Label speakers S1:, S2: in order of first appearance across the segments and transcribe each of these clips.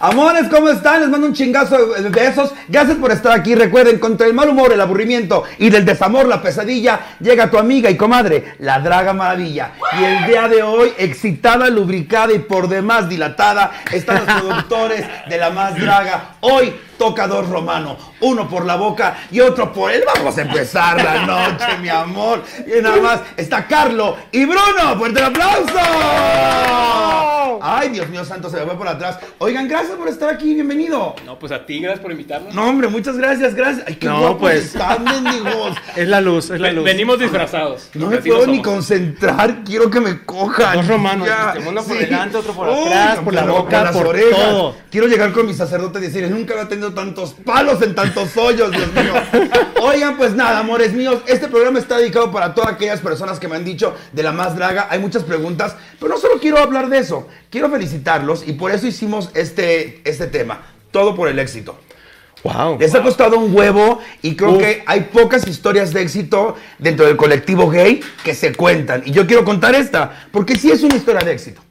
S1: Amores, ¿cómo están? Les mando un chingazo de besos. Gracias por estar aquí. Recuerden, contra el mal humor, el aburrimiento y del desamor, la pesadilla, llega tu amiga y comadre, la Draga Maravilla. Y el día de hoy, excitada, lubricada y por demás dilatada, están los productores de La Más Draga. Hoy toca dos romano, uno por la boca y otro por el. Vamos a empezar la noche, mi amor. Y nada más está Carlo y Bruno. ¡Fuerte el aplauso! Ay, Dios mío santo, se me fue por atrás. Oigan, gracias por estar aquí, bienvenido.
S2: No, pues a ti, gracias por invitarnos.
S1: No, hombre, muchas gracias, gracias. Ay, qué
S3: No,
S1: guapos
S3: pues.
S1: están, mendigos.
S3: Es la luz, es la
S2: Ven-
S3: luz.
S2: Venimos disfrazados.
S1: Pues, No
S2: porque
S1: me
S2: así no
S1: puedo ni
S2: somos.
S1: concentrar, quiero que me cojan.
S3: Dos romanos,
S1: Ya,
S3: dijiste, uno por
S1: sí.
S3: delante, otro por
S1: Uy,
S3: atrás, por la
S1: claro,
S3: boca,
S1: las
S3: por
S1: orejas.
S3: todo.
S1: Quiero llegar con mi sacerdote y decirles, nunca había tenido tantos palos en tantos hoyos, Dios mío. Oigan, pues nada, amores míos, este programa está dedicado para todas aquellas personas que me han dicho de la más draga. Hay muchas preguntas, pero no solo quiero hablar de eso, quiero felicitarlos y por eso hicimos este, este tema. Todo por el éxito.
S3: Wow.
S1: Les ha costado un huevo y creo
S3: Uf.
S1: que hay pocas historias de éxito dentro del colectivo gay que se cuentan. Y yo quiero contar esta, porque sí es una historia de éxito.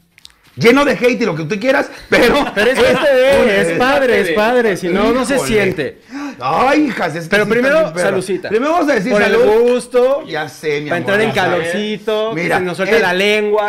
S1: Lleno de hate y lo que tú quieras, pero...
S3: Pero es que este
S1: Una
S3: de, es
S1: de-
S3: padre, es
S2: de-
S3: padre, si no, no se
S1: Híjole.
S3: siente.
S1: Ay, hijas, es que
S3: Pero
S1: sí
S3: primero,
S1: están bien perras.
S3: salucita.
S1: Primero vamos a decir
S3: Por el
S1: salud.
S3: gusto,
S1: Ya sé, mi amor.
S3: para entrar en
S1: ya sabes.
S3: calorcito, que
S1: Mira,
S3: se nos suelte
S1: eh,
S3: la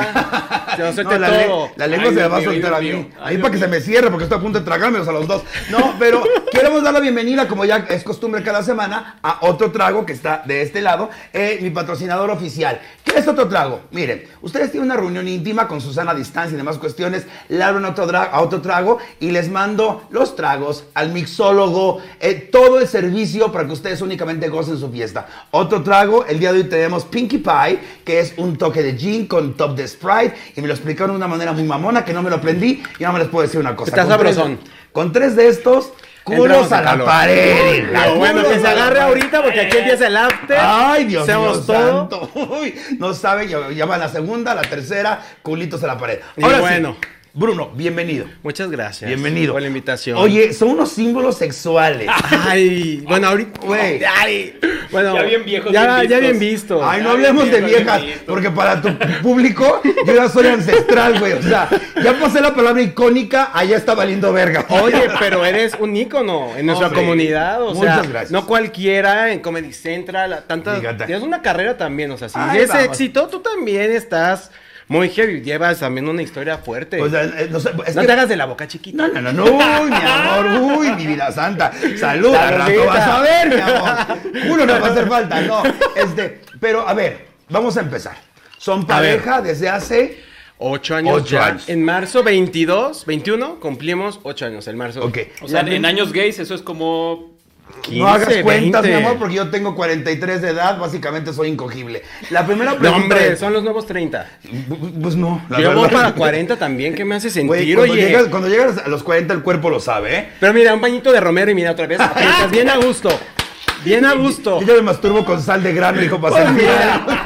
S3: lengua, se nos suelte
S1: No, la, le-
S3: todo.
S1: la lengua
S2: Ay,
S1: se me
S2: Dios
S1: va a
S2: mío,
S1: soltar a
S2: Dios
S1: mí.
S2: mío.
S1: Ahí para que se me cierre, porque estoy a punto de tragármelos a los dos. No, pero queremos dar la bienvenida, como ya es costumbre cada semana, a otro trago que está de este lado, eh, mi patrocinador oficial. ¿Qué es otro trago? Miren, ustedes tienen una reunión íntima con Susana a distancia y demás cuestiones, le abren otro dra- a otro trago y les mando los tragos al mixólogo, eh, todo el servicio para que ustedes únicamente gocen su fiesta. Otro trago, el día de hoy tenemos Pinkie Pie, que es un toque de gin con top de Sprite y me lo explicaron de una manera muy mamona que no me lo aprendí y no me les puedo decir una cosa.
S3: Está
S1: Con tres-
S3: sabrosón.
S1: con tres de estos, culos
S3: Entramos en
S1: a la
S3: calor.
S1: pared. hija,
S3: Lo bueno,
S1: culos
S3: que se
S1: a la
S3: agarre
S1: pared.
S3: ahorita porque aquí empieza el after.
S1: Ay, Dios mío,
S3: Seamos todo.
S1: santo. Uy, no saben, ya, ya va la segunda, la tercera, culitos a la pared.
S3: Y
S1: Ahora bueno.
S3: bueno.
S1: Bruno, bienvenido.
S3: Muchas gracias.
S1: Bienvenido.
S3: Por la invitación.
S1: Oye, son unos símbolos sexuales.
S3: Ay, bueno, ahorita.
S1: Güey.
S3: Ay, bueno,
S2: Ya bien viejos,
S3: Ya
S2: bien
S3: ya bien
S2: vistos.
S3: visto.
S1: Ay, no
S2: Ay,
S1: hablemos de
S2: bien, bien
S1: viejas,
S2: bonito.
S1: porque para tu público yo ya soy ancestral, güey. O sea, ya pasé la palabra icónica, allá está valiendo verga.
S3: Oye, pero eres un ícono en nuestra
S1: Hombre,
S3: comunidad, o
S1: muchas
S3: sea,
S1: gracias.
S3: no cualquiera en Comedy Central, a- tantas,
S1: Fíjate.
S3: tienes una carrera también, o sea, si
S1: Ay,
S3: es
S1: vamos.
S3: éxito, tú también estás muy heavy, llevas también una historia fuerte.
S1: O sea, eh, no, sé, es
S3: no
S1: que-
S3: te hagas de la boca chiquita.
S1: No, no, no, no, uy, mi amor, uy, mi vida santa. Salud, al rato
S3: Saludita.
S1: vas a ver, mi amor. Uno no va a hacer falta, no. Este, pero a ver, vamos a empezar. Son pareja desde hace.
S3: Ocho años
S1: Ocho
S3: ya.
S1: años.
S3: En marzo 22, 21, cumplimos ocho años, el marzo.
S1: Ok.
S2: O sea,
S1: La-
S2: en años gays eso es como...
S3: 15,
S1: no hagas cuentas,
S3: 20.
S1: mi amor, porque yo tengo 43 de edad, básicamente soy incogible. La primera
S3: No,
S1: pregunta.
S3: hombre,
S1: es-
S3: son los nuevos 30.
S1: Pues no, la
S3: Yo voy
S1: verdad.
S3: para 40 también, ¿qué me hace sentir,
S1: Güey, cuando,
S3: oye?
S1: llegas, cuando llegas a los 40, el cuerpo lo sabe, ¿eh?
S3: Pero mira, un bañito de Romero y mira otra vez. Aprietas bien a gusto. Bien a gusto.
S1: Yo ya me masturbo con sal de grano, hijo,
S3: Pues
S1: para sentir.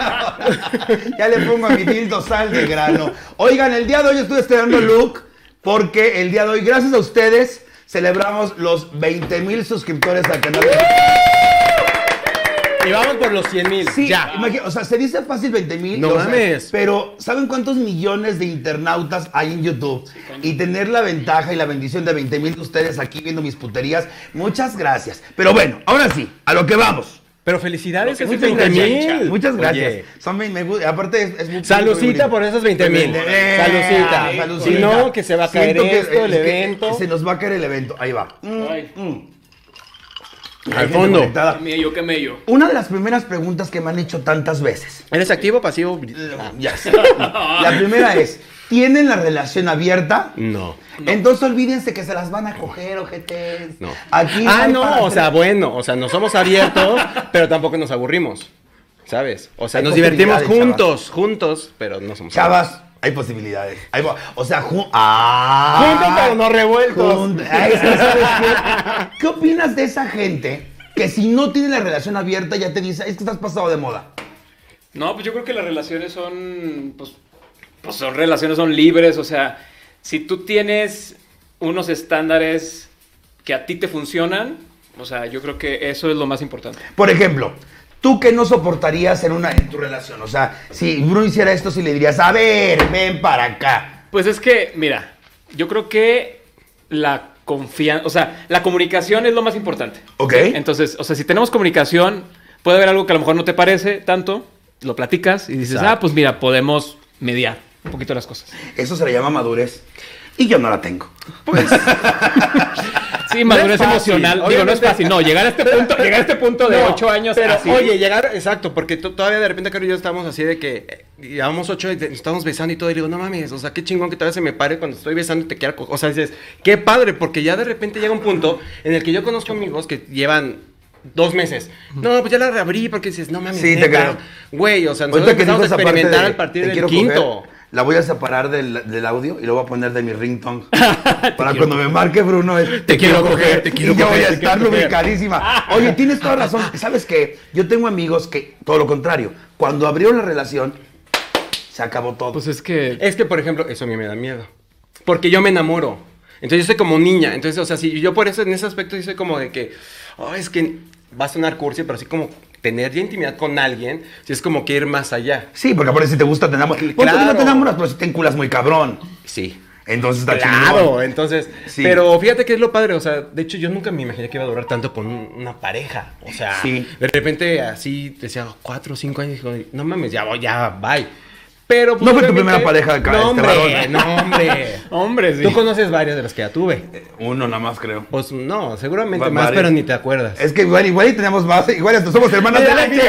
S1: ya le pongo a mi tildo sal de grano. Oigan, el día de hoy estuve estrenando look porque el día de hoy, gracias a ustedes, celebramos los 20 mil suscriptores al canal.
S3: Y vamos por los 100 mil.
S1: Sí,
S3: ya.
S1: imagi- o sea, se dice fácil 20 mil.
S3: No mames.
S1: pero, ¿saben cuántos millones de internautas hay en YouTube? y tener la ventaja y la bendición de 20 mil de ustedes aquí viendo mis puterías, muchas gracias. Pero bueno, ahora sí, a lo que vamos.
S3: Pero felicidades,
S2: Lo que
S3: esos
S2: se
S3: 20
S2: engancha.
S3: mil.
S1: Muchas gracias.
S3: Oye,
S1: Son bien- me gusta. Aparte, es, es muy
S3: Salucita por esos 20 mil.
S1: Eh,
S3: Salucita.
S1: salucita.
S3: Si no, que se va a caer
S1: Siento que-
S3: esto, el
S1: es que
S3: evento.
S1: Se nos va a caer el evento. Ahí va.
S2: Ay,
S1: Mm. Hay gente
S3: fondo.
S1: conectada.
S2: qué mello, qué mello.
S1: Una de las primeras preguntas que me han hecho tantas veces.
S3: ¿Eres activo o pasivo? Ah,
S1: Ya sé. La primera es, ¿tienen la relación abierta?
S3: No.
S1: Entonces olvídense que se las van a coger, ojetes.
S3: No.
S1: Aquí
S3: ah,
S1: hay para
S3: no, o
S1: hacer-
S3: sea, bueno, o sea, no somos abiertos, pero tampoco nos aburrimos, ¿sabes? O sea,
S1: Hay
S3: nos divertimos
S1: posibilidades,
S3: juntos, juntos, pero no somos
S1: Chavas, hay posibilidades. Hay po- o sea, ju- ah,
S3: Juntos, pero no revueltos.
S1: Jun- Ay, es que, ¿sabes qué? ¿Qué opinas de esa gente que si no tiene la relación abierta ya te dice, es que estás pasado de moda?
S2: No, pues yo creo que las relaciones son, pues, pues son relaciones, son libres, o sea, si tú tienes unos estándares que a ti te funcionan, o sea, yo creo que eso es lo más importante.
S1: Por ejemplo, tú que no soportarías en una en tu relación, o sea, si Bruno hiciera esto, si le dirías, a ver, ven para acá.
S2: Pues es que, mira, yo creo que la confianza, o sea, la comunicación es lo más importante.
S1: Ok.
S2: Entonces, o sea, si tenemos comunicación, puede haber algo que a lo mejor no te parece tanto, lo platicas y dices,
S3: Exacto.
S2: ah, pues mira, podemos mediar un poquito las cosas.
S1: Eso se le llama madurez. Y yo no la tengo.
S2: Sí,
S3: No es
S2: madurez
S3: fácil,
S2: emocional. Digo, no es
S3: obviamente.
S2: fácil. No, llegar a este punto, llegar a este punto de
S3: No,
S2: ocho años
S3: pero,
S2: así.
S3: Oye, llegar, exacto, porque to- todavía de repente, Caro y yo estamos así de que eh, llevamos ocho y te- nos estamos besando y todo. Y digo, no mames, o sea, qué chingón que todavía se me pare cuando estoy besando y te quiera. co- O sea, dices, qué padre, porque ya de repente llega un punto en el que yo conozco amigos que llevan. Dos meses. No, pues ya la reabrí porque dices, no mames.
S1: Sí, te creo.
S3: Güey, o sea, nosotros
S1: Ahorita que dijo
S3: empezamos a
S1: esa parte
S3: experimentar
S1: de,
S3: al partir
S1: "Te
S3: del
S1: quiero
S3: quinto.
S1: coger", la voy a separar del, del audio y lo voy a poner de mi ringtone. para cuando me marque Bruno es,
S3: Te quiero coger, te quiero
S1: y yo
S3: coger,
S1: voy a
S3: te quiero
S1: estar
S3: coger.
S1: lubricadísima. Oye, tienes toda razón. ¿Sabes qué? Yo tengo amigos que, todo lo contrario, cuando abrieron la relación, se acabó todo.
S2: Pues es que.
S3: Es que, por ejemplo, eso a mí me da miedo. Porque yo me enamoro. Entonces yo soy como niña. Entonces, o sea, si yo por eso en ese aspecto sí soy como de que, oh, es que va a sonar cursi, pero así como tener ya intimidad con alguien, si es como que ir más allá.
S1: sí, porque aparte si te gusta, te enamoras. Ponte que no
S3: Claro.
S1: te enamoras, pero si te enculas muy cabrón.
S3: Sí.
S1: Entonces está
S3: claro,
S1: chingón.
S3: entonces,
S1: Sí.
S3: pero fíjate que es lo padre, o sea, de hecho yo nunca me imaginé que iba a durar tanto con un- una pareja, o sea,
S1: Sí.
S3: de repente así, decía, cuatro o cinco años, y digo, no mames, ya, voy, ya, bye. Pero, pues,
S1: No fue tu
S3: obviamente-
S1: primera pareja, ca-
S3: no,
S1: este
S3: hombre,
S1: varón.
S3: no, hombre.
S2: Hombre, sí.
S3: Tú conoces varias de las que ya tuve.
S1: Uno nada más creo.
S3: Pues no, seguramente
S1: Va-
S3: más,
S1: varias.
S3: pero ni te acuerdas.
S1: Es que igual, igual y tenemos más, igual hasta somos hermanas de leche.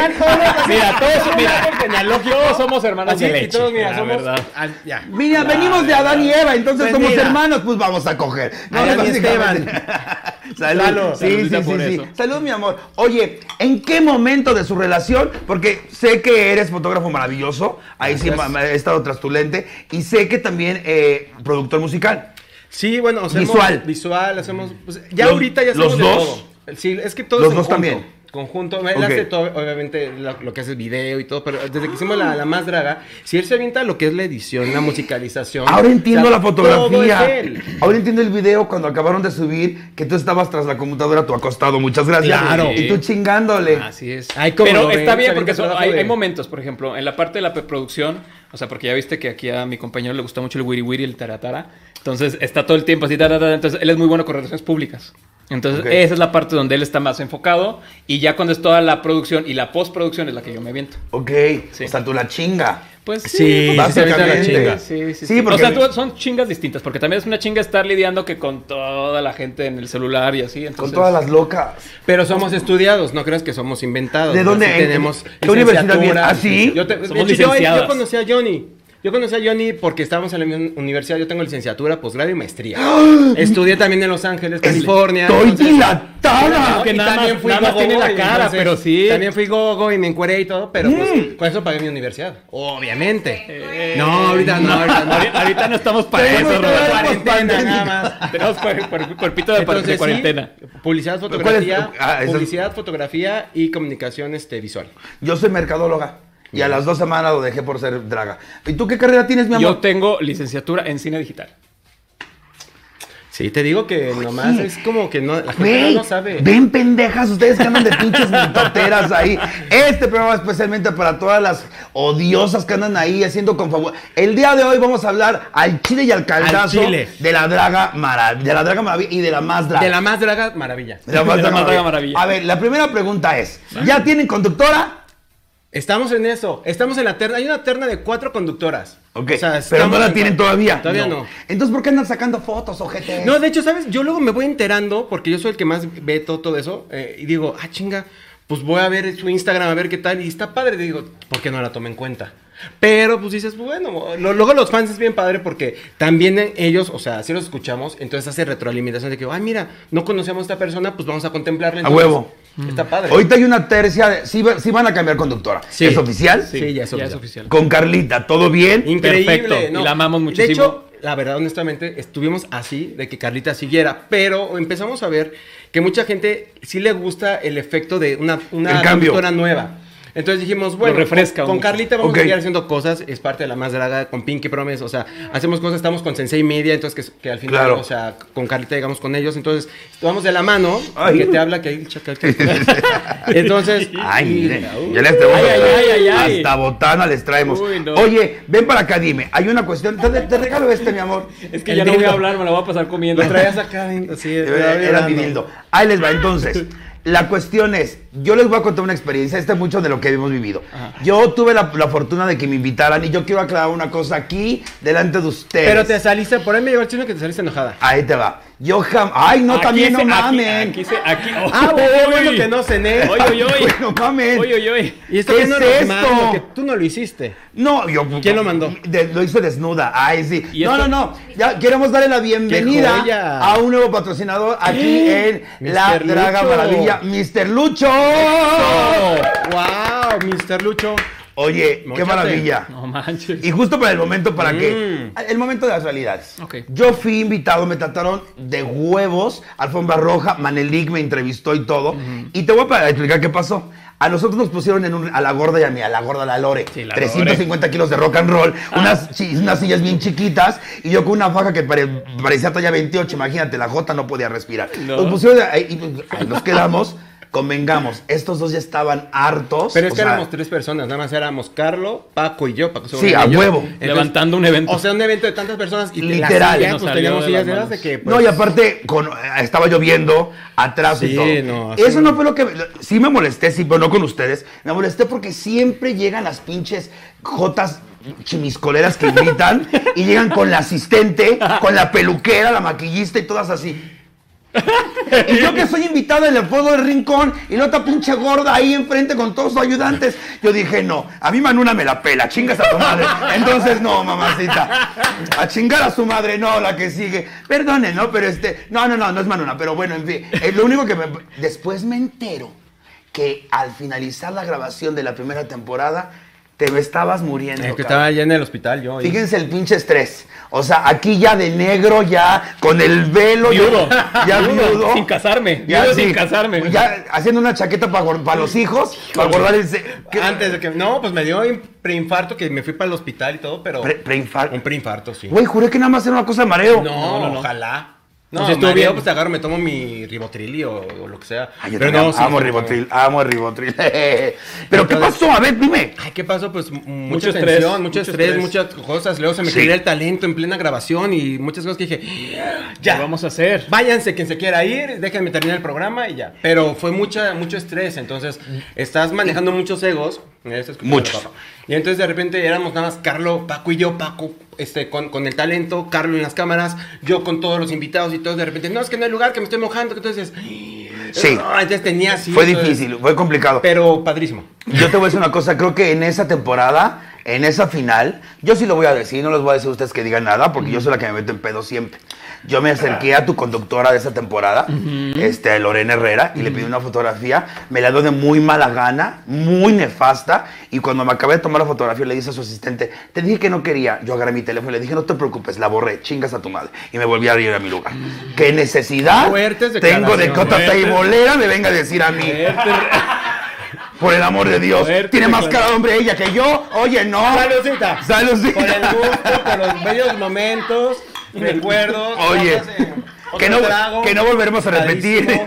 S2: Mira, todos, mira, todos somos hermanos
S3: Así,
S2: de
S3: y
S2: leche.
S3: todos, mira,
S2: la
S3: somos-
S2: verdad.
S3: ah, ya.
S1: Mira, venimos de Adán y Eva, entonces
S3: Pues
S1: somos
S3: mira.
S1: hermanos, pues vamos a coger.
S3: Adán y
S1: básicamente. Salud.
S3: Salud.
S1: Sí, sí,
S2: Saludita
S1: sí,
S2: por
S1: sí.
S2: eso.
S1: Salud, mi amor. Oye, ¿en qué momento de su relación? Porque sé que eres fotógrafo maravilloso, ahí sí
S3: Gracias.
S1: ma- he estado tras tu lente, y sé que también eh, productor musical.
S3: Sí, bueno, hacemos
S1: Visual.
S3: Visual, hacemos. pues, ya
S1: Los-
S3: ahorita ya hacemos
S1: los
S3: de
S1: dos.
S3: todo. Sí, es que todo
S1: Los
S3: es en
S1: dos
S3: conjunto,
S1: también.
S3: Conjunto, él
S1: Ok.
S3: hace todo, obviamente lo, lo que hace el video y todo, pero desde que hicimos la, la más draga, si él se avienta lo que es la edición, la musicalización.
S1: Ahora entiendo
S3: o sea,
S1: la
S3: Todo es
S1: fotografía.
S3: él.
S1: Ahora entiendo el video cuando acabaron de subir que tú estabas tras la computadora, tú acostado, muchas gracias.
S3: Claro.
S1: Y tú chingándole.
S2: Así es.
S3: Ay, ¿cómo
S2: Pero
S3: lo ven?
S2: está bien
S3: Está
S2: porque
S3: bien
S2: son-
S3: trabajo
S2: hay,
S3: de-
S2: hay momentos, por ejemplo, en la parte de la producción, o sea, porque ya viste que aquí a mi compañero le gusta mucho el wiri wiri, el taratara. Entonces está todo el tiempo así, taratara. Entonces él es muy bueno con relaciones públicas. Entonces
S1: Ok.
S2: esa es la parte donde él está más enfocado. Y ya cuando es toda la producción y la postproducción es la que yo me aviento.
S1: Ok,
S2: Sí.
S1: o sea, tú la chinga.
S2: Pues
S3: Sí, sí,
S2: porque se avienta la
S1: básicamente.
S2: chinga. Sí, sí,
S1: Sí,
S2: sí.
S1: porque-
S2: O sea, tú- son chingas distintas, porque también es una chinga estar lidiando que con toda la gente en el celular y así.
S1: Con
S2: entonces-
S1: todas las locas.
S3: Pero somos estudiados, no creas que somos inventados.
S1: ¿De
S3: ¿no?
S1: dónde?
S3: Sí
S1: ¿En-
S3: tenemos
S1: qué universidad vienes?
S3: licenciaturas.
S1: ¿Ah, sí?
S3: Yo, te- de
S2: Somos
S3: hecho, yo-
S2: licenciadas.
S3: yo conocí a Johnny. Yo conocí a Johnny porque estábamos en la misma universidad. Yo tengo licenciatura, posgrado y maestría. Estudié también en Los Ángeles, California.
S1: Estoy
S3: entonces-
S1: dilatada.
S2: No, que
S3: Y
S2: nada
S3: también
S2: más-
S3: fui
S2: nada más
S3: gogo,
S2: tiene la
S3: y
S2: cara, pero sí.
S3: También fui gogo y me encueré y todo, pero pues,
S1: Mm.
S3: con eso pagué mi universidad. Obviamente.
S2: Eh,
S3: no, ahorita no, ahorita no.
S2: Ahorita, ahorita no estamos para
S1: Tenemos
S2: eso,
S1: que
S2: Roberto.
S1: dar
S3: Cuarentena,
S1: pandemia.
S3: nada más.
S2: Tenemos cuer- cuer- cuerpito de,
S3: Entonces,
S2: de
S3: sí,
S2: cuarentena.
S3: publicidad,
S1: es?
S3: fotografía,
S1: Ah, eso-
S3: publicidad, fotografía y comunicación este, visual.
S1: Yo soy mercadóloga. Y a las dos semanas lo dejé por ser draga. ¿Y tú qué carrera tienes, mi
S2: Yo
S1: amor?
S2: tengo licenciatura en cine digital.
S3: Sí, te digo que nomás es como que no, la gente
S1: Güey,
S3: no lo sabe.
S1: ven pendejas, ustedes que andan de pinches mitoteras ahí. Este programa es especialmente para todas las odiosas que andan ahí haciendo con favor. El día de hoy vamos a hablar al chile y al caldazo
S3: chile.
S1: de la draga maravilla, de la draga maravilla y de la más draga.
S3: De la más draga, maravilla.
S1: De la más
S2: de la
S1: draga
S2: más draga
S1: maravilla.
S2: maravilla.
S1: A ver, la primera pregunta es, ¿ya tienen conductora?
S3: Estamos en eso. Estamos en la terna. Hay una terna de cuatro conductoras.
S1: Ok,
S3: O sea,
S1: pero no
S3: estamos
S1: la
S3: en-
S1: tienen todavía.
S3: Todavía no.
S1: Entonces, ¿por qué andan sacando fotos, ojete?
S3: No, de hecho, ¿sabes? Yo luego me voy enterando, porque yo soy el que más ve todo, todo eso, eh, y digo, ah, chinga, pues voy a ver su Instagram a ver qué tal, y está padre, y digo, ¿por qué no la tomé en cuenta? Pero pues dices, bueno, lo- luego los fans es bien padre porque también eh, ellos, o sea, si los escuchamos, entonces hace retroalimentación de que, ay, mira, no conocíamos a esta persona, pues vamos a
S1: A
S3: contemplarla. entonces".
S1: huevo.
S3: Está padre.
S1: Ahorita hay una tercia, de, sí, va- sí van a cambiar conductora.
S3: Sí.
S1: ¿Es oficial?
S3: Sí, ya es oficial.
S1: Con Carlita, ¿todo bien?
S3: Increíble.
S2: Perfecto,
S3: ¿no?
S2: y la amamos
S3: De
S2: muchísimo.
S3: hecho, la verdad, honestamente, estuvimos así de que Carlita siguiera, pero empezamos a ver que mucha gente sí le gusta el efecto de una, una
S1: El cambio.
S3: conductora nueva. Entonces dijimos, bueno,
S2: refresca
S3: con, con
S2: mucho.
S3: Carlita vamos
S1: Ok.
S3: a seguir haciendo cosas, es parte de la más draga, con Pinky Promise, o sea, hacemos cosas, estamos con Sensei Media, entonces que, que al final,
S1: Claro.
S3: o sea, con Carlita llegamos con ellos, entonces vamos de la mano,
S1: Ay.
S3: que te habla que hay el chacal que- entonces,
S1: Ay,
S3: y-
S1: miren, ya les tenemos
S2: Ay, ay,
S1: hasta-
S2: ay, ay,
S1: hasta botana les traemos.
S2: Uy, no.
S1: Oye, ven para acá, dime, hay una cuestión, te, te regalo este, mi amor.
S2: Es que
S3: El
S2: ya no voy a
S3: dildo.
S2: hablar, me la voy a pasar comiendo.
S3: lo traías acá, así,
S1: Era, era mi dildo. Ahí les va, entonces. La cuestión es, yo les voy a contar una experiencia, este es mucho de lo que hemos vivido. Yo tuve la, la fortuna de que me invitaran y yo quiero aclarar una cosa aquí delante de ustedes.
S3: Pero te saliste, por ahí me llegó el chino que te saliste enojada.
S1: Ahí te va. Yo jamás... Ay, no,
S2: Aquí
S1: también
S2: se-
S1: no
S2: aquí-
S1: mamen.
S2: Aquí, se, aquí.
S3: Ah, bueno,
S2: Uy.
S3: bueno que no cené.
S2: Oye, oye, oye.
S1: No mamen.
S2: Oye, oye, oye.
S3: Y esto
S1: ¿Qué
S3: que no
S1: es
S3: lo
S1: esto?
S3: mando, que tú no lo hiciste.
S1: No, yo.
S3: ¿Quién lo mandó?
S1: de- lo hizo desnuda. Ay, sí.
S2: ¿Y
S1: No, no,
S2: esto?
S1: no. Ya queremos darle la
S3: ¡Qué
S1: bienvenida
S3: joya!
S1: a un nuevo patrocinador aquí en La
S3: Mr. Lucho.
S1: Draga Maravilla, Mr. Lucho.
S3: ¡Wow! Mr. Lucho.
S1: Oye, qué
S3: Móchate.
S1: maravilla.
S2: No manches.
S1: Y justo para el momento, ¿para qué?
S3: Mm.
S1: El momento de las realidades.
S2: Ok.
S1: Yo fui invitado, me trataron de huevos. Alfombra Roja, Manelik me entrevistó y todo. Y te voy a pa- explicar qué pasó. A nosotros nos pusieron en un- a la gorda y a mí, a la gorda, a la Lore.
S2: Sí, la Ah.
S1: 350 kilos de rock and roll, unas, chi- unas sillas bien chiquitas y yo con una faja que pare- parecía talla 28. Imagínate, la Jota no podía respirar.
S2: No.
S1: Nos pusieron ahí y pues, ahí nos quedamos. Convengamos, estos dos ya estaban hartos.
S3: Pero es
S1: o
S3: que
S1: sea,
S3: éramos tres personas, nada más éramos Carlo, Paco y yo. Paco
S1: Sí,
S3: Segura
S1: a
S3: y yo.
S1: huevo.
S2: Levantando un evento.
S3: O sea, un evento de tantas personas y
S1: Literal.
S3: las sillas,
S2: Nos
S3: pues,
S2: salió
S3: teníamos
S2: de
S3: sillas
S2: las
S3: de
S2: manos.
S3: esas de que
S1: no,
S3: pues,
S1: y aparte, con- eh, estaba lloviendo, atrás y
S3: Sí,
S1: todo.
S3: no, así
S1: Eso no
S3: no.
S1: fue lo que. Sí me molesté, sí, pero no con ustedes. Me molesté porque siempre llegan las pinches jotas chimiscoleras que invitan y llegan con la asistente, con la peluquera, la maquillista y todas así. Y yo que soy invitado en el fondo del rincón y la otra pinche gorda ahí enfrente con todos sus ayudantes. Yo dije, no, a mí Manuna me la pela, chingas a tu madre. Entonces, no, mamacita. A chingar a su madre, no, la que sigue. Perdone, ¿no? Pero este, no, no, no, no es Manuna, pero bueno, en fin. Eh, lo único que me... Después me entero que al finalizar la grabación de la primera temporada, te me estabas muriendo.
S3: es eh, que
S1: cabrón.
S3: estaba allá en el hospital yo. y-
S1: Fíjense el pinche estrés. O sea, aquí ya de negro, ya con el velo. ya-
S2: Viudo.
S1: Ya
S2: Viudo,
S1: viudo.
S2: sin casarme.
S1: Ya
S2: Viudo
S1: sí.
S2: sin casarme.
S1: Ya haciendo una chaqueta para los hijos. Para guardar el. se- ¿qué?
S3: Antes de que. No, pues me dio un preinfarto que me fui para el hospital y todo, pero.
S1: Pre- preinfarto.
S3: Un preinfarto, sí.
S1: Güey, juré que nada más era una cosa de mareo.
S3: No,
S2: no, no.
S3: ojalá.
S2: O
S3: No,
S2: sea,
S3: si
S2: estuvo
S3: estuvo
S2: bien.
S3: bien, pues te agarro, me tomo mi ribotril o, o lo que sea.
S1: Ay, Ah, yo también
S3: no, sí,
S1: amo
S3: sí,
S1: Ribotril, amo Ribotril. Pero ¿qué
S3: Entonces-
S1: pasó? A ver, dime.
S3: Ay, ¿qué pasó? Pues m-
S2: Mucho
S3: mucha
S2: estrés,
S3: tensión, mucho,
S2: mucho
S3: estrés,
S2: estrés.
S3: muchas cosas. Luego se me
S1: Sí.
S3: quería el talento en plena grabación y muchas cosas que dije, ya,
S2: ¿Qué vamos a hacer?
S3: váyanse quien se quiera ir, déjenme terminar el programa y ya. Pero fue mucha, mucho estrés, entonces estás manejando muchos egos. Mira, está escuchando
S1: Muchos.
S3: el papá. Y entonces de repente éramos nada más Carlo, Paco y yo, Paco este, con, con el talento, Carlo en las cámaras, yo con todos los invitados y todos de repente, no, es que no hay lugar, que me estoy mojando, que entonces...
S1: Sí.
S3: Ah, entonces tenía así.
S1: fue
S3: entonces-
S1: difícil, fue complicado.
S3: Pero padrísimo.
S1: Yo te voy a decir una cosa, creo que en esa temporada, en esa final, yo sí lo voy a decir, no les voy a decir a ustedes que digan nada, porque yo soy la que me meto en pedo siempre. Yo me acerqué a tu conductora de esa temporada, este, a Lorena Herrera, y le pedí una fotografía, me la dio de muy mala gana, muy nefasta, y cuando me acabé de tomar la fotografía le dije a su asistente, te dije que no quería, yo agarré mi teléfono y le dije, no te preocupes, la borré, chingas a tu madre, y me volví a ir a mi lugar. ¿Qué necesidad
S3: Fuertes
S1: tengo de
S3: declaraciones.
S1: cota
S2: Fuertes.
S1: teibolera me venga a decir a mí? Por el amor de Dios.
S2: Fuerte,
S1: Tiene más
S2: claro.
S1: cara de hombre ella que yo. Oye, no.
S3: Saludcita.
S1: Saludcita.
S3: Por el gusto, por los bellos momentos, recuerdos.
S1: Oye.
S3: cosas, eh, otro
S1: Que no,
S3: trago,
S1: que no volveremos a repetir.
S3: padrísimo.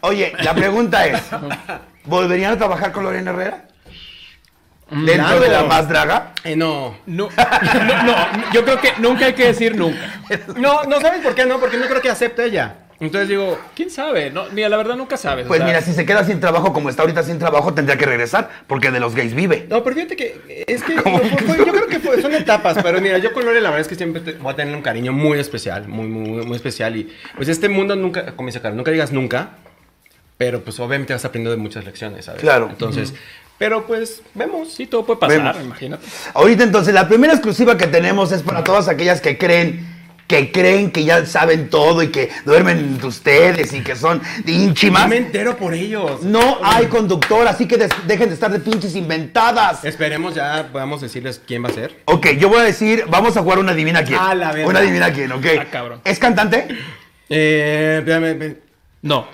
S1: Oye, la pregunta es: ¿volverían a trabajar con Lorena Herrera? Dentro
S3: Claro.
S1: de la más draga.
S3: Eh, no.
S2: No, no, no, yo creo que nunca hay que decir nunca.
S3: No, no sabes por qué no, porque no creo que acepte ella. Entonces digo,
S2: ¿Quién sabe? No, mira, la verdad nunca sabes. o
S1: Pues
S2: sea,
S1: mira, si se queda sin trabajo como está ahorita sin trabajo, tendría que regresar, porque de los gays vive.
S3: no, pero fíjate que es que
S1: ¿Cómo
S3: fue-
S1: que
S3: fue-
S1: no?
S3: yo creo que fue- son etapas, pero mira, yo con Lore la verdad es que siempre te- voy a tener un cariño muy especial, muy, muy, muy especial. Y pues este mundo nunca, como dice Carlos, nunca digas nunca, pero pues obviamente vas aprendiendo de muchas lecciones, ¿sabes?
S1: Claro.
S3: Entonces, pero pues vemos.
S2: Sí, todo puede pasar,
S1: Vemos.
S2: imagínate.
S1: Ahorita entonces, la primera exclusiva que tenemos es para todas aquellas que creen, que creen que ya saben todo y que duermen entre ustedes y que son ínchimas.
S3: Yo me entero por ellos.
S1: No hay conductor, así que des- dejen de estar de pinches inventadas.
S3: Esperemos ya podamos decirles quién va a ser.
S1: Ok, yo voy a decir, vamos a jugar una adivina quién.
S3: Ah, la verdad.
S1: Una adivina quién, ok.
S2: Ah, cabrón.
S1: ¿Es cantante?
S3: Eh, espérame, espérame.
S2: No.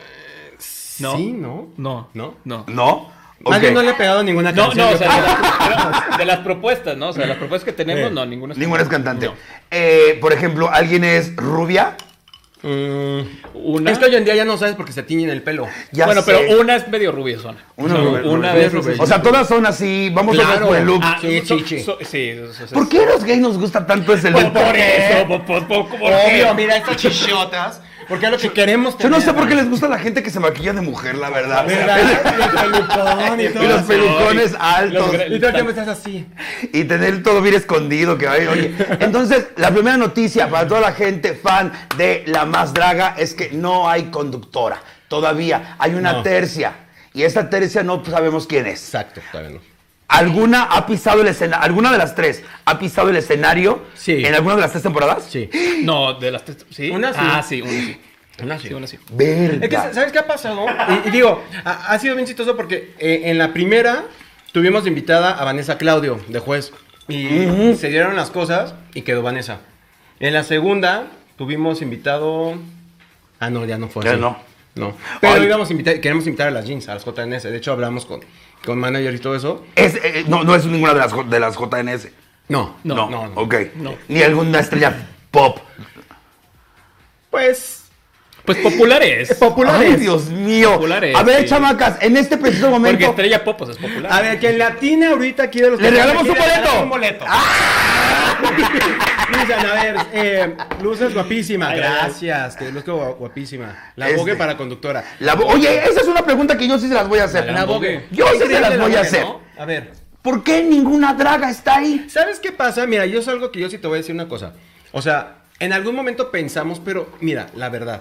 S2: No.
S3: Sí, ¿no?
S2: No.
S3: ¿No?
S2: No.
S1: No.
S3: Más
S1: Ok.
S3: bien no le he pegado ninguna
S2: No,
S3: canción.
S2: no, o
S3: yo
S2: sea,
S3: creo.
S2: de las, de las propuestas, ¿no? O sea, las propuestas que tenemos,
S3: Sí.
S2: no, ninguna. es
S1: Ninguna es cantante.
S2: No.
S1: Eh, por ejemplo, ¿alguien es rubia?
S3: Mm,
S2: Una.
S3: Es que hoy en día ya no sabes porque se tiñen el pelo.
S1: Ya
S2: bueno,
S1: sé.
S2: pero una es medio rubiezona.
S1: Una
S2: O sea,
S1: rubia-
S2: una
S1: rubia-
S2: de esas es-
S1: O sea, todas son así, vamos a ver
S3: Claro.
S1: por el look.
S2: Pues Ah,
S3: Sí,
S2: so-
S3: sí, sí.
S2: so- sí, o sea,
S1: ¿Por qué a los gays nos gusta tanto ese
S2: Por,
S1: look?
S2: Pues por eso, por, por, por- por-
S3: Obvio, mira estas chichotas. Porque es lo que queremos
S1: Yo
S3: tener.
S1: no sé por qué les gusta a la gente que se maquilla de mujer, la verdad.
S3: ¿Verdad? Y el pelucón y todo.
S1: Y los pelucones
S2: Los
S1: altos.
S2: gre-
S3: Y tú que me estás así.
S1: Y tener todo bien escondido, que ay, oye. Entonces, la primera noticia para toda la gente fan de La Más Draga es que no hay conductora. Todavía hay una
S3: No.
S1: tercia. Y esta tercia no sabemos quién es.
S3: Exacto, todavía no.
S1: ¿Alguna ha pisado el escenario? ¿Alguna de las tres ha pisado el escenario?
S3: Sí.
S1: ¿En alguna de las tres temporadas?
S3: Sí.
S2: No, de las tres. ¿sí?
S3: Una sí.
S2: Ah, sí, una sí.
S3: Una
S2: Sí, una sí.
S1: Verga.
S3: Es que, ¿sabes qué ha pasado? Y, y digo, ha, ha sido bien chistoso porque eh, en la primera tuvimos de invitada a Vanessa Claudio, de juez. Y se dieron las cosas y quedó Vanessa. En la segunda tuvimos invitado. Ah, no, ya no fue.
S1: Ya
S3: así.
S1: no.
S3: No. Pero
S1: Ay.
S3: íbamos a invitar, queremos invitar a las jeans, a las JNS. De hecho, hablamos con, con manager y todo eso.
S1: Es, eh, no, no es ninguna de las, J- de las JNS.
S3: No,
S2: No.
S1: No,
S3: no, no.
S1: Ok.
S2: No.
S1: Ni alguna estrella pop.
S3: Pues.
S2: Pues populares.
S1: Eh, Ay, Dios mío.
S2: Populares,
S1: A ver,
S2: sí.
S1: chamacas, en este preciso
S2: Porque
S1: momento.
S2: estrella popos es popular.
S3: A ver, quien latina ahorita aquí de los
S1: ¡Le
S3: que-
S1: regalamos
S3: quiere
S1: un boleto! ¡Ah!
S3: regalar Un boleto. Dicen, a ver, eh, luces guapísima.
S2: Ay,
S3: Gracias, que luzco gua- guapísima. La
S1: Este.
S3: bogue para conductora.
S1: La vo- Oye, esa es una pregunta que yo sí se las voy a hacer.
S2: La Vogue.
S1: Yo sí se
S3: Increíble
S1: las
S3: la
S1: voy a
S3: Vogue,
S1: hacer.
S3: ¿no? A ver,
S1: ¿Por qué ninguna draga está ahí?
S3: ¿sabes qué pasa? Mira, yo es algo que yo sí te voy a decir una cosa. O sea, en algún momento pensamos, pero mira, la verdad.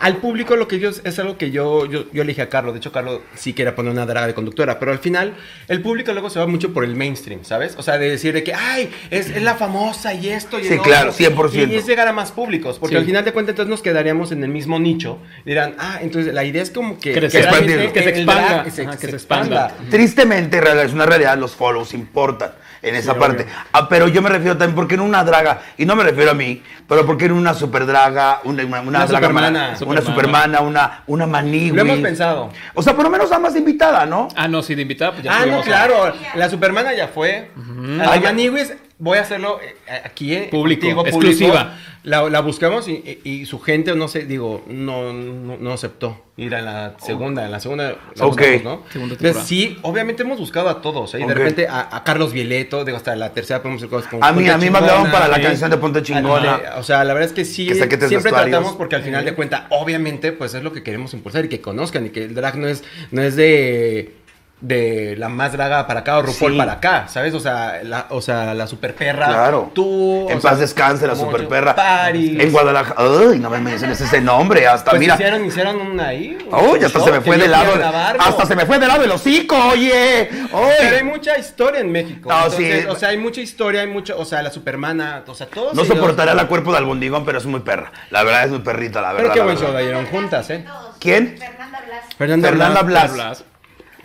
S3: Al público lo que yo es algo que yo, yo, yo le dije a Carlos. De hecho, Carlos sí quería poner una draga de conductora, pero al final el público luego se va mucho por el mainstream, ¿sabes? O sea, de decir de que, ay, es, es la famosa y esto y
S1: Sí,
S3: el
S1: claro,
S3: otro".
S1: 100%.
S3: Y es llegar a más públicos, porque
S2: Sí.
S3: al final de cuentas entonces nos quedaríamos en el mismo nicho. Dirán, ah, entonces la idea es como que,
S2: Crecer.
S3: la gente-
S1: Expandirlo.
S3: que
S2: El
S3: se expanda.
S2: drag, ajá, que se expanda.
S1: Tristemente, real- es una realidad, los follows importan en esa
S3: Sí,
S1: parte.
S3: obvio.
S1: Ah, pero yo me refiero también, porque en una draga, y no me refiero a mí, pero porque en una super draga, una, una, una
S3: Una
S1: draga ma-
S3: supermana.
S1: una supermana, una, una manigüis.
S3: Lo hemos pensado.
S1: O sea, por lo menos damas de invitada, ¿no?
S2: Ah, no, sí, de invitada. Pues ya
S3: ah, no,
S2: tuvimos a-
S3: claro. La Supermana ya fue. A la
S1: Ah, ya.
S3: Maniwis voy a hacerlo eh, aquí. eh,
S2: Público,
S3: contigo,
S2: exclusiva.
S3: La, la buscamos y, y- y su gente, no sé, digo, no, no, no aceptó ir a la segunda. En la segunda. la
S1: Ok.
S3: buscamos, ¿no?
S2: Segunda
S3: Entonces,
S2: temporada.
S3: sí, obviamente hemos buscado a todos. ¿eh? Y
S1: Ok.
S3: de repente a, a Carlos Violeto, digo, hasta la tercera podemos ir con
S1: A mí-
S3: Ponte
S1: a mí me hablaban
S3: Chingona,
S1: para la
S3: ¿eh?
S1: canción de Ponte Chingona.
S3: Ándale, O sea, la verdad es que sí,
S1: Que saquetes
S3: siempre
S1: vestuarios. Eh,
S3: tratamos porque al final de cuentas, obviamente, pues es lo que queremos impulsar y que conozcan y que el drag no es, no es de, de la más draga para acá o RuPaul
S1: Sí.
S3: para acá, ¿sabes? O sea, la, o sea, la super perra.
S1: Claro.
S3: Tú.
S1: En
S3: o
S1: paz
S3: sea,
S1: descanse la
S3: mucho
S1: superperra.
S3: Party.
S1: En Guadalajara. Ay, no me menciones ese nombre. Hasta
S3: Pues
S1: mira.
S3: hicieron, hicieron una ahí.
S1: Uy,
S3: un
S1: hasta
S3: show
S1: se me
S3: que
S1: fue
S3: yo
S1: de
S3: fui
S1: lado.
S3: a grabar,
S1: Hasta
S3: ¿no?
S1: se me fue de lado el hocico, oye.
S3: Pero hay
S1: Oye.
S3: mucha historia en México.
S1: No,
S3: entonces,
S1: sí.
S3: O sea, hay mucha historia, hay mucho. O sea, la supermana. O sea, todos.
S1: No
S3: ellos-
S1: soportará la cuerpo de albondigón, pero es muy perra. La verdad es muy perrita, la verdad.
S3: Pero qué
S1: la
S3: buen
S1: verdad.
S3: show dieron juntas, ¿eh?
S1: ¿Quién?
S4: Fernanda Blas.
S3: Fernanda,
S1: Fernanda
S3: Blas.
S1: Blas.
S2: Blas.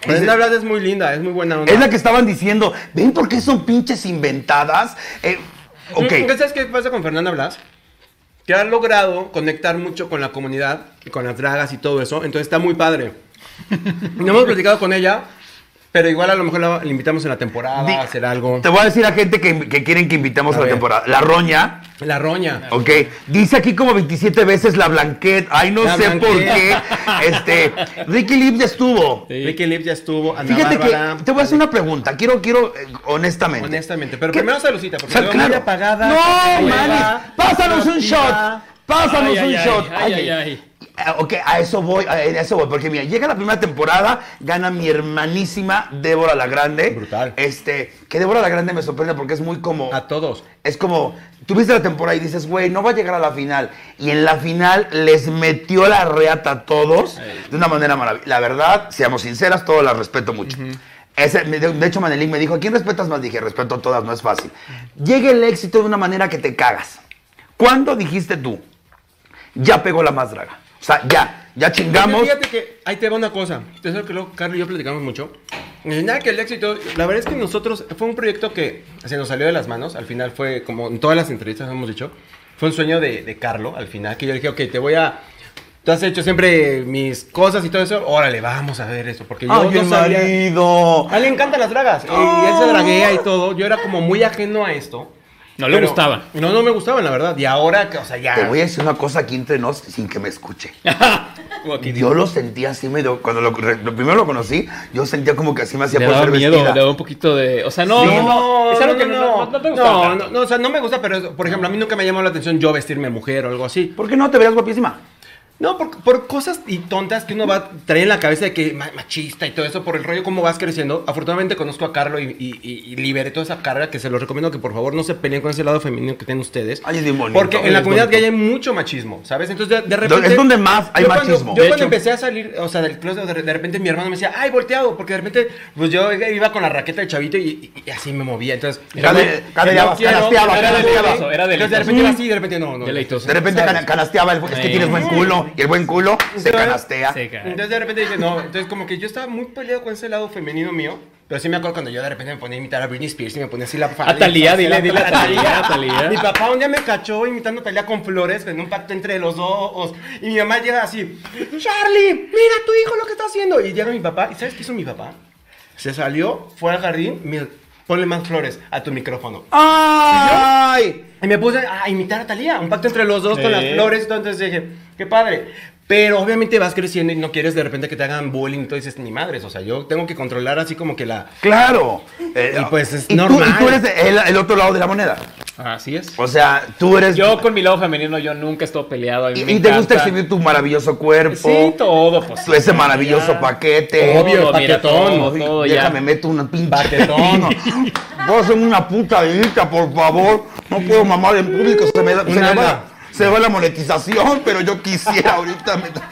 S3: Brenda Blas es muy linda, es muy buena onda.
S1: Es la que estaban diciendo, ¿ven por qué son pinches inventadas? Eh, ok.
S3: Entonces, ¿Sabes qué pasa con Fernanda Blas? Que ha logrado conectar mucho con la comunidad y con las dragas y todo eso. Entonces está muy padre. No hemos platicado con ella, pero igual a lo mejor la, la invitamos en la temporada
S1: Di-
S3: a hacer algo.
S1: Te voy a decir a gente que, que quieren que invitemos
S3: A
S1: a, la
S3: ver.
S1: temporada. La Roña.
S3: La roña.
S1: Ok, dice aquí como 27 veces la Blanquet. Ay, no
S3: La
S1: sé por
S3: Blanquet.
S1: qué. Este, Ricky Lips ya estuvo.
S2: Sí.
S3: Ricky Lips ya estuvo, Ana
S1: Fíjate
S3: Bárbara.
S1: que te voy a hacer una pregunta. Quiero, quiero, eh, honestamente.
S3: Honestamente, pero
S1: ¿Qué?
S3: primero saludcita,
S1: O
S3: porque
S1: sea,
S3: veo
S1: claro.
S3: muy apagada.
S1: No,
S3: nueva,
S1: manes. Pásanos un shot.
S3: activa.
S1: Pásanos
S2: Ay, ay,
S1: un
S2: ay,
S1: shot.
S2: ay,
S1: Oye,
S2: ay, ay.
S1: ah, Ok, a eso voy, a eso voy, porque mira, llega la primera temporada, gana mi hermanísima Débora la Grande.
S3: Brutal.
S1: Este, que Débora la Grande me sorprende porque es muy como
S3: A todos.
S1: es como, tú viste la temporada y dices, güey, no va a llegar a la final. Y en la final les metió la reata a todos de una manera maravillosa. La verdad, seamos sinceras, todas las respeto mucho. Ese- de, de hecho, Manelín me dijo, ¿a quién respetas más? Dije, respeto a todas, no es fácil. Llega el éxito de una manera que te cagas. ¿Cuándo dijiste tú, ya pegó la más draga? O sea, ya, ya chingamos.
S3: Fíjate que ahí te va una cosa. Te digo que luego Carlos y yo platicamos mucho. Y Nada que el éxito, la verdad es que nosotros fue un proyecto que se nos salió de las manos. Al final fue como en todas las entrevistas hemos dicho, fue un sueño de, de Carlo. Al final que yo le dije, ok, te voy a tú has hecho siempre mis cosas y todo eso, órale, vamos a ver eso, porque yo
S1: ¡Ay,
S3: no
S1: el
S3: sabía-
S1: marido!
S3: A él le encantan las dragas, y él se draguea y todo, yo era como muy ajeno a esto.
S2: No le
S3: pero-
S2: gustaban.
S3: No, no me gustaban, la verdad, y ahora, que, o sea, ya...
S1: Te voy a decir una cosa aquí entre nos sin que me escuche. Yo lo sentía así medio. Cuando lo, lo primero lo conocí, yo sentía como que así me hacía
S2: Le
S1: por
S2: daba
S1: ser
S2: miedo,
S1: vestida.
S2: le daba un poquito de. O sea, no,
S1: Sí,
S2: no, no, es algo que no, no, no te gusta.
S3: No, no, no, o sea, no me gusta, pero, es- por ejemplo, a mí nunca me ha llamado la atención yo vestirme mujer o algo así.
S1: ¿Por qué no te veías guapísima?
S3: No, por, por cosas y tontas que uno va a traer en la cabeza de que ma- machista y todo eso, por el rollo cómo vas creciendo. Afortunadamente conozco a Carlo y, y- y- y liberé toda esa carga que se los recomiendo que por favor no se peleen con ese lado femenino que tienen ustedes.
S1: Ay, es bien bonito.
S3: Porque en
S1: Es
S3: la comunidad
S1: bonito.
S3: gay hay mucho machismo, ¿sabes? Entonces de, de repente...
S1: Es donde más hay
S3: Yo cuando-
S1: machismo.
S3: yo
S2: De
S3: cuando
S2: hecho.
S3: empecé a salir, o sea, del closet, de, de repente mi hermano me decía, ay, volteado, porque de repente, pues yo iba con la raqueta del chavito y, y- y así me movía, entonces...
S1: Cade- cadereabas, canasteabas,
S3: era
S1: canasteabas.
S3: delito, era delito. Entonces de repente era así, de repente no, no.
S2: Mm, Deleitoso.
S1: De repente
S3: ¿Sabes?
S1: cana- canasteaba el. Es que
S2: Sí. ¿eh?
S1: tienes buen culo. Y el buen culo se canastea.
S2: Sí, cara.
S3: Entonces de repente dije, no, entonces como que yo estaba muy peleado con ese lado femenino mío. Pero sí me acuerdo cuando yo de repente me ponía a imitar a Britney Spears y me ponía así la falda.
S2: A Ah, Thalía,
S3: Y me ponía
S2: dile,
S3: la-
S2: dile a Thalía, a Thalía.
S3: Mi papá un día me cachó imitando a Talía con flores en un pacto entre los dos. Y mi mamá llega así, Charlie, mira tu hijo lo que está haciendo. Y llega mi papá, ¿y sabes qué hizo mi papá? Se salió, fue al jardín, mira, ponle más flores a tu micrófono.
S1: ¡Ay!
S3: Y me puse a imitar a Talía, un pacto entre los dos
S2: Sí.
S3: con las flores. Entonces dije, qué padre. Pero obviamente vas creciendo y no quieres de repente que te hagan bullying. Entonces dices, ni madres, o sea, yo tengo que controlar así como que la.
S1: Claro. Eh,
S3: Y pues es
S1: y tú-
S3: normal.
S1: y tú eres el, el otro lado de la moneda.
S2: Así es.
S1: O sea, tú eres.
S2: Yo con mi lado femenino, yo nunca he estado peleado. a mí
S1: y,
S2: me
S1: y te gusta
S2: encanta.
S1: exhibir tu maravilloso cuerpo.
S2: Sí, todo, pues.
S1: Ese maravilloso paquete.
S3: Obvio,
S2: Todo, mira,
S3: paquetón.
S2: todo, todo ya.
S1: Déjame meto una pinche.
S3: Paquetón.
S1: Póseme una putadita, por favor. No puedo mamar en público. Se me, da- se me
S3: Nada.
S1: va, la- se va la monetización, pero yo quisiera ahorita. me da-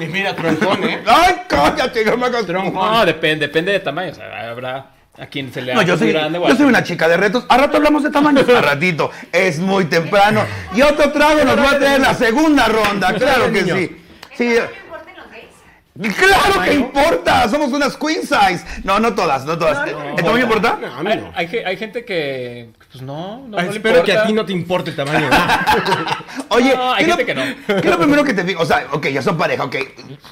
S3: Y mira, troncón, ¿eh?
S1: ¡Ay, cállate! No me hagas
S3: Tronco.
S2: No, depende, depende de tamaño. O sea, habrá a quien se le
S1: No,
S2: haga
S1: yo
S2: muy
S1: soy,
S2: grande. o
S1: yo
S2: a-
S1: soy una chica de retos. A rato hablamos de tamaños. A ratito. Es muy temprano. Y otro trago nos va a traer la segunda ronda. Claro que sí. Sí. ¿Eh?
S4: ¿No me importan los gays?
S1: Claro que importa. Somos unas queen size. No, no todas, no todas. ¿El tamaño importa?
S3: No, a mí
S2: Hay,
S3: no.
S2: hay, ge- hay gente que, que, pues no, no,
S3: Ay,
S2: no le
S3: espero que
S2: importa.
S3: a ti no te importe el tamaño. ¿eh? ¿no?
S1: Oye,
S2: No, hay
S1: ¿qué,
S2: gente
S1: lo,
S2: que
S1: qué es lo primero que te fijas? O sea, ok, ya son pareja, ok.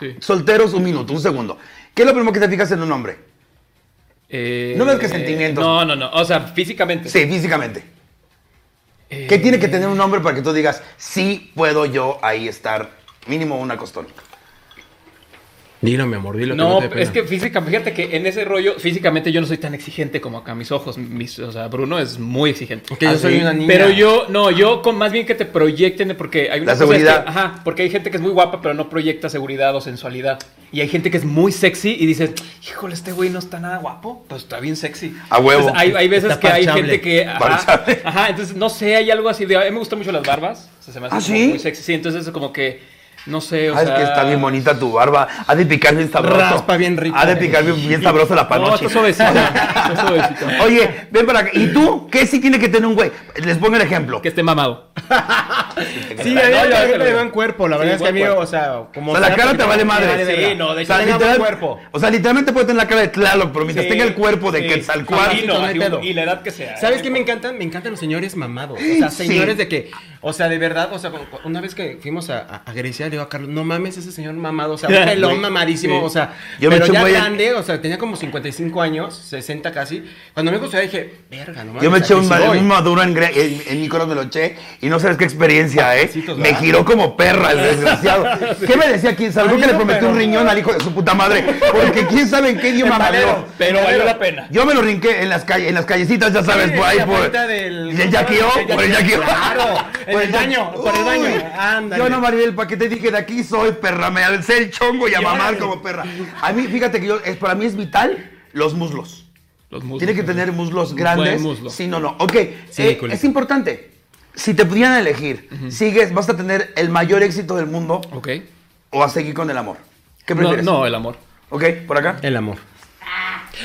S2: Sí.
S1: Solteros, un minuto, un segundo. ¿Qué es lo primero que te fijas en un hombre?
S2: Eh,
S1: No ves que sentimientos.
S2: No, no, no. O sea, físicamente.
S1: Sí, físicamente.
S2: Eh,
S1: ¿Qué tiene que tener un hombre para que tú digas, sí puedo yo ahí estar mínimo una costón?
S3: Dilo, mi amor, dilo.
S2: No,
S3: que no te dé
S2: es que
S3: pena.
S2: físicamente, fíjate que en ese rollo, físicamente yo no soy tan exigente como acá mis ojos. mis- o sea, Bruno es muy exigente.
S3: Que yo soy una niña.
S2: Pero yo, no, yo con más bien que te proyecten, porque hay una
S1: La
S2: cosa es que-
S1: seguridad.
S2: ajá, porque hay gente que es muy guapa, pero no proyecta seguridad o sensualidad. Y hay gente que es muy sexy y dices, híjole, este güey no está nada guapo, pues está bien sexy.
S1: A huevo.
S2: Entonces, hay, hay veces
S3: Está
S2: que hay
S3: parchable.
S2: gente que. Ajá,
S1: Parchable.
S2: ajá, entonces no sé, hay algo así de. A mí me gustan mucho las barbas. o sea, se me hace
S1: ¿Ah,
S2: como
S1: sí?
S2: muy sexy. Sí, entonces es como que. No sé, o
S1: Ay, es
S2: sea.
S1: que está bien bonita tu barba. Ha de picar bien sabroso.
S3: Raspa bien rico.
S1: Ha de picar bien, bien sabroso la
S2: No,
S1: panocha.
S2: está suavecita. está suavecita.
S1: Oye, ven para acá. ¿Y tú? ¿Qué sí tiene que tener un güey? Les pongo el ejemplo.
S2: Que esté mamado.
S3: Sí,
S2: No,
S3: a
S2: ya, ya
S3: mí la
S2: te lo
S3: gente le
S2: digo.
S3: buen cuerpo. La verdad
S2: Sí,
S3: es que a mí,
S2: buen
S3: o sea, como.
S1: O sea, la
S3: sea,
S1: cara
S3: porque
S1: te vale madre.
S3: verga.
S2: Sí, no, de
S1: O
S2: hecho,
S1: sea,
S3: tenga buen
S1: literal-
S3: cuerpo.
S1: O sea, literalmente puede tener la cara de Tlaloc, pero mientras
S2: Sí,
S1: tenga el cuerpo de
S2: sí.
S1: Quetzalcóatl.
S2: Y, no,
S3: no hay
S2: y-
S3: pedo.
S2: y la edad que sea. ¿eh?
S3: ¿Sabes qué
S2: que
S3: me encantan? Me encantan los señores mamados. O sea,
S1: Sí.
S3: señores de que, o sea, de verdad, o sea, cu- cu- una vez que fuimos a, a- a Grecia, le digo a Carlos, no mames ese señor mamado, o sea, un pelón
S2: Güey. Sí.
S3: mamadísimo, o sea,
S1: Yo me
S3: pero
S1: eché un
S3: ya
S1: güey en-
S3: grande, o sea, tenía como 55 años, 60 casi. Cuando me gustó, dije, verga, no mames.
S1: Yo me eché
S3: aquí
S1: un,
S3: sí
S1: ma-
S3: voy".
S1: un maduro en, Gre- en, en Mykonos, me lo eché y no sabes qué experiencia, ¿eh?
S3: Papacitos,
S1: Me
S3: ¿verdad?
S1: giró como perra el desgraciado. ¿Qué me decía quién sabe? Creo que le
S3: Marido,
S1: prometió un
S3: pero-
S1: riñón al hijo de su puta madre, porque quién sabe en qué idioma habló.
S3: Empalero.
S2: Pero valió la pena.
S1: Yo me lo rinqué en las, calle, en las callecitas, ya sabes,
S3: Sí,
S1: por ahí,
S3: la
S1: por.
S3: puerta del-
S1: ¿Y el yaquio?
S3: del
S1: Por el yaquio.
S3: yaqueo, claro. En el baño, por el baño.
S1: Uy,
S3: Ándale.
S1: Yo no mareé el paquete y dije, de aquí soy perra, me alcé el chongo y a mamar como perra. A mí, fíjate que yo, es, para mí es vital los muslos.
S2: Los muslos.
S1: Tiene que tener muslos
S2: Un
S1: grandes.
S2: buen muslo.
S1: Sí, no, no. Ok,
S3: Sí,
S1: eh,
S3: Nicolás.
S1: es importante. Si te pudieran elegir, ¿sigues, vas a tener el mayor éxito del mundo
S2: Ok.
S1: o a seguir con el amor? ¿Qué
S2: No,
S1: prefieres?
S2: no, el amor.
S1: Ok, por acá.
S3: El amor.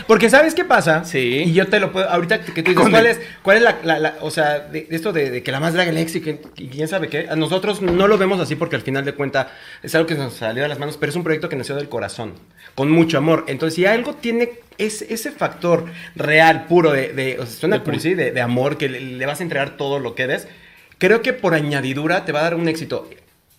S3: Porque ¿sabes qué pasa?
S2: Sí.
S3: Y yo te lo puedo... Ahorita que tú dices,
S1: Con
S3: ¿cuál
S1: el-
S3: es, cuál es la, la- la- O sea, de, de esto de, de que la más draga el ex y, que- y quién sabe qué. A nosotros no lo vemos así porque al final de cuentas es algo que nos salió de las manos, pero es un proyecto que nació del corazón, con mucho amor. Entonces, si algo tiene ese, ese factor real, puro, de... de- o sea, suena
S2: De pri-
S3: cursi, de, de amor, que le, le vas a entregar todo lo que eres, creo que por añadidura te va a dar un éxito.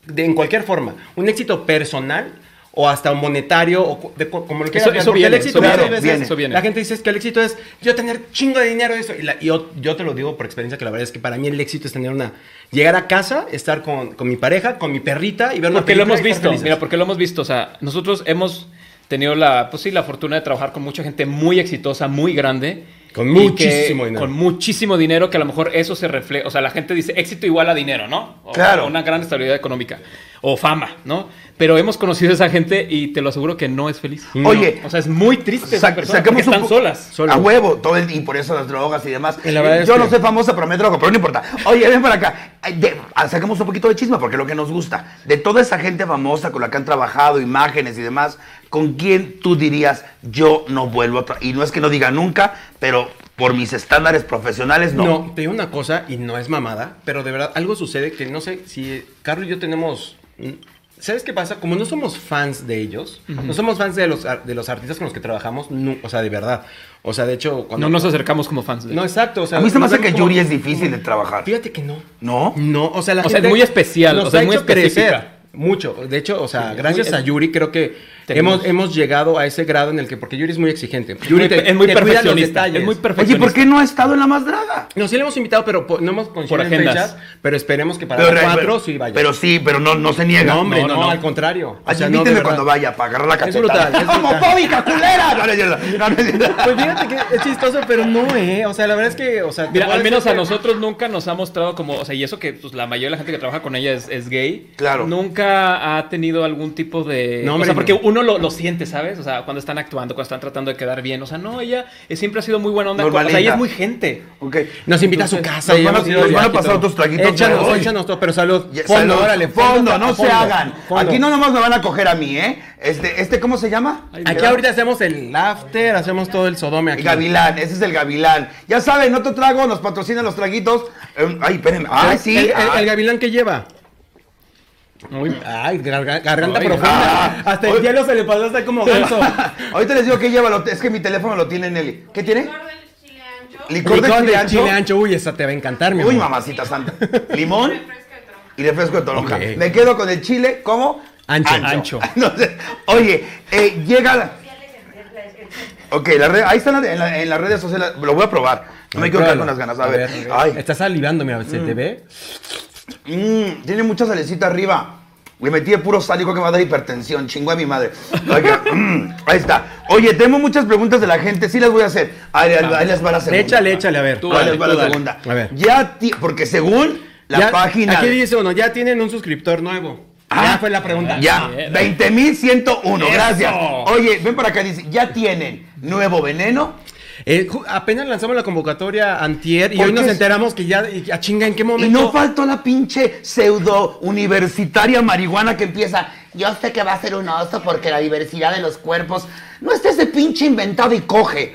S3: de- en cualquier forma, un éxito personal o hasta monetario o cu- de cu- como lo quieras
S2: Eso-
S3: ver,
S2: eso
S3: porque
S2: viene,
S3: el éxito
S2: eso
S3: muchas
S1: viene,
S3: veces-
S1: eso
S2: viene.
S3: la gente dice es que el éxito es yo tener chingo de dinero eso y, la- y yo, yo te lo digo por experiencia que la verdad es que para mí el éxito es tener una llegar a casa estar con, con mi pareja con mi perrita y ver una
S2: Porque lo
S3: película
S2: hemos
S3: y estar
S2: visto,
S3: felices.
S2: mira, porque lo hemos visto. O sea, nosotros hemos tenido la, pues sí, la fortuna de trabajar con mucha gente muy exitosa, muy grande.
S3: Con
S2: y
S3: muchísimo
S2: que-
S3: dinero.
S2: Con muchísimo dinero, que a lo mejor eso se refleja. O sea, la gente dice éxito igual a dinero, ¿no? O
S1: Claro.
S2: Una gran estabilidad económica. O fama, ¿no? Pero hemos conocido a esa gente y te lo aseguro que no es feliz.
S3: No.
S1: Oye,
S2: O sea, es muy triste.
S1: Sa-
S2: esa persona, porque
S1: un
S2: están
S1: po-
S2: solas.
S3: Solo.
S1: A huevo, todo el, y por eso las drogas y demás.
S3: Y la verdad es
S1: Yo
S3: que-
S1: no soy famosa, pero me drogo, pero no importa. Oye, ven para acá. Ay, de- ah, saquemos un poquito de chisme, porque es lo que nos gusta. De toda esa gente famosa con la que han trabajado, imágenes y demás, ¿con quién tú dirías yo no vuelvo a tra-"? Y no es que no diga nunca, pero por mis estándares profesionales, no.
S3: No, te digo una cosa y no es mamada, pero de verdad algo sucede que no sé si Carlos y yo tenemos. mm, ¿Sabes qué pasa? Como no somos fans de ellos, no somos fans de los, ar- de los artistas con los que trabajamos, nu- o sea, de verdad. O sea, de hecho, cuando.
S2: No nos acercamos como fans. de-
S3: No, exacto. O sea,
S1: A mí se me
S3: nos
S1: hace que
S3: vemos como-
S1: Yuri es difícil de trabajar.
S3: Fíjate que no.
S1: ¿No?
S3: No, o sea, la
S2: O sea,
S3: gente
S2: es muy especial,
S3: nos
S2: o sea,
S3: ha
S2: es muy
S3: hecho crecer
S2: específica.
S3: Mucho. De hecho, o sea,
S2: Sí, es
S3: gracias
S2: muy-
S3: a Yuri creo que
S2: Tenemos-
S3: hemos, hemos llegado a ese grado en el que, porque Yuri es muy exigente.
S2: Es
S3: Yuri
S2: muy-
S3: te-
S2: es muy
S3: te cuida los
S2: perfeccionista. Es
S3: detalles.
S2: muy
S1: Oye,
S2: perfeccionista.
S1: ¿por qué no ha estado en la más draga?
S3: No, sí le hemos invitado, pero po- no hemos
S2: Por
S3: conseguido
S2: agendas.
S3: fechas, pero esperemos que para las
S1: re-
S3: cuatro sí vaya.
S1: Pero sí, pero no, no se niega.
S3: no, hombre,
S2: No,
S3: no,
S2: no, no.
S3: al contrario.
S1: Así
S3: no, de
S1: invítenme
S3: verdad.
S1: cuando vaya para agarrar la
S3: Es
S1: cachetada.
S3: brutal, es brutal.
S1: ¡Homofóbica, culera! No, no es cierto, no, no es cierto.
S3: Pues fíjate que es chistoso, pero no, eh. O sea, la verdad es que, o sea, te
S2: Mira, al
S3: puedo decir
S2: menos a
S3: que-
S2: nosotros nunca nos ha mostrado como, o sea, y eso que pues, la mayoría de la gente que trabaja con ella es, es gay.
S1: Claro.
S2: Nunca ha tenido algún tipo de...
S3: No,
S2: o
S3: hombre,
S2: sea, porque
S3: no.
S2: uno lo, lo siente, ¿sabes? O sea, cuando están actuando, cuando están tratando de quedar bien. O sea, no, ella eh, siempre ha sido muy buena onda. con- o sea,
S1: Normalita.
S2: ella es muy gente.
S1: Ok.
S3: Nos invita a su casa.
S1: nos
S3: y
S1: van a-
S3: hemos ido
S1: nos
S3: de
S1: van a
S3: viaje y
S1: pasar
S3: todo.
S1: otros traguitos,
S3: Échanos,
S1: pero-
S3: échanos todo, pero salud.
S1: Ya,
S3: Fondo,
S1: salud.
S3: órale,
S1: fondo,
S3: fondo,
S1: no se
S3: fondo,
S1: hagan.
S3: fondo.
S1: Aquí no nomás me van a coger a mí, ¿eh? Este, este ¿cómo se llama?
S2: Ay,
S3: Aquí
S2: Mira.
S3: ahorita hacemos el after, hacemos todo el sodome
S1: El
S3: aquí.
S1: gavilán, ese es el gavilán. Ya saben, otro trago, nos patrocinan los traguitos. Eh, ay, espérenme. Ay,
S3: El-
S1: sí.
S3: El, el-
S1: ah.
S3: el gavilán que lleva.
S2: Muy...
S3: Ay, garga- garganta
S2: Ay,
S3: profunda.
S1: ah.
S3: hasta el
S1: Oye.
S3: hielo se le pasó hasta como ganso.
S1: Ahorita les digo que lleva, lo- es que mi teléfono lo tiene Nelly. ¿Qué tiene?
S4: Licor del chile ancho.
S1: Licor de chile ancho.
S3: chile ancho. Uy, esa te va a encantar, mi
S1: Uy,
S3: amor.
S1: mamacita santa. Limón
S4: Refresco de tronco.
S1: y refresco de toronja.
S3: Ok.
S1: Me quedo con el chile como
S3: Ancho.
S2: Ancho.
S1: Entonces, oye, eh, llega la- Ok, la red, ahí están en, la- en las redes sociales. Lo voy a probar. No me quiero quedar con las ganas. A, ver. Ay.
S3: Estás salivando, mira, se te ve.
S1: Mm, tiene mucha salecita arriba. Le metí de puro sal, yo creo que me va a dar hipertensión. Chingó a mi madre. Ok, mm, ahí está. Oye, tengo muchas preguntas de la gente. Sí las voy a hacer. Ahí, ahí- ahí les va la segunda.
S3: Échale, échale, a ver.
S2: Tú
S1: Ahí
S2: dale,
S1: les va
S2: tú
S1: la
S2: dale.
S1: segunda.
S3: A ver.
S1: Ya, ti- porque según la
S3: Ya-
S1: página.
S3: Aquí
S1: de-
S3: dice uno, ya tienen un suscriptor nuevo.
S1: Ah,
S3: ya fue la pregunta.
S1: Ya,
S2: Bien.
S1: 20.101,
S2: Ah, eh, Eso.
S1: gracias. Oye, ven para acá, dice, ya tienen nuevo veneno.
S3: Eh, ju- apenas lanzamos la convocatoria antier y
S1: ¿Por
S3: hoy
S1: qué
S3: nos
S1: es-
S3: enteramos que ya, y, a chinga, ¿en qué
S1: Y
S3: momento?
S1: no faltó la pinche pseudo universitaria marihuana que empieza. Yo sé que va a ser un oso porque la diversidad de los cuerpos. No estés de pinche inventado y coge.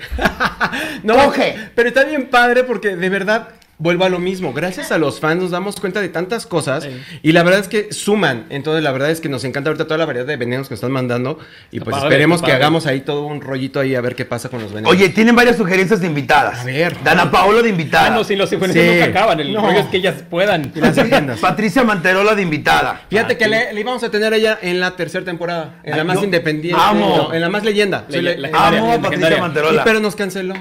S3: No,
S1: Coge.
S3: Pero está bien padre porque de verdad vuelvo a lo mismo. Gracias a los fans nos damos cuenta de tantas cosas
S2: Sí.
S3: y la verdad es que suman. Entonces la verdad es que nos encanta ahorita toda la variedad de venenos que están mandando y
S2: Está
S3: pues
S2: padre,
S3: esperemos
S2: está
S3: que
S2: padre.
S3: hagamos ahí todo un rollito ahí a ver qué pasa con los venenos.
S1: Oye, tienen varias sugerencias de invitadas.
S3: A ver.
S1: Dana Paola de invitada.
S2: Ah, no, sí, los hijos
S3: Sí.
S2: nunca acaban. El
S3: No.
S2: rollo es que ellas puedan.
S3: Y las agendas.
S1: Patricia Manterola de invitada.
S3: Fíjate
S2: Ah,
S3: que
S2: sí.
S3: le, le íbamos a tener a ella en la tercera temporada, en
S2: Ay,
S3: la más
S2: no.
S3: independiente,
S1: Amo.
S3: no, en la más leyenda.
S2: Le-
S3: Sí, le-
S2: la-
S3: eh,
S2: legendaria,
S1: Amo a Patricia
S2: legendaria.
S1: Manterola.
S3: y- pero nos canceló.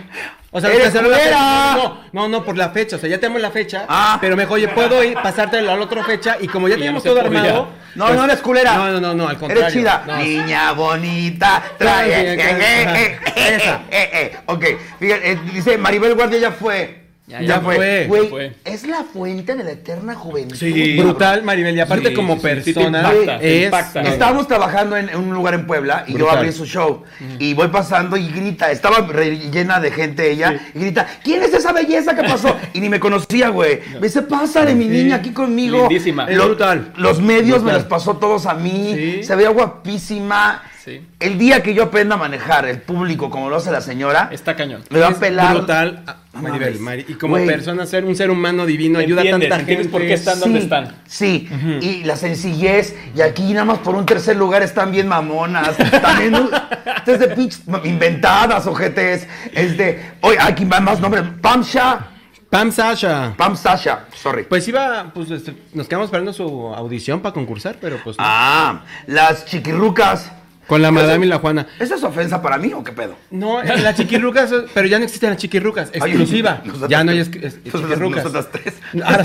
S3: O sea, nos
S1: ¡Eres
S3: canceló la
S1: culera!
S3: fecha. No, no, no, por la fecha. O sea, ya tenemos la fecha.
S1: Ah.
S3: Pero me dijo, oye, puedo ir, pasarte a la otra fecha. Y como ya
S2: Y ya
S3: teníamos
S2: no se
S3: todo
S2: podía.
S3: armado. pues,
S1: No, no eres culera.
S3: No, no, no, no, al contrario.
S1: Eres chida.
S3: No.
S1: Niña bonita. Trae. eh,
S3: Trae,
S1: eh,
S3: ajá,
S1: eh, eh,
S3: esa.
S1: eh, eh. Ok. Fíjate, eh, dice Maribel Guardia ya fue.
S2: Ya, ya
S3: fue.
S1: Güey,
S2: fue.
S1: es la fuente de la eterna juventud.
S3: Sí,
S1: cabrón.
S3: brutal, Maribel. Y aparte,
S2: Sí,
S3: como
S2: sí, sí, sí, te
S3: persona,
S2: impacta, te
S3: es.
S2: impacta.
S3: no,
S1: Estábamos trabajando en, en un lugar en Puebla y yo
S3: Brutal.
S1: abrí su show. Y voy pasando y grita. Estaba re- llena de gente ella. Y grita, ¿quién es esa belleza que pasó? Y ni me conocía, güey. Me dice, pásale, mi niña, aquí conmigo.
S2: Lindísima.
S1: Lo-
S3: Brutal.
S1: Los medios me
S3: Brutal.
S1: los pasó todos a mí.
S2: Sí.
S1: Se veía guapísima.
S2: Sí.
S1: El día que yo aprenda a manejar el público como lo hace la señora,
S2: Está cañón.
S1: me va a
S3: es
S1: pelar.
S3: Brutal, ah,
S1: No
S3: Maribel.
S1: mames.
S3: Mari- y como
S1: Güey.
S3: persona, ser un ser humano divino, ayuda a tanta
S2: Entiendes,
S3: gente.
S2: entiendes por qué están donde están.
S1: Sí, y la sencillez, y aquí nada más por un tercer lugar están bien mamonas, también ¿no? Estas de pinches ma- inventadas, ojetes, este, oye, aquí van más nombres, Pamsha,
S3: Pam Sasha.
S1: Pam Sasha, sorry.
S3: Pues iba, pues este, nos quedamos esperando su audición para concursar, pero pues no.
S1: Ah, las chiquirrucas.
S3: Con la madame y la Juana.
S1: ¿Esa es ofensa para mí o qué pedo?
S3: No, eh, las chiquirrucas, eh, pero ya no existen las chiquirrucas, exclusiva.
S1: Ay, nosotras-
S3: ya no hay es- es-
S1: nosotras-
S3: chiquirrucas.
S1: nosotras tres.
S3: Ahora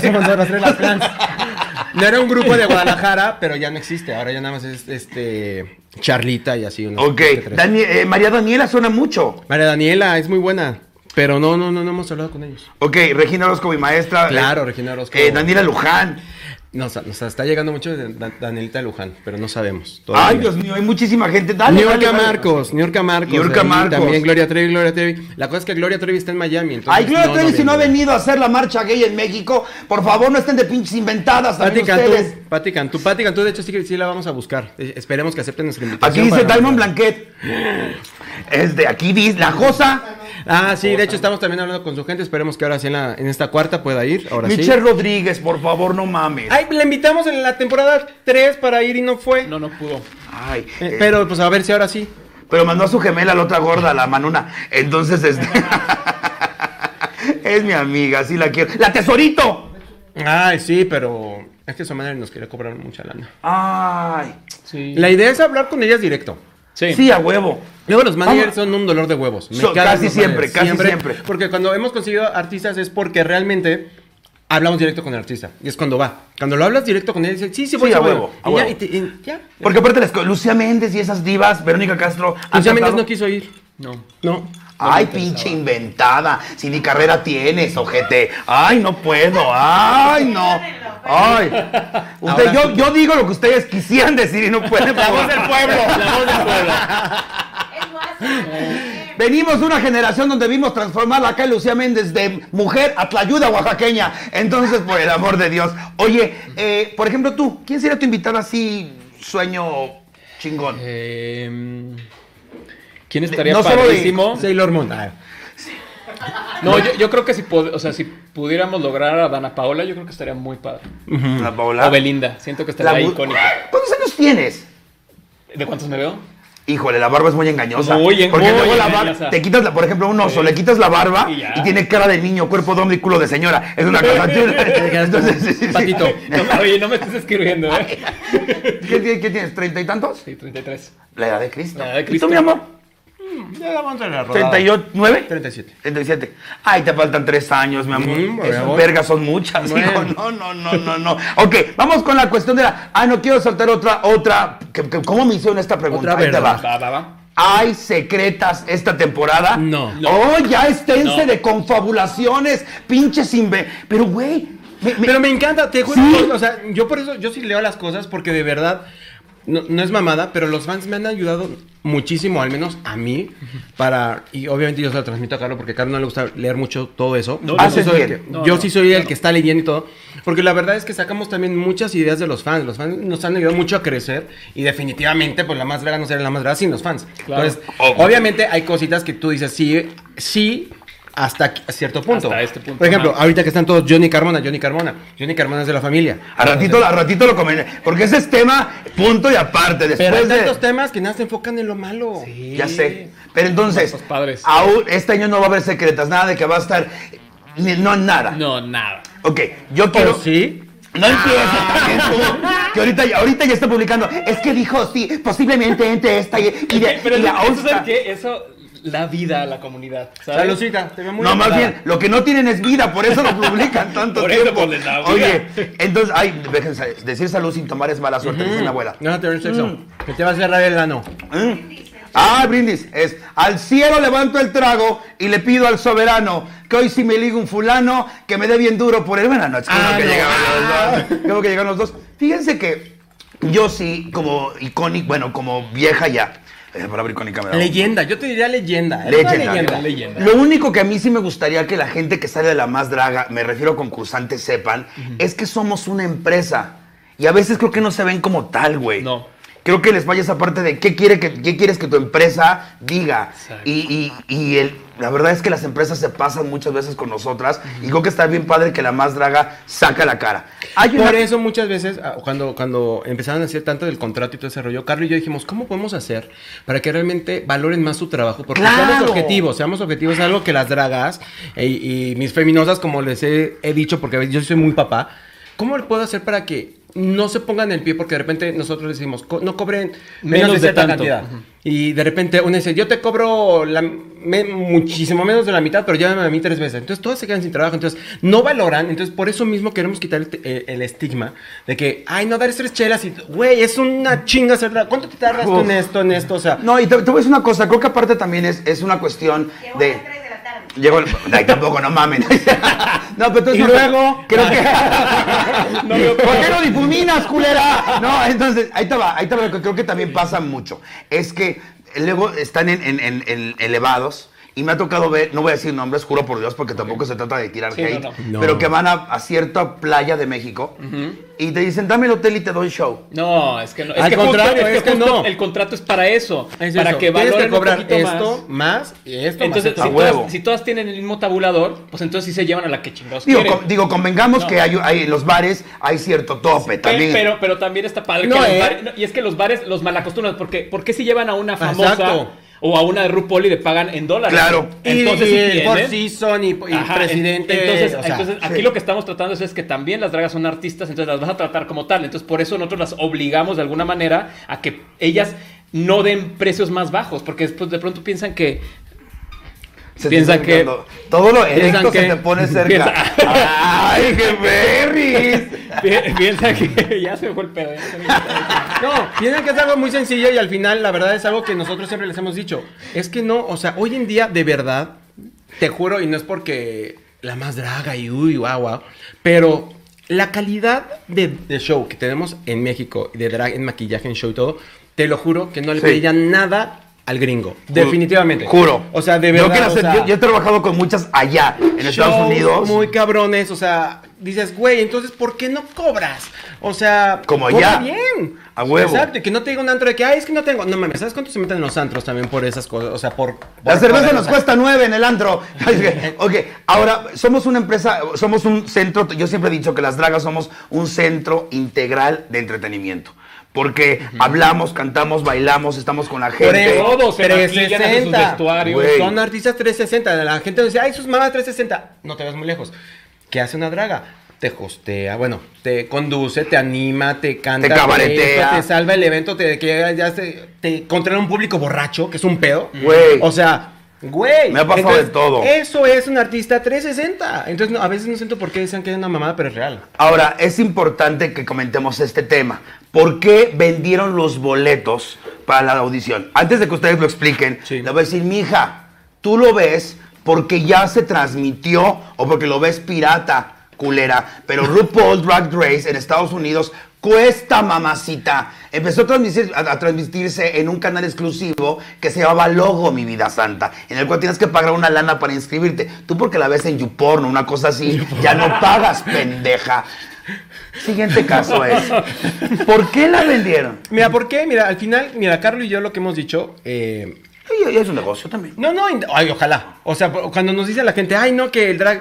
S3: somos nosotras tres las trans. No era un grupo de Guadalajara, pero ya no existe. Ahora ya nada más es este Charlita y así. unos
S1: Ok,
S3: dos que tres.
S1: Dani- eh, María Daniela suena mucho.
S3: María Daniela es muy buena, pero no, no, no, no hemos hablado con ellos.
S1: Ok, Regina Orozco, mi maestra.
S3: Claro,
S1: Eh,
S3: Regina Orozco.
S1: eh, Daniela Luján.
S3: Nos, nos está llegando mucho de Dan- Danielita Luján, pero no sabemos. todavía.
S1: Ay, Dios mío, hay muchísima gente. Dale, dale,
S3: Niorca
S1: dale.
S3: Marcos, Niorca Marcos.
S1: Niurka
S3: ahí
S1: Marcos.
S3: También Gloria Trevi, Gloria Trevi. La cosa es que Gloria Trevi está en Miami. Entonces
S1: Ay, Gloria Trevi, si no ha
S3: viene.
S1: venido a hacer la marcha gay en México, por favor, no estén de pinches inventadas
S3: Pati
S1: también
S3: Cantú,
S1: ustedes.
S3: Pati Cantú, Pati Cantú, de hecho sí, que sí la vamos a buscar. Eh, Esperemos que acepten nuestra
S1: Aquí
S3: invitación.
S1: dice
S3: para-
S1: Diamond Blanquet. Es de aquí dice la Josa.
S3: Ah, sí, de hecho estamos también hablando con su gente. Esperemos que ahora sí en, la- en esta cuarta pueda ir. Ahora sí.
S1: Michelle Rodríguez, por favor, no mames.
S3: Ay, la invitamos en la temporada 3 para ir y no fue.
S2: No, no pudo.
S1: Ay,
S3: Eh,
S1: eh,
S3: pero pues a ver si ahora sí.
S1: Pero mandó a su gemela, la otra gorda, la Manuna. Entonces, este. es mi amiga, sí la quiero. ¡La tesorito!
S3: Ay, sí, pero es que su madre nos quería cobrar mucha lana.
S1: Ay.
S2: Sí.
S3: La idea es hablar con ellas directo.
S2: Sí.
S1: Sí, a huevo.
S3: Luego los managers
S1: Vamos.
S3: son un dolor de huevos. Me
S1: So-
S3: cagan
S1: casi
S3: los
S1: siempre,
S3: managers.
S1: casi siempre.
S3: Porque cuando hemos conseguido artistas es porque realmente hablamos directo con el artista. Y es cuando va. Cuando lo hablas directo con él, dice, sí, sí, voy
S1: Sí, a
S3: voy".
S1: huevo, a
S3: Y ya,
S1: huevo.
S3: y te- y ya.
S1: Porque aparte, les, Lucía Méndez y esas divas, Verónica Castro. han
S3: Lucía Méndez
S1: cantado-
S3: no quiso ir.
S2: No.
S3: No.
S1: Ay, pinche inventada. Si ni carrera tienes, ojete. Ay, no puedo. Ay, no. Ay. Usted,
S3: Ahora
S1: yo,
S3: sí.
S1: yo digo lo que ustedes quisieran decir y no pueden. La voz del pueblo.
S4: Es más, eh,
S1: Venimos de una generación donde vimos transformar a Kay Lucía Méndez de mujer a tlayuda oaxaqueña. Entonces, por el amor de Dios. Oye, eh, por ejemplo, tú, ¿quién sería tu invitada así, sueño chingón?
S2: Eh, ¿Quién estaría
S1: No solo de-
S2: padrísimo?
S3: Sailor Moon. Ah,
S2: No, yo, yo creo que si, pod- o sea, si pudiéramos lograr a Dana Paola, yo creo que estaría muy padre.
S1: La Paola.
S2: O Belinda, siento que
S1: La
S2: estaría
S1: mu-
S2: icónica.
S1: ¿Cuántos años tienes?
S2: ¿De cuántos me veo?
S1: Híjole, la barba es muy engañosa.
S2: Muy en-
S1: Porque
S2: muy
S1: luego la barba,
S2: engañosa.
S1: te quitas, la- por ejemplo, un oso, le quitas la barba
S2: Y ya.
S1: y, tiene cara de niño, cuerpo de hombre y culo de señora. Es una cosa chula. Entonces, sí, sí, sí.
S3: Patito.
S2: No, oye, no me estés escribiendo, ¿eh?
S1: ¿Qué, ti- qué tienes? ¿Treinta y tantos?
S2: Sí, 33.
S1: La edad de Cristo.
S2: La edad de
S1: ¿Y
S2: Cristo.
S1: tú, mi amor?
S3: Ya la vamos a la rodada.
S1: ¿Treinta y ocho- nueve?
S3: 37.
S1: 37. Ay, te faltan tres años, mi amor.
S3: Mm, por
S1: Esas
S3: favor.
S1: vergas son muchas,
S3: Bueno.
S1: hijo. No, no, no, no, no. Ok, vamos con la cuestión de la. Ah, no quiero saltar otra, otra. que- que- ¿Cómo me hicieron esta pregunta?
S3: Otra
S1: Ahí te
S3: verdad.
S1: va.
S2: Va, va, va.
S1: ¿Hay secretas esta temporada?
S3: No.
S1: Oh, ya esténse
S2: No.
S1: de confabulaciones, pinches inve... Pero, güey... me- me-
S3: Pero me encanta, te juro.
S1: Sí.
S3: O sea, yo por eso, yo sí leo las cosas porque de verdad, no, no es mamada, pero los fans me han ayudado muchísimo, al menos a mí, para. Y obviamente yo se lo transmito a Carlos porque a Carlos no le gusta leer mucho todo eso.
S2: No,
S3: yo sí
S1: haces
S3: soy, el,
S1: bien.
S3: que,
S2: No,
S3: yo
S2: no,
S3: sí soy el que está leyendo y todo. Porque la verdad es que sacamos también muchas ideas de los fans. Los fans nos han ayudado mucho a crecer y definitivamente, pues la más draga no será la más draga sin los fans.
S2: Claro.
S3: Entonces,
S1: Obvio.
S3: obviamente hay cositas que tú dices, sí, sí. Hasta aquí- a cierto punto.
S2: Hasta este punto,
S3: Por ejemplo,
S2: ajá.
S3: Ahorita que están todos Johnny Carmona, Johnny Carmona. Johnny Carmona es de la familia.
S1: A ratito, a ratito lo comenté. Porque ese es tema, punto y aparte. Después
S3: Pero hay
S1: de-
S3: tantos temas que nada se enfocan en lo malo.
S1: Ya sé. Pero entonces,
S2: Los
S3: pues,
S2: padres.
S1: aún este año no va a haber secretas, nada de que va a estar... ni- No, nada.
S2: No, nada.
S1: Ok, yo
S3: Pero
S1: quiero...
S3: Pues sí.
S1: No empieces también tú, Que ahorita, ya- ahorita ya está publicando. Es que dijo, sí, posiblemente entre esta y, y de-
S2: Pero
S1: y
S2: eso,
S1: la
S2: eso,
S1: otra.
S2: ¿sabes qué? Eso da vida a la comunidad, ¿sabes?
S3: Salucita, te veo muy
S1: no, más
S3: enamorada.
S1: bien, lo que no tienen es vida, por eso lo publican tanto
S2: Por eso,
S1: tiempo.
S2: pues, les da vida.
S1: Oye, entonces, ay, déjense, decir salud sin tomar es mala suerte, dice mi abuela.
S3: Mm. No vas a tener sexo. Que te va a cerrar el ano.
S1: Ah, brindis, es al cielo levanto el trago y le pido al soberano que hoy si me liga un fulano que me dé bien duro por el verano. Es como
S3: Ah,
S1: que
S3: no.
S1: llegaron los
S2: Ah.
S1: dos. Como que llegaron los dos. Fíjense que yo sí, como icónica, bueno, como vieja ya. eh, La palabra icónica me da. un-
S3: Leyenda, yo te diría leyenda. Eres una
S1: Legendaria.
S3: leyenda.
S2: leyenda.
S1: Lo único que a mí sí me gustaría que la gente que sale de la más draga, me refiero a concursantes, sepan, es que somos una empresa. Y a veces creo que no se ven como tal, güey.
S2: No.
S1: creo que les falla esa parte de qué, quiere que, qué quieres que tu empresa diga.
S2: Exacto.
S1: Y, y- y el- la verdad es que las empresas se pasan muchas veces con nosotras y creo que está bien padre que la más draga saca la cara. Hay una-
S3: Por eso muchas veces, ah, cuando, cuando empezaron a hacer tanto del contrato y todo ese rollo, Carlos y yo dijimos, ¿cómo podemos hacer para que realmente valoren más su trabajo? Porque
S1: ¡Claro!
S3: seamos objetivos, seamos objetivos, es algo que las dragas eh, y, mis feminosas, como les he, he dicho, porque a veces yo soy muy papá, ¿cómo lo puedo hacer para que no se pongan el pie? Porque de repente nosotros les decimos, "Co- no cobren menos,
S2: Menos
S3: de
S2: de
S3: cierta
S2: tanto.
S3: cantidad.
S2: Ujú.
S3: Y de repente uno dice, yo te cobro la- me- muchísimo menos de la mitad, pero llámame a mí tres veces. Entonces todas se quedan sin trabajo, entonces no valoran. Entonces por eso mismo queremos quitar el, eh, el estigma de que, ay, no daré tres chelas y, güey, es una chinga hacer la- ¿Cuánto te tardas tú en
S1: Uf.
S3: esto, en esto? O sea,
S1: No, y te, te voy a decir una cosa, creo que aparte también es, es una cuestión
S4: Llegó a
S1: de...
S4: las 3 de la tarde.
S1: Llegó el... Ay, tampoco, no mamen. No, pero entonces...
S3: Y luego-
S1: Creo que...
S2: No veo-
S1: ¿Por qué no difuminas, culera? No, entonces, ahí te va, ahí te va, lo que creo que también pasa mucho. Es que luego están en, en- en- en elevados... Y me ha tocado ver, no voy a decir nombres, juro por Dios, porque tampoco se trata de tirar
S2: Sí, no,
S1: hate,
S3: no. No.
S1: pero que van a, a cierta playa de México y te dicen, dame el hotel y te doy show.
S2: No, es que no.
S3: Al
S2: es que
S3: contrario,
S2: justo-
S3: es que
S2: justo
S3: no.
S2: El contrato es para eso.
S3: es
S2: para
S3: eso,
S2: que
S3: tienes
S2: valoren
S3: que cobrar
S2: un poquito
S3: esto
S2: más.
S3: más y esto
S2: Entonces,
S3: más.
S1: A
S2: si
S3: Ah, esto.
S1: huevo.
S2: todas, si todas tienen el mismo tabulador, pues entonces sí se llevan a la que chingados
S1: Digo,
S2: quieren.
S1: con- digo, convengamos
S2: No.
S1: que hay, hay- en los bares hay cierto tope
S2: Pe-
S1: también.
S2: Pero, pero también está padre
S3: No,
S2: que los
S3: ¿eh?
S2: bares- no, y es que los bares los malacostumbran porque porque si llevan a una famosa
S3: Exacto.
S2: o a una de RuPaul y le pagan en dólares.
S1: Claro.
S2: Entonces
S3: y,
S2: sí
S3: y el
S2: tienen.
S3: Four Seasons y, y
S2: Ajá, en-
S3: presidente.
S2: Entonces,
S3: o sea,
S2: entonces aquí
S1: sí.
S2: lo que estamos tratando es, es que también las dragas son artistas, entonces las vas a tratar como tal. Entonces, por eso nosotros las obligamos de alguna manera a que ellas no den precios más bajos, porque después de pronto piensan que.
S1: Se
S2: Piensan
S1: te-
S2: que-
S1: cuando Todo lo
S2: piensan
S1: erecto se
S2: que-
S1: te pone cerca.
S2: piensa-
S1: ¡Ay, qué berries!
S2: pi- piensan que. ya se me fue el pedo. ya se me fue el pedo.
S3: No, piensan que es algo muy sencillo y al final la verdad es algo que nosotros siempre les hemos dicho. Es que no, o sea, hoy en día de verdad, te juro, y no es porque la más draga y uy, guau, guau, pero la calidad de, de show que tenemos en México, de drag, en maquillaje, en show y todo, te lo juro que no le
S1: Sí.
S3: pedía nada al gringo. Definitivamente.
S1: Juro.
S3: O sea, de
S1: Yo,
S3: verdad.
S1: quiero
S3: o
S1: hacer-
S3: sea,
S1: yo- yo he trabajado con muchas allá, en Estados
S3: shows
S1: Unidos.
S3: Muy cabrones, o sea, dices, güey, entonces, ¿por qué no cobras? O sea,
S1: Como
S3: cobra
S1: allá.
S3: bien.
S1: A huevo.
S3: Exacto, y que no te diga un antro de que, ay, es que no tengo. No mames, ¿sabes cuánto se meten en los antros también por esas cosas? O sea, por.
S1: La
S3: por-
S1: cerveza
S3: por-
S1: nos cuesta nueve en el antro. ok, ahora, somos una empresa, somos un centro, yo siempre he dicho que las dragas somos un centro integral de entretenimiento. Porque hablamos, cantamos, bailamos, estamos con la
S3: Por
S1: gente.
S3: eso,
S2: Todos se maquillan, hacen sus
S3: 360.
S2: vestuarios.
S1: Güey.
S3: Son artistas 360. La gente dice, ay, sus mamás 360. No te vas muy lejos. ¿Qué hace una draga? Te hostea, bueno, te conduce, te anima, te canta,
S1: Te cabaretea.
S3: te salva el evento, te, que ya- ya se- te controla un público borracho, que es un pedo.
S1: Güey.
S3: O sea, güey.
S1: Me ha pasado de todo.
S3: Eso es un artista 360. Entonces, no, a veces no siento por qué dicen que es una mamada, pero es real.
S1: Ahora, es importante que comentemos este tema. ¿Por qué vendieron los boletos para la audición? Antes de que ustedes lo expliquen,
S3: Sí.
S1: le voy a decir, mija, tú lo ves porque ya se transmitió o porque lo ves pirata, culera. Pero RuPaul Drag Race en Estados Unidos cuesta, mamacita. Empezó a, transmitir- a- a transmitirse en un canal exclusivo que se llamaba Logo, mi vida santa, en el cual tienes que pagar una lana para inscribirte. Tú porque la ves en YouPorn o una cosa así, ya no pagas, pendeja. Siguiente caso es, ¿por qué la vendieron?
S3: Mira, ¿por qué? Mira, al final, mira, Carlos y yo lo que hemos dicho, eh,
S1: Y, y es un negocio también.
S3: No, no, ind- ay, ojalá. O sea, por- cuando nos dice la gente, ay, no, que el drag.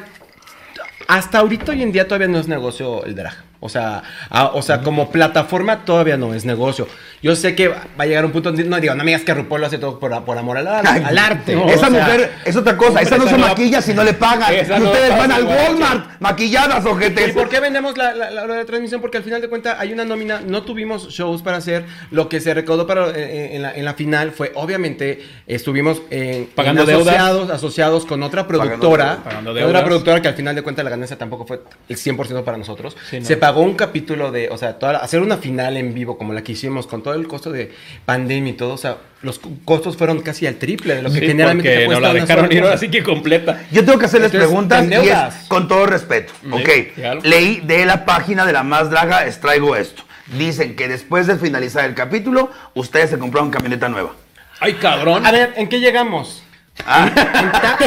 S3: Hasta ahorita hoy en día todavía no es negocio el drag. O sea, a- o sea, como plataforma todavía no es negocio. Yo sé que va a llegar un punto donde no digo, no me digas que RuPaul lo hace todo por, a- por amor al, ar-
S1: Ay,
S3: al arte.
S1: no,
S3: O
S1: Este, esa
S3: sea,
S1: mujer es otra cosa.
S2: hombre,
S1: esa no
S2: esa
S1: se
S2: no-
S1: maquilla si no le pagan.
S2: Esa no
S1: Ustedes
S2: pasa
S1: van al
S2: igual,
S1: Walmart maquilladas, ojetes.
S3: ¿Y por qué vendemos la, la- la hora de transmisión? Porque al final de cuentas hay una nómina, no tuvimos shows para hacer. Lo que se recaudó para, eh, en, la, en la final fue, obviamente, estuvimos eh, en-
S2: Pagando
S3: en asociados, asociados con otra productora.
S1: deudas.
S2: Pagando
S3: con
S2: deudas.
S3: otra productora que al final de cuentas la ganancia tampoco fue el 100% para nosotros.
S2: Sí, no.
S3: Se pagó un capítulo de, o sea, toda la- hacer una final en vivo como la que hicimos con todo el costo de pandemia y todo. O sea, los cu- costos fueron casi al triple de lo que
S2: Sí,
S3: generalmente
S2: porque
S3: te
S2: no
S3: cuesta
S2: la
S3: una
S2: dejaron
S3: sola
S2: ir
S3: cosa.
S2: así que completa.
S1: Yo tengo que hacerles
S3: Entonces,
S1: preguntas
S3: ¿te
S1: y es
S3: endeudas?
S1: con todo respeto, ¿ok?
S2: claro.
S1: Leí de la página de la más draga, extraigo esto. Dicen que después de finalizar el capítulo, ustedes se compraron camioneta nueva.
S2: Ay, cabrón.
S3: A ver, ¿en qué llegamos?
S1: Ah,
S3: En taxi.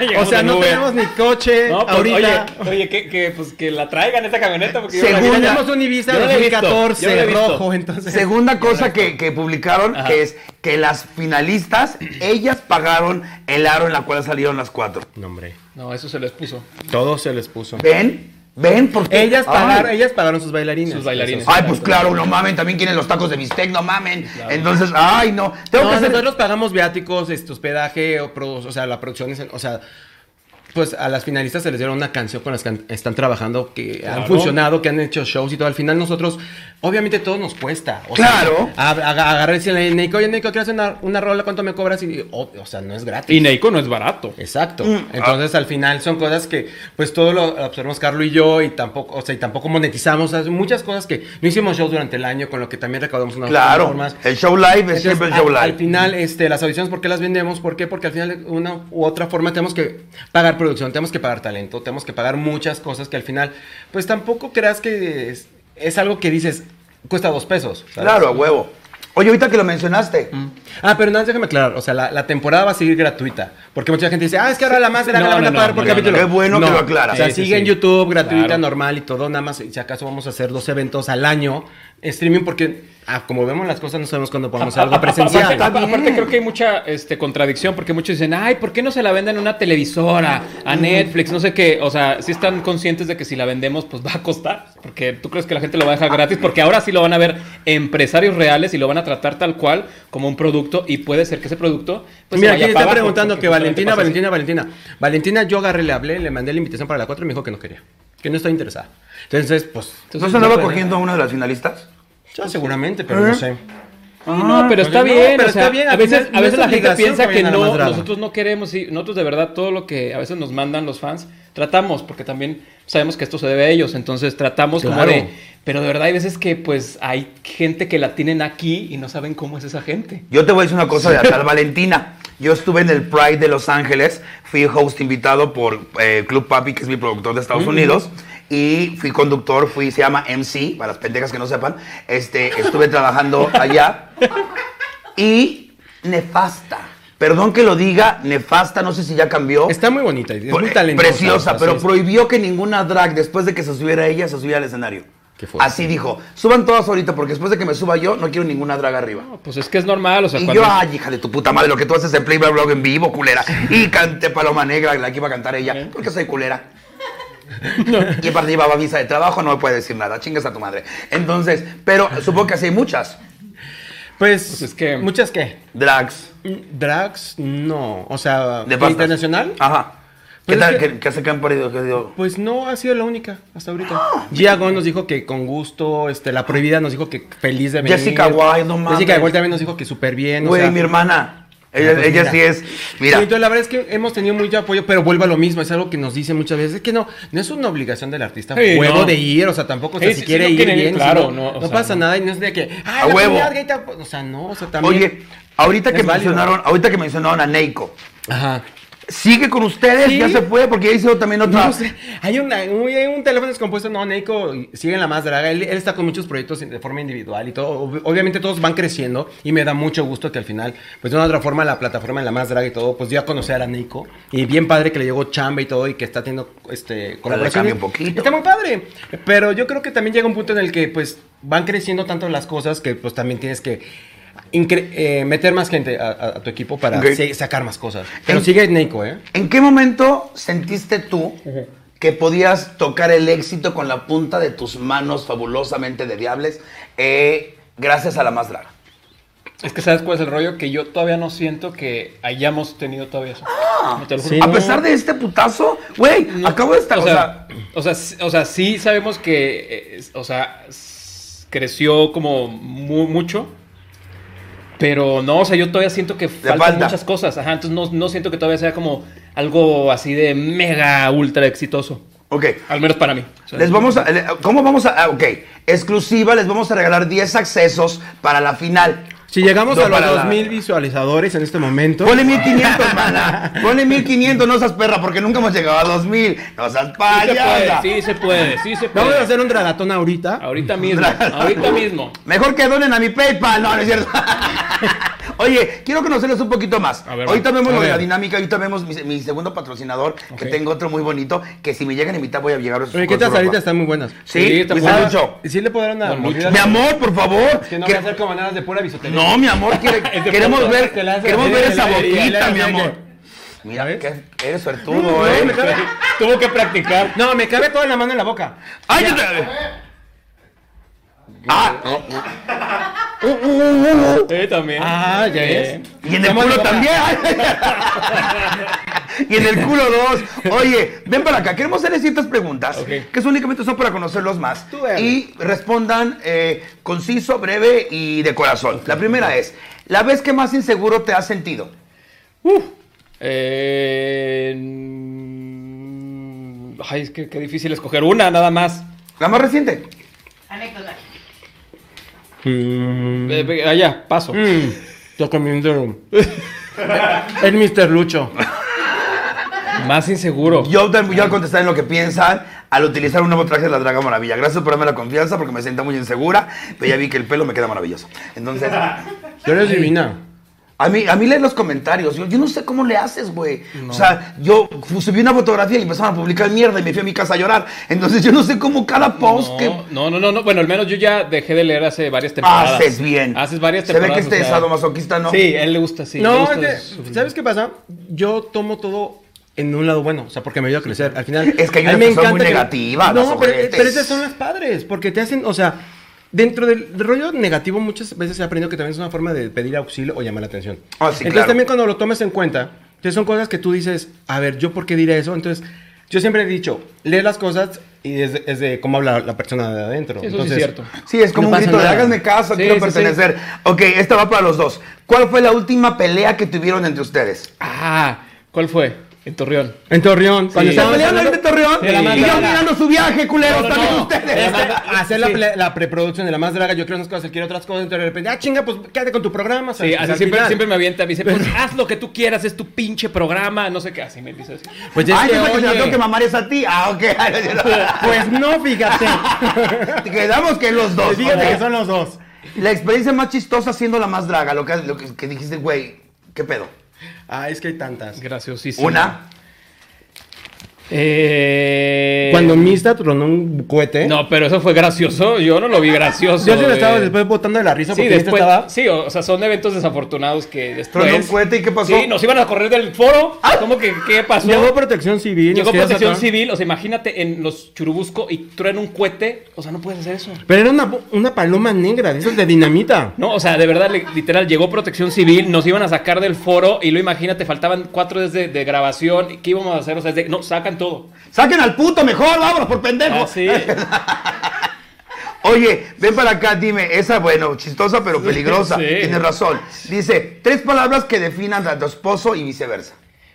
S2: Llegamos
S3: sea,
S2: en
S3: no
S2: Uber.
S3: tenemos ni coche
S2: No, pues,
S3: ahorita.
S2: Oye, oye que, que, pues, que la traigan esta camioneta. Porque yo la
S1: Según
S2: vi-
S3: tenemos un Ibiza
S2: Yo lo he visto,
S3: 2014
S2: yo lo he visto.
S3: rojo, entonces.
S1: Segunda cosa que, que publicaron
S2: Ajá.
S1: que es que las finalistas, ellas pagaron el aro en la cual salieron las cuatro.
S3: No, hombre.
S2: No, eso se les puso.
S3: Todo se les puso.
S1: ¿Ven? ¿Ven? Porque
S3: Ellas pagaron,
S1: Ay.
S3: ellas pagaron sus bailarines.
S2: Sus bailarines.
S1: Ah. Ay, pues claro, no mamen, también quieren los tacos de bistec, no mamen. Entonces, ay, no. Tengo
S3: No,
S1: que hacer...
S3: nosotros pagamos viáticos, este, hospedaje, o, pro- o sea, la producción, es- o sea, pues a las finalistas se les dieron una canción con las que han- están trabajando, que han
S2: Claro.
S3: funcionado, que han hecho shows y todo. Al final nosotros, obviamente todo nos cuesta. O sea,
S1: Claro.
S3: a- a- agarrar y decirle, Nico, oye, Nico, quiero hacer una, una rola, ¿cuánto me cobras? Y, o, o sea, no es gratis.
S2: Y Neiko no es barato.
S3: Exacto.
S1: Mm.
S3: Entonces, al final son cosas que, pues, todo lo observamos Carlos y yo, y tampoco, o sea, y tampoco monetizamos. o sea, muchas cosas que no hicimos shows durante el año, con lo que también recaudamos unas
S1: Claro,
S3: plataformas.
S1: el show live es siempre el
S3: Entonces,
S1: show
S3: al,
S1: live.
S3: al final, este, las audiciones, ¿por qué las vendemos? ¿Por qué? Porque al final, de una u otra forma, tenemos que pagar producción, tenemos que pagar talento, tenemos que pagar muchas cosas que al final, pues tampoco creas que es, es algo que dices, cuesta dos pesos. ¿sabes?
S1: Claro, a huevo. Oye, ahorita que lo mencionaste,
S2: Mm.
S3: Ah, pero nada, más déjame aclarar, o sea, la, la temporada va a seguir gratuita, porque mucha gente dice, ah, es que ahora la más grande
S2: No,
S3: la van a
S2: no,
S3: pagar
S2: no,
S3: por
S2: no,
S3: capítulo.
S1: no. Qué bueno que lo aclaras.
S3: O sea,
S2: Sí, sí,
S3: sigue en
S2: sí.
S3: YouTube, gratuita,
S2: Claro.
S3: normal y todo, nada más, si acaso vamos a hacer dos eventos al año, streaming, porque, ah, como vemos las cosas, no sabemos cuándo podemos hacer algo presencial.
S2: Aparte, aparte creo que hay mucha este, contradicción porque muchos dicen, ay, ¿por qué no se la venden a una televisora, a Netflix, no sé qué? O sea, sí están conscientes de que si la vendemos, pues va a costar. Porque tú crees que la gente lo va a dejar gratis, porque ahora sí lo van a ver empresarios reales y lo van a tratar tal cual como un producto y puede ser que ese producto... pues, se
S3: Mira,
S2: vaya
S3: aquí
S2: para
S3: está
S2: abajo,
S3: preguntando
S2: porque
S3: que
S2: justamente
S3: Valentina,
S2: pasa así.
S3: Valentina, Valentina. Valentina, yo agarré, le hablé, le mandé la invitación para la 4 y me dijo que no quería, que no estaba interesada. Entonces, pues,
S1: ¿no
S2: Entonces,
S1: se andaba
S2: puede-
S1: cogiendo a una de las finalistas?
S2: Pues
S3: yo seguramente, pero no
S1: ¿Eh?
S3: sé.
S2: Sí, no, pero está
S3: Ah, no,
S2: bien,
S3: pero
S2: o sea,
S3: está bien,
S2: a
S3: al
S2: veces,
S3: final
S2: a
S3: no
S2: veces
S3: es
S2: la gente
S3: obligación
S2: piensa
S3: que
S2: que
S3: vayan a la
S2: no,
S3: más brava.
S2: nosotros no queremos, y nosotros de verdad todo lo que a veces nos mandan los fans, tratamos, porque también sabemos que esto se debe a ellos, entonces tratamos como
S3: Claro.
S2: de, pero de verdad hay veces que pues hay gente que la tienen aquí y no saben cómo es esa gente.
S1: Yo te voy a decir una cosa de la tal Valentina. Yo estuve en el Pride de Los Ángeles, fui host invitado por eh, Club Papi, que es mi productor de Estados Unidos, y fui conductor, fui, se llama MC, para las pendejas que no sepan, este, estuve trabajando allá, y nefasta. Perdón que lo diga, nefasta, no sé si ya cambió.
S3: Está muy bonita, es
S1: Pre-
S3: muy talentosa.
S1: Eh, Preciosa,
S3: o sea,
S1: pero
S3: sí,
S1: prohibió que ninguna drag, después de que se subiera ella, se subiera al escenario.
S3: Qué fuerte.
S1: Así dijo, suban todas ahorita, porque después de que me suba yo, no quiero ninguna drag arriba.
S2: No, Pues es que es normal, o sea,
S1: Y
S2: cuando...
S1: yo,
S3: ah.
S1: ay, hija de tu puta madre, lo que tú haces en Playboy Blog en vivo, culera. Y canté Paloma Negra, la que iba a cantar ella, porque soy culera. Y aparte llevaba visa de trabajo, no me puede decir nada, chingas a tu madre. Entonces, pero supongo que así hay muchas
S3: Pues,
S2: Pues es que-
S3: ¿Muchas qué?
S1: drags.
S3: Drags, no. O sea,
S1: De pastas.
S3: internacional.
S1: Ajá. ¿Qué
S3: Pues
S1: tal?
S3: es que-
S1: ¿Qué, qué hace que han parido? ¿Qué digo?
S3: Pues no ha sido la única hasta ahorita. Gia Gon nos dijo que con gusto, este, la prohibida nos dijo que feliz de venir.
S1: Jessica Wilde, no mames.
S3: Jessica Wilde también nos dijo que súper bien. o
S1: Güey,
S3: sea,
S1: mi hermana. Ella,
S3: pues
S1: ella
S3: mira.
S1: sí es. Mira.
S3: Sí, entonces la verdad es que hemos tenido mucho apoyo, pero vuelvo a lo mismo, es algo que nos dicen muchas veces, es que no, no es una obligación del artista,
S2: Sí,
S3: huevo
S2: no.
S3: de ir, o sea, tampoco, o sea,
S2: Sí,
S3: si
S2: sí,
S3: quiere
S2: sí, no
S3: ir
S2: quieren ir,
S3: bien,
S2: claro,
S3: si no,
S2: no, o
S3: no
S2: sea,
S3: pasa
S2: no.
S3: nada, y no es de que, ah,
S1: A
S3: la
S1: huevo.
S3: comunidad gay tampoco- o sea, no, o sea, también.
S1: Oye, ahorita que
S3: Es válido.
S1: mencionaron, ahorita que mencionaron a Neiko,
S3: Ajá.
S1: ¿sigue con ustedes?
S3: Sí.
S1: ¿Ya se fue? Porque ya hizo también otra.
S3: No sé, hay, una, uy, hay un teléfono descompuesto, no, Neiko sigue en la más draga, él, él está con muchos proyectos de forma individual y todo, Ob- obviamente todos van creciendo y me da mucho gusto que al final, pues de una u otra forma la plataforma en la más draga y todo, pues dio a conocer a Neiko y bien padre que le llegó chamba y todo y que está teniendo este,
S1: cambia
S3: colaboraciones.
S1: un poquito.
S3: Está muy padre, pero yo creo que también llega un punto en el que pues van creciendo tanto las cosas que pues también tienes que... incre- eh, meter más gente a, a- a tu equipo para
S1: Ok.
S3: se- sacar más cosas. Pero
S1: En-
S3: sigue Neiko, ¿eh?
S1: ¿En qué momento sentiste tú que podías tocar el éxito con la punta de tus manos fabulosamente de diables eh, gracias a la más draga?
S2: Es que sabes cuál es el rollo, que yo todavía no siento que hayamos tenido todavía eso. No te lo juro.
S3: Ah. sí,
S1: A
S3: no.
S1: pesar de este putazo, güey,
S2: No,
S1: acabo de estar,
S2: O sea, o sea, sí- o sea, sí sabemos que, eh, es- o sea, s- creció como mu- mucho. Pero no, o sea, yo todavía siento que faltan
S1: falta.
S2: muchas cosas. Ajá, entonces no, no siento que todavía sea como algo así de mega ultra exitoso.
S1: ok,
S2: Al menos para mí. O sea,
S1: les vamos a, le- ¿cómo vamos a, ah, ok, exclusiva, les vamos a regalar 10 accesos para la final.
S3: Si llegamos
S1: No,
S3: a los
S1: para la-
S3: 2000 visualizadores en este momento.
S1: Ponle 1500, mana. Ponle 1500, no seas perra, porque nunca hemos llegado a 2000. No seas
S2: Sí se puede,
S1: payasa.
S2: sí se puede, sí se puede.
S3: Vamos a hacer un dragatón ahorita.
S2: Ahorita mismo, ahorita mismo.
S1: Mejor que donen a mi PayPal. No, no es cierto. Oye, quiero conocerles un poquito más.
S3: A ver,
S1: ahorita
S3: bueno,
S1: vemos lo
S3: a
S1: de la
S3: ver.
S1: dinámica, ahorita vemos mi, mi segundo patrocinador, que
S3: Ok.
S1: tengo otro muy bonito, que si me llegan a invitar voy a llegar a sus
S3: Oye, ¿qué tal ahorita? Están muy buenas.
S1: Sí,
S2: Sí,
S1: Luis
S2: tampoco-
S1: Lucho.
S3: ¿Y si le podrán dar
S2: Don Lucho.
S1: Mi amor, por favor.
S3: Que no
S1: que-
S3: voy a hacer como nada de pura bisotería.
S1: No, mi amor, quiere-
S3: Es de
S1: queremos
S3: foto.
S1: ver,
S3: Te la hace
S1: queremos
S3: así,
S1: ver
S3: te
S1: esa
S3: la haría,
S1: boquita,
S3: la
S1: mi
S3: haría
S1: amor.
S3: que-
S1: Mira,
S3: ¿Ves?
S1: que eres suertudo, ¿eh?
S2: Tuvo que practicar.
S3: No, me cabe toda la mano en la boca.
S1: ¡Ay, yo te- ¡Ah! Uh, uh, uh, uh.
S2: Eh, también.
S3: Ah, ya es.
S1: Y en el culo también. Y en el culo dos. Oye, ven para acá. Queremos hacerles ciertas preguntas
S2: Ok.
S1: que son únicamente son para conocerlos más.
S3: Tú dale.
S1: Y respondan eh, conciso, breve y de corazón. La primera es, ¿la vez que más inseguro te has sentido?
S2: Eh, mm, ay, es que qué difícil escoger una, nada más.
S1: ¿La más reciente?
S4: Anécdota.
S1: Mm.
S2: Eh, ve- allá, paso.
S3: Mm, yo comiendo. El Mr. Lucho.
S2: Más inseguro.
S1: Mm. Yo, yo al contestar en lo que piensan, al utilizar un nuevo traje de la Draga Maravilla. Gracias por darme la confianza porque me sentía muy insegura, pero ya vi que el pelo me queda maravilloso. Entonces, a
S3: Tú eres divina.
S1: mí, a mí leer los comentarios. Yo, yo no sé cómo le haces, güey. O sea, yo fu- subí una fotografía y empezaron a publicar mierda y me fui a mi casa a llorar. Entonces, yo no sé cómo cada post
S2: No,
S1: que
S2: no, no, no, no. Bueno, al menos yo ya dejé de leer hace varias temporadas.
S1: haces bien.
S2: Haces varias
S1: Se ve
S2: temporadas.
S1: que este
S2: o sea,
S1: sadomasoquista no.
S2: Sí, a él le gusta, sí. le
S3: no,
S2: gusta
S3: es
S2: su-
S3: que, ¿sabes qué pasa? Yo tomo todo en un lado bueno, o sea, porque me ayuda a crecer. Al final.
S1: Es que hay
S3: a mí
S1: unas
S3: me
S1: que son muy
S3: encanta que-
S1: negativas, las
S3: No, pero, eh,
S1: ojetes.
S3: pero esas son las padres, porque te hacen, o sea, dentro del rollo negativo, muchas veces he aprendido que también es una forma de pedir auxilio o llamar la atención.
S1: Ah, sí,
S3: Entonces
S1: claro.
S3: también cuando lo tomas en cuenta, que son cosas que tú dices, a ver, ¿yo por qué diré eso? Entonces, yo siempre he dicho, lee las cosas y desde de cómo habla la persona de adentro.
S2: Eso sí es
S3: Entonces,
S2: cierto.
S1: Sí, es como
S3: no
S1: un
S3: pasa
S1: grito de
S3: nada.
S1: háganme caso,
S2: Sí,
S1: quiero
S2: sí,
S1: pertenecer. Ok, esta va para los dos. ¿Cuál fue la última pelea que tuvieron entre ustedes?
S2: Ah, ¿cuál fue? En Torreón.
S3: En Torreón, cuando
S1: Se
S3: estábamos
S1: pelearon ahí de Torreón
S2: Sí, la
S1: y
S2: manda-
S1: yo mirando su viaje, culeros,
S2: No, no,
S1: también
S2: no.
S1: ustedes.
S2: Eh,
S3: Este,
S2: manda-
S3: hacer la,
S2: sí.
S3: ple- la preproducción de la más draga, yo creo unas cosas, él quiere otras cosas, entonces de repente, ah, chinga, pues quédate con tu programa. ¿sabes?
S2: Sí,
S3: Pues,
S2: así
S3: al
S2: siempre,
S3: final.
S2: siempre me avienta, me dice, pues haz lo que tú quieras, es tu pinche programa, no sé qué, así me dice así.
S3: Pues es
S1: Ay,
S2: este
S3: que,
S1: ¿tú Ah, que te la
S3: oye,
S1: tengo que mamar es a ti? Ah, ok.
S3: Pues no, fíjate.
S1: Quedamos que los dos.
S3: fíjate
S1: ok.
S3: que son los dos.
S1: La experiencia más chistosa siendo la más draga, lo que, lo que, que dijiste, güey, ¿qué pedo?
S3: Ah, es que hay tantas.
S2: Graciosísimo.
S1: Una.
S2: Eh...
S3: Cuando Mista tronó un cohete,
S2: No, pero eso fue gracioso, yo no lo vi gracioso.
S3: ¿Eh? yo sí lo estaba
S2: eh.
S3: después botando de la risa
S2: Sí,
S3: porque Mista
S2: después,
S3: estaba...
S2: sí, o, o sea, son eventos desafortunados que después...
S1: Tronó un cohete, ¿y qué pasó?
S2: Pues, Sí, nos iban a correr del foro,
S1: Ah.
S2: ¿cómo que qué pasó?
S3: Llegó Protección Civil.
S2: Llegó
S3: nos quería
S2: protección
S3: sacar.
S2: civil, o sea, imagínate en los Churubusco y truena un cohete, o sea, no puedes hacer eso.
S3: Pero era una, una paloma negra, de esas de dinamita.
S2: No, o sea, de verdad, li- literal, llegó protección civil, nos iban a sacar del foro y lo imagínate, faltaban cuatro días de, de grabación, ¿qué íbamos a hacer? O sea, es de, no, sacan todo.
S1: Saquen al puto mejor, vámonos por pendejo.
S2: Así.
S1: Oye, ven para acá, dime, esa, bueno, chistosa pero peligrosa,
S2: sí.
S1: tienes razón. Dice, tres palabras que definan a tu esposo y viceversa.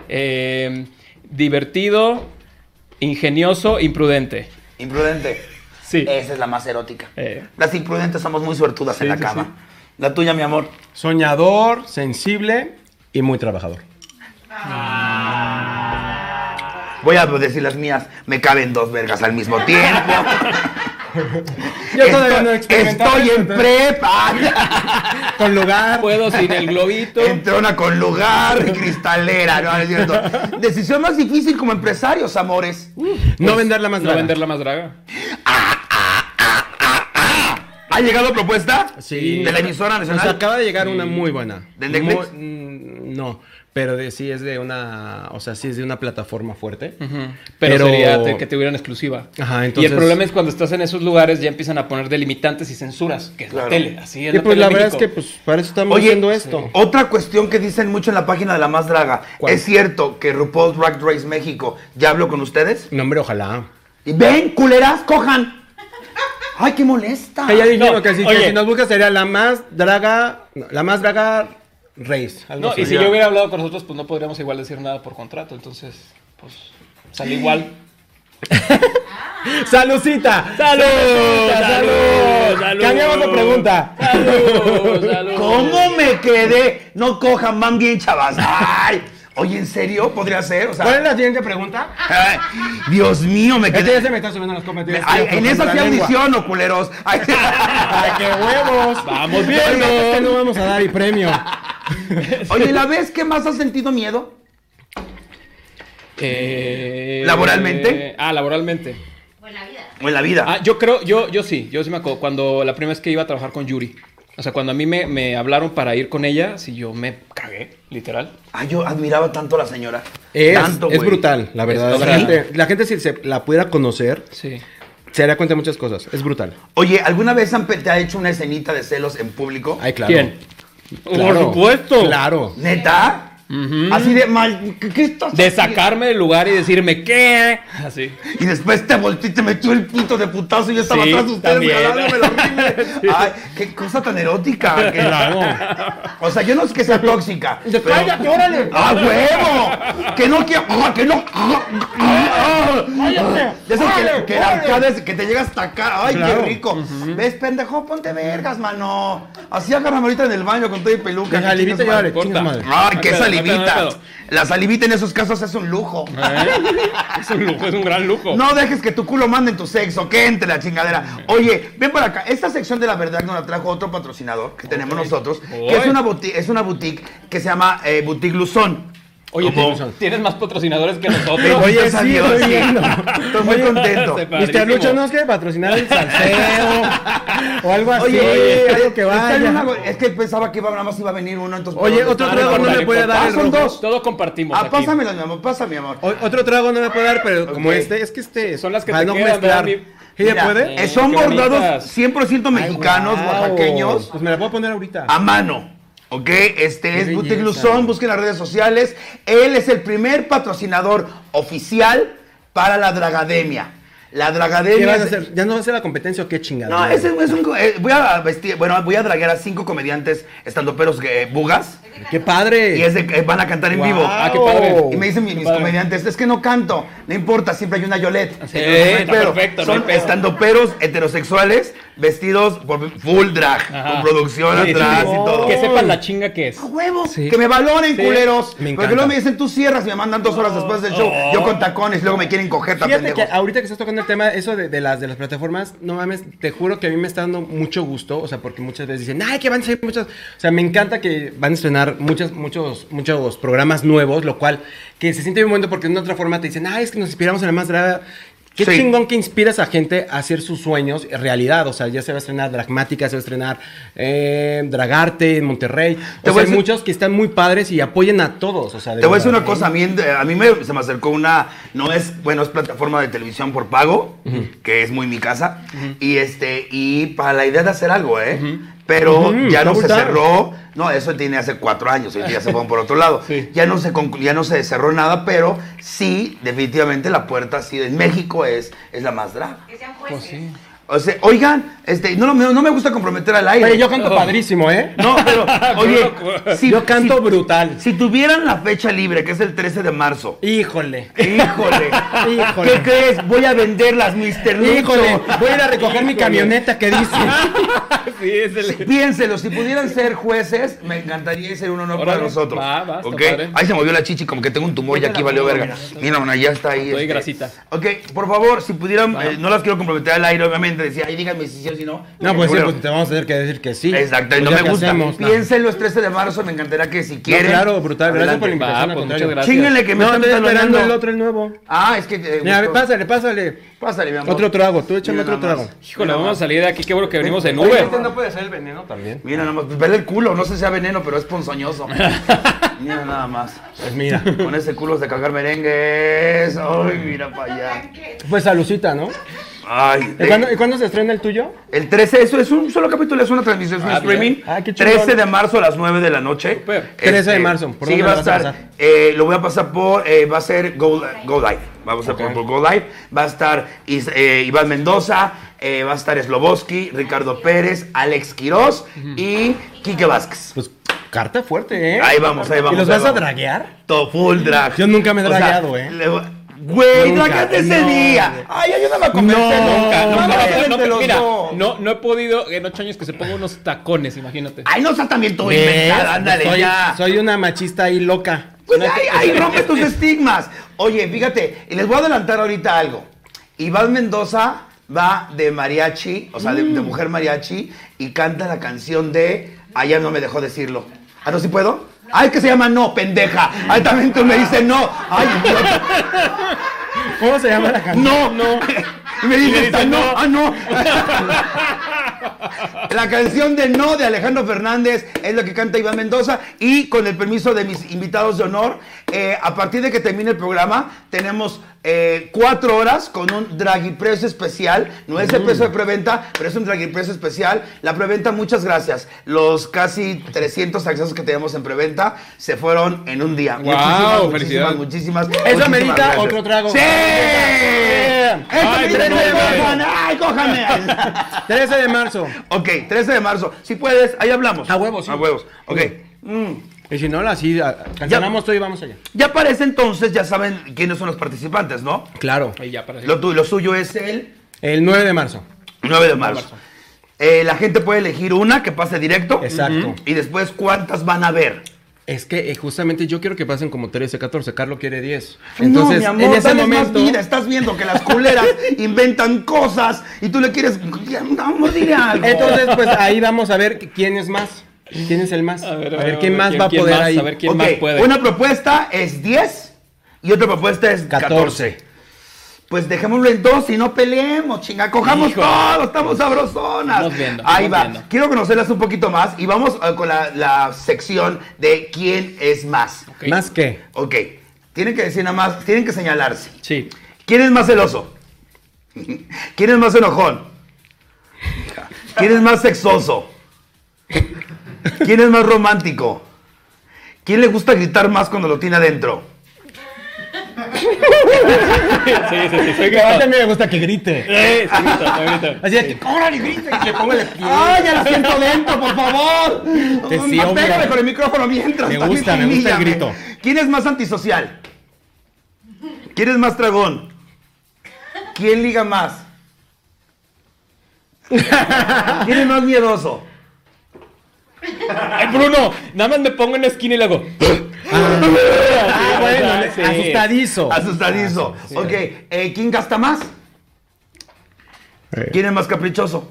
S2: Eh, divertido, ingenioso, imprudente.
S1: Imprudente.
S2: Sí.
S1: Esa es la más erótica.
S2: Eh.
S1: Las imprudentes somos muy suertudas en la
S2: sí,
S1: cama. La tuya, mi amor.
S3: Soñador, sensible y muy trabajador.
S1: Voy a decir las mías. Me caben dos vergas al mismo tiempo.
S3: Yo todavía
S1: Estoy-
S3: no he experimentado
S1: Estoy
S3: eso,
S1: en prepa.
S3: Con lugar.
S2: Puedo sin el globito.
S1: Entrona con lugar, cristalera, ¿no? No es cierto. Decisión más difícil como empresarios, amores.
S3: No venderla más
S2: No
S3: draga.
S2: venderla más draga.
S1: ¿Ha llegado propuesta?
S3: Sí.
S1: ¿De la emisora
S3: Nos
S1: nacional?
S3: acaba de llegar una
S2: Mm.
S3: muy buena.
S1: ¿De Netflix?
S3: Muy- mm, no, pero de- sí es de una, o sea, sí es de una plataforma fuerte.
S2: Pero,
S3: Pero-
S2: sería te- que te hubieran exclusiva.
S3: Ajá,
S2: Y
S3: entonces-
S2: el problema es cuando estás en esos lugares ya empiezan a poner delimitantes y censuras, que es
S1: Claro.
S2: la tele. Así es
S3: Y
S2: la
S3: pues
S2: tele
S3: la
S2: en
S3: verdad es
S2: México.
S3: que pues para eso estamos
S1: Oye,
S3: haciendo esto.
S1: Otra cuestión que dicen mucho en la página de La Más Draga.
S3: ¿Cuál?
S1: ¿Es cierto que RuPaul's Drag Race México ya habló con ustedes?
S3: No, hombre, ojalá.
S1: Y ven, culeras, cojan. Ay, qué molesta.
S3: Que ya dijeron
S2: Ah, no,
S3: que, si, que
S2: oye.
S3: si nos buscas sería la más draga, no, la más draga Reis. algo
S2: No,
S3: así.
S2: y si yo hubiera hablado con nosotros, pues no podríamos igual decir nada por contrato. Entonces, pues sale igual.
S3: ¡Salucita!
S2: ¡Salud! ¡Salud! ¡Salud!
S3: Cambiamos de pregunta.
S2: ¡Salud! ¡Salud!
S1: ¿Cómo me quedé? No cojan, van bien, chavas. Ay, oye, ¿en serio? ¿Podría ser? O sea,
S3: ¿Cuál es la siguiente pregunta?
S1: ay, Dios mío, me
S3: Este ya se
S1: quedé.
S3: me está subiendo las copas.
S1: Ay, en esa sí
S3: que
S1: audiciono, culeros. Ay,
S3: ¡Ay, qué huevos!
S2: Vamos
S3: Oigan,
S2: viendo.
S3: es que no vamos a dar y premio.
S1: Oye, ¿la vez que más has sentido miedo?
S2: Eh,
S1: ¿Laboralmente?
S2: eh, ah, laboralmente.
S4: O en Pues la vida.
S1: O en la vida.
S2: Ah, yo creo, yo, yo sí, yo sí me acuerdo. Cuando la primera vez que iba a trabajar con Yuri. O sea, cuando a mí me, me hablaron para ir con ella, si yo me cagué, literal.
S1: Ah, yo admiraba tanto a la señora.
S3: Es,
S1: Tanto,
S3: es
S1: güey.
S3: brutal, la verdad.
S2: Es
S3: la,
S2: brutal.
S3: gente, la gente si se la pudiera conocer,
S2: Sí.
S3: se daría cuenta de muchas cosas. Es brutal.
S1: Oye, ¿alguna vez han pe- te ha hecho una escenita de celos en público?
S3: Ay, claro.
S2: ¿Quién?
S3: Claro,
S2: Por supuesto.
S3: Claro.
S1: ¿Neta? Así de mal. ¿Qué, qué estás
S2: De
S1: haciendo?
S2: sacarme del lugar y decirme, ¿qué? Así.
S1: Y después te volteé y te metió el pito de putazo y yo estaba
S2: Sí,
S1: atrás de ustedes
S2: también.
S1: jalándome los rimes. Ay, qué cosa tan erótica. que- O sea, yo no es que sea tóxica. pero-
S3: Cállate, órale.
S1: ¡Ah, huevo! ¡Que no quiero! ¡Ah, que no! ¡Ah! ¡Ah! De esos que, que, arcades que te llega hasta acá. ¡Ay,
S3: Claro.
S1: qué rico! ¿Ves, pendejo? Ponte vergas, mano. Así agárrame ahorita en el baño con todo y peluca.
S3: Que salivita
S1: Chingas,
S3: llave.
S1: madre.
S3: Chinga madre.
S1: ¡Ay, qué
S2: No pedo, no pedo, no
S1: salivita!
S2: pedo.
S1: La salivita en esos casos es un lujo.
S2: Es un lujo, es un gran lujo.
S1: No dejes que tu culo mande en tu sexo, que entre la chingadera. Oye, ven para acá. Esta sección de la verdad nos la trajo otro patrocinador que tenemos nosotros, que es
S2: Oy.
S1: una, boutique, es una boutique que se llama eh, Boutique Luzón.
S2: Oye,
S3: ¿Cómo?
S2: tienes, tienes más patrocinadores que nosotros.
S1: Bendito
S3: Oye,
S1: sea
S3: sí,
S1: Dios.
S3: estoy viendo.
S1: Estoy muy
S3: Oye,
S1: contento.
S2: se pa-
S3: Mister
S2: Padrísimo.
S3: Lucho no es que patrocinar el salseo o algo así.
S1: Oye,
S3: algo que
S1: está en
S3: vaya.
S1: una go- es que pensaba que iba, nada más iba a venir uno, entonces.
S3: Oye,
S1: ¿dónde
S3: otro
S1: está?
S3: trago no
S2: Dale,
S3: le puede
S2: compa-
S3: dar
S1: Ah,
S3: el
S1: son
S3: rojo.
S1: dos.
S2: Todo compartimos.
S1: Ah,
S2: aquí.
S1: pásamelo, mi amor, pásame, mi amor.
S3: O- otro trago no le puede dar, pero como
S1: Ok.
S3: este, es que este.
S2: Son las que
S3: para
S2: te
S3: no
S2: quedan, ¿verdad,
S3: mezclar.
S2: mi-
S3: ¿Sí le
S1: Mira,
S3: puede?
S1: eh, son
S2: Qué
S1: bordados
S2: bonitas.
S1: 100%
S3: Ay,
S1: mexicanos,
S3: guau.
S1: oaxaqueños.
S3: Pues me la puedo poner ahorita.
S1: a mano. Ok, este es
S3: belleza.
S1: Boutique Luzón, busquen las redes sociales. Él es el primer patrocinador oficial para la Dragademia. La
S3: ¿Qué
S1: Dragademia.
S3: vas a
S1: es-
S3: hacer? ¿Ya no va a ser la competencia o qué chingada?
S1: No, ese es un. eh, voy a vestir, bueno, voy a draguear a cinco comediantes estandoperos eh, bugas.
S3: ¡Qué padre!
S1: Y es de, que van a cantar en
S3: Guau.
S1: vivo.
S2: Ah, qué padre.
S1: Y me dicen mis,
S2: Qué
S1: mis
S2: padre. Ah,
S1: comediantes, es que no canto, no importa, siempre hay una Yolette.
S2: Sí, Eh,
S1: Entonces, no hay
S2: está
S1: pedo.
S2: perfecto, no hay
S1: Son
S2: pedo.
S1: estandoperos heterosexuales vestidos por full drag,
S2: Ajá.
S1: con producción
S2: Sí, sí,
S1: atrás
S2: sí.
S1: y todo.
S2: Que sepan la chinga que es.
S1: ¡A huevo!
S2: Sí.
S1: Que me valoren,
S2: Sí.
S1: culeros.
S3: Me encanta.
S1: porque luego me dicen, tú cierras y me mandan dos horas después del show.
S2: Oh.
S1: Yo con tacones, luego me quieren coger también.
S3: Fíjate que ahorita que estás tocando el tema, eso de, de las, de las plataformas, no mames, te juro que a mí me está dando mucho gusto, o sea, porque muchas veces dicen, ay, que van a ser muchas, o sea, me encanta que van a estrenar muchas, muchos, muchos programas nuevos, lo cual, que se siente bien bueno porque de una otra forma te dicen, ay, es que nos inspiramos en la más draga. Qué
S1: Sí.
S3: chingón que inspiras a gente a hacer sus sueños realidad. O sea, ya se va a estrenar Dragmática, se va a estrenar eh, Dragarte en Monterrey. O
S1: Te voy a
S3: sea, hay
S1: decir-
S3: muchos que están muy padres y apoyen a todos. O sea, de
S1: Te voy a decir
S3: verdad,
S1: una
S3: ¿eh?
S1: cosa, a mí, eh, a mí me- se me acercó una, no es, bueno, es plataforma de televisión por pago, que es muy mi casa, y este, y para la idea de hacer algo, ¿eh? Pero
S3: Ujú,
S1: ya no se
S3: está brutal.
S1: cerró, no, eso tiene hace cuatro años, ahorita ya se fueron por otro lado,
S2: Sí.
S1: ya, no se conclu- ya no se cerró nada, pero sí, definitivamente la puerta, sí, en México es, es la más draga.
S4: Que sean
S2: Pues
S4: jueces.
S2: sí.
S1: O sea, oigan, este, no, no, no me gusta comprometer al aire.
S3: Oye, yo canto padrísimo, ¿eh?
S1: No, pero, oye, si-
S3: yo canto
S1: si-
S3: brutal.
S1: si tuvieran la fecha libre, que es el 13 de marzo,
S3: Híjole.
S1: Híjole.
S3: Híjole.
S1: ¿Qué crees? Voy a venderlas, Mr. Lucho.
S3: Híjole. Ah, Voy a ir a recoger mi camioneta que dice.
S2: Sí, es el.
S1: Piénselo, si pudieran ser jueces, me encantaría y ser un honor para
S2: Órale.
S1: nosotros.
S2: Va, va, está
S1: ¿Ok?
S2: padre.
S1: Ahí se movió la chichi, como que tengo un tumor y aquí valió verga. Mira, una, ya está ahí. este.
S2: Estoy grasita.
S1: Ok, por favor, si pudieran, eh, no las quiero comprometer al aire, obviamente. Decía, ahí díganme si sí o si no.
S3: No, pues sí,
S1: Bueno,
S3: pues te vamos a tener que decir que sí.
S1: Exacto, y
S3: Pues
S1: no
S3: ya
S1: me
S3: que
S1: gusta.
S3: hacemos, no.
S1: Piénsenlo, es 13 de marzo, me encantará que si
S3: No,
S1: quieren.
S3: claro, brutal. Gracias por la
S1: adelante.
S3: invitación.
S2: Va,
S3: al
S2: pues,
S3: contrario.
S2: muchas
S1: Chinguenle que me
S3: No,
S1: están
S3: estoy esperando
S1: taloneando.
S3: el otro, el nuevo.
S1: Ah, es que. eh,
S3: Mira, a ver,
S1: gustó.
S3: pásale, pásale.
S1: Pásale, mi amor.
S3: Otro trago, tú échame
S1: Mira
S3: otro
S1: nada más.
S3: trago.
S2: Híjole, vamos a salir de aquí. Qué bueno que venimos en
S3: Oye,
S2: Uber.
S3: este no puede ser el veneno también.
S1: Mira nada más, pues vele el culo, no sé si sea veneno, pero es ponzoñoso. mira nada más.
S3: Pues mira.
S1: Con ese culo es de cagar merengues. Ay, mira para allá.
S4: Tranque.
S3: Pues a Lucita, ¿no?
S1: Ay,
S3: ¿Y
S1: de-
S3: cuándo, y cuándo se estrena el tuyo?
S1: el 13, eso es un solo capítulo, es una transmisión, es un
S2: Ah, bien.
S1: streaming.
S3: Ah, qué chingón.
S1: 13 de marzo a las 9 de la noche. Este,
S2: Súper.
S3: 13 de marzo, ¿por
S1: sí,
S3: dónde
S1: va a
S3: lo vas a
S1: estar.
S3: pasar?
S1: eh, lo voy a pasar por. eh, va a ser Go, Go Live. Vamos a por, por Go Live. Va a estar Is- eh, Iván Mendoza, eh, va a estar Sloboski, Ricardo Pérez, Alex Quirós y Quique Vázquez.
S3: Pues carta fuerte, ¿eh?
S1: Ahí vamos, ahí vamos.
S3: ¿Y los
S1: ahí
S3: vas a
S1: vamos.
S3: draguear?
S1: To full drag.
S3: Yo nunca me he
S1: O sea,
S3: dragueado, ¿eh?
S1: le- Güey,
S3: Nunca.
S1: dragaste ese
S3: No,
S1: día.
S3: güey.
S1: Ay, ayúdame a convencer. nunca,
S3: No,
S2: No,
S1: nunca.
S2: no,
S1: Vente
S2: no,
S1: los
S2: mira,
S1: dos.
S2: no, no he podido en ocho años que se ponga unos tacones, imagínate.
S1: Ay, no seas también tú
S3: ¿Ves?
S1: inventada. Ándale,
S3: soy,
S1: ya.
S3: soy una machista ahí loca.
S1: Pues ahí, ahí rompe tus estigmas. Oye, fíjate, y les voy a adelantar ahorita algo. Iván Mendoza va de
S3: Mm.
S1: mariachi, o sea, de, de mujer mariachi, y canta la canción de Allá no me dejó decirlo. ¿Ah, no sí puedo? Ay, que se llama no, pendeja. Ay, también tú me dices no. Ay, idiota.
S3: ¿Cómo se llama la canción?
S1: no, no. me dices
S2: dices,
S1: no,
S2: no.
S1: ah, no. La canción de No de Alejandro Fernández es la que canta Iván Mendoza y con el permiso de mis invitados de honor, eh, a partir de que termine el programa tenemos eh, cuatro horas con un Dragiprecio especial, no es el precio de preventa, pero es un Dragiprecio especial. La preventa, muchas gracias. Los casi 300 accesos que tenemos en preventa se fueron en un día.
S3: Guau,
S1: muchísimas,
S3: felicidades.
S1: muchísimas,
S3: Eso
S1: muchísimas
S3: amerita
S1: gracias.
S3: otro trago.
S1: ¡Sí!
S3: Bien.
S1: ¡Esto
S3: Ay,
S1: amerita
S3: no,
S1: que
S3: no, no.
S1: cojan! ¡Ay, cójame!
S3: 13 de marzo.
S1: Ok, 13 de marzo. Si puedes, ahí hablamos.
S3: A huevos, sí.
S1: A huevos. Ok. Mm.
S3: Y si no, así a- cancelamos todo y vamos allá.
S1: Ya para ese entonces, ya saben quiénes son los participantes, ¿no?
S3: Claro.
S2: Ahí ya, para
S1: Lo, tu- lo suyo es el
S3: El 9 de marzo.
S1: 9 de marzo. Eh, la gente puede elegir una que pase directo.
S3: Exacto.
S1: Y después, ¿cuántas van a ver?
S3: Es que eh, justamente yo quiero que pasen como 13, 14. Carlos quiere 10.
S1: no,
S3: Entonces,
S1: mi amor,
S3: en ese
S1: dale
S3: momento.
S1: más vida. Estás viendo que las culeras inventan cosas y tú le quieres... Vamos, dile algo.
S3: Entonces, pues ahí vamos a ver quién es más. ¿Quién es el más? A ver, quién más va a poder
S2: más?
S3: ahí.
S2: A ver quién
S1: Ok,
S2: más puede.
S1: Una propuesta es 10 y otra propuesta es 14.
S3: 14.
S1: Pues dejémoslo en dos y no peleemos, chinga. Cojamos
S2: Híjole.
S1: todo, estamos sabrosonas.
S2: Vamos viendo,
S1: Ahí
S2: vamos
S1: va.
S2: viendo.
S1: Quiero conocerlas un poquito más y vamos eh, con la, la sección de quién es más.
S2: Ok.
S3: ¿Más qué?
S1: Ok. Tienen que decir nada más, tienen que señalarse.
S2: Sí.
S1: ¿Quién es más celoso? ¿Quién es más enojón? ¿Quién es más sexoso? ¿Quién es más romántico? ¿Quién le gusta gritar más cuando lo tiene adentro?
S2: Sí, sí, sí. sí.
S3: Oiga, a mí me gusta que grite.
S2: Eh, sí, grita, sí, grita.
S3: Así de que, ¡córale, grite! Y le pongo el pie.
S1: ¡Ay, ya la siento dentro, por favor!
S3: Te
S1: Oh,
S3: sí, hombre.
S1: Pégale con el micrófono mientras.
S3: Me
S1: también
S3: gusta, me gusta el
S1: humíllame.
S3: grito.
S1: ¿Quién es más antisocial? ¿Quién es más dragón? ¿Quién liga más? ¿Quién es más miedoso?
S2: Ay, Bruno, nada más me pongo en la esquina y le hago.
S3: Ah, bueno,
S2: Sí.
S3: asustadizo. Ah,
S1: Asustadizo. ok, eh, ¿quién gasta más?
S3: Eh,
S1: ¿Quién es más caprichoso?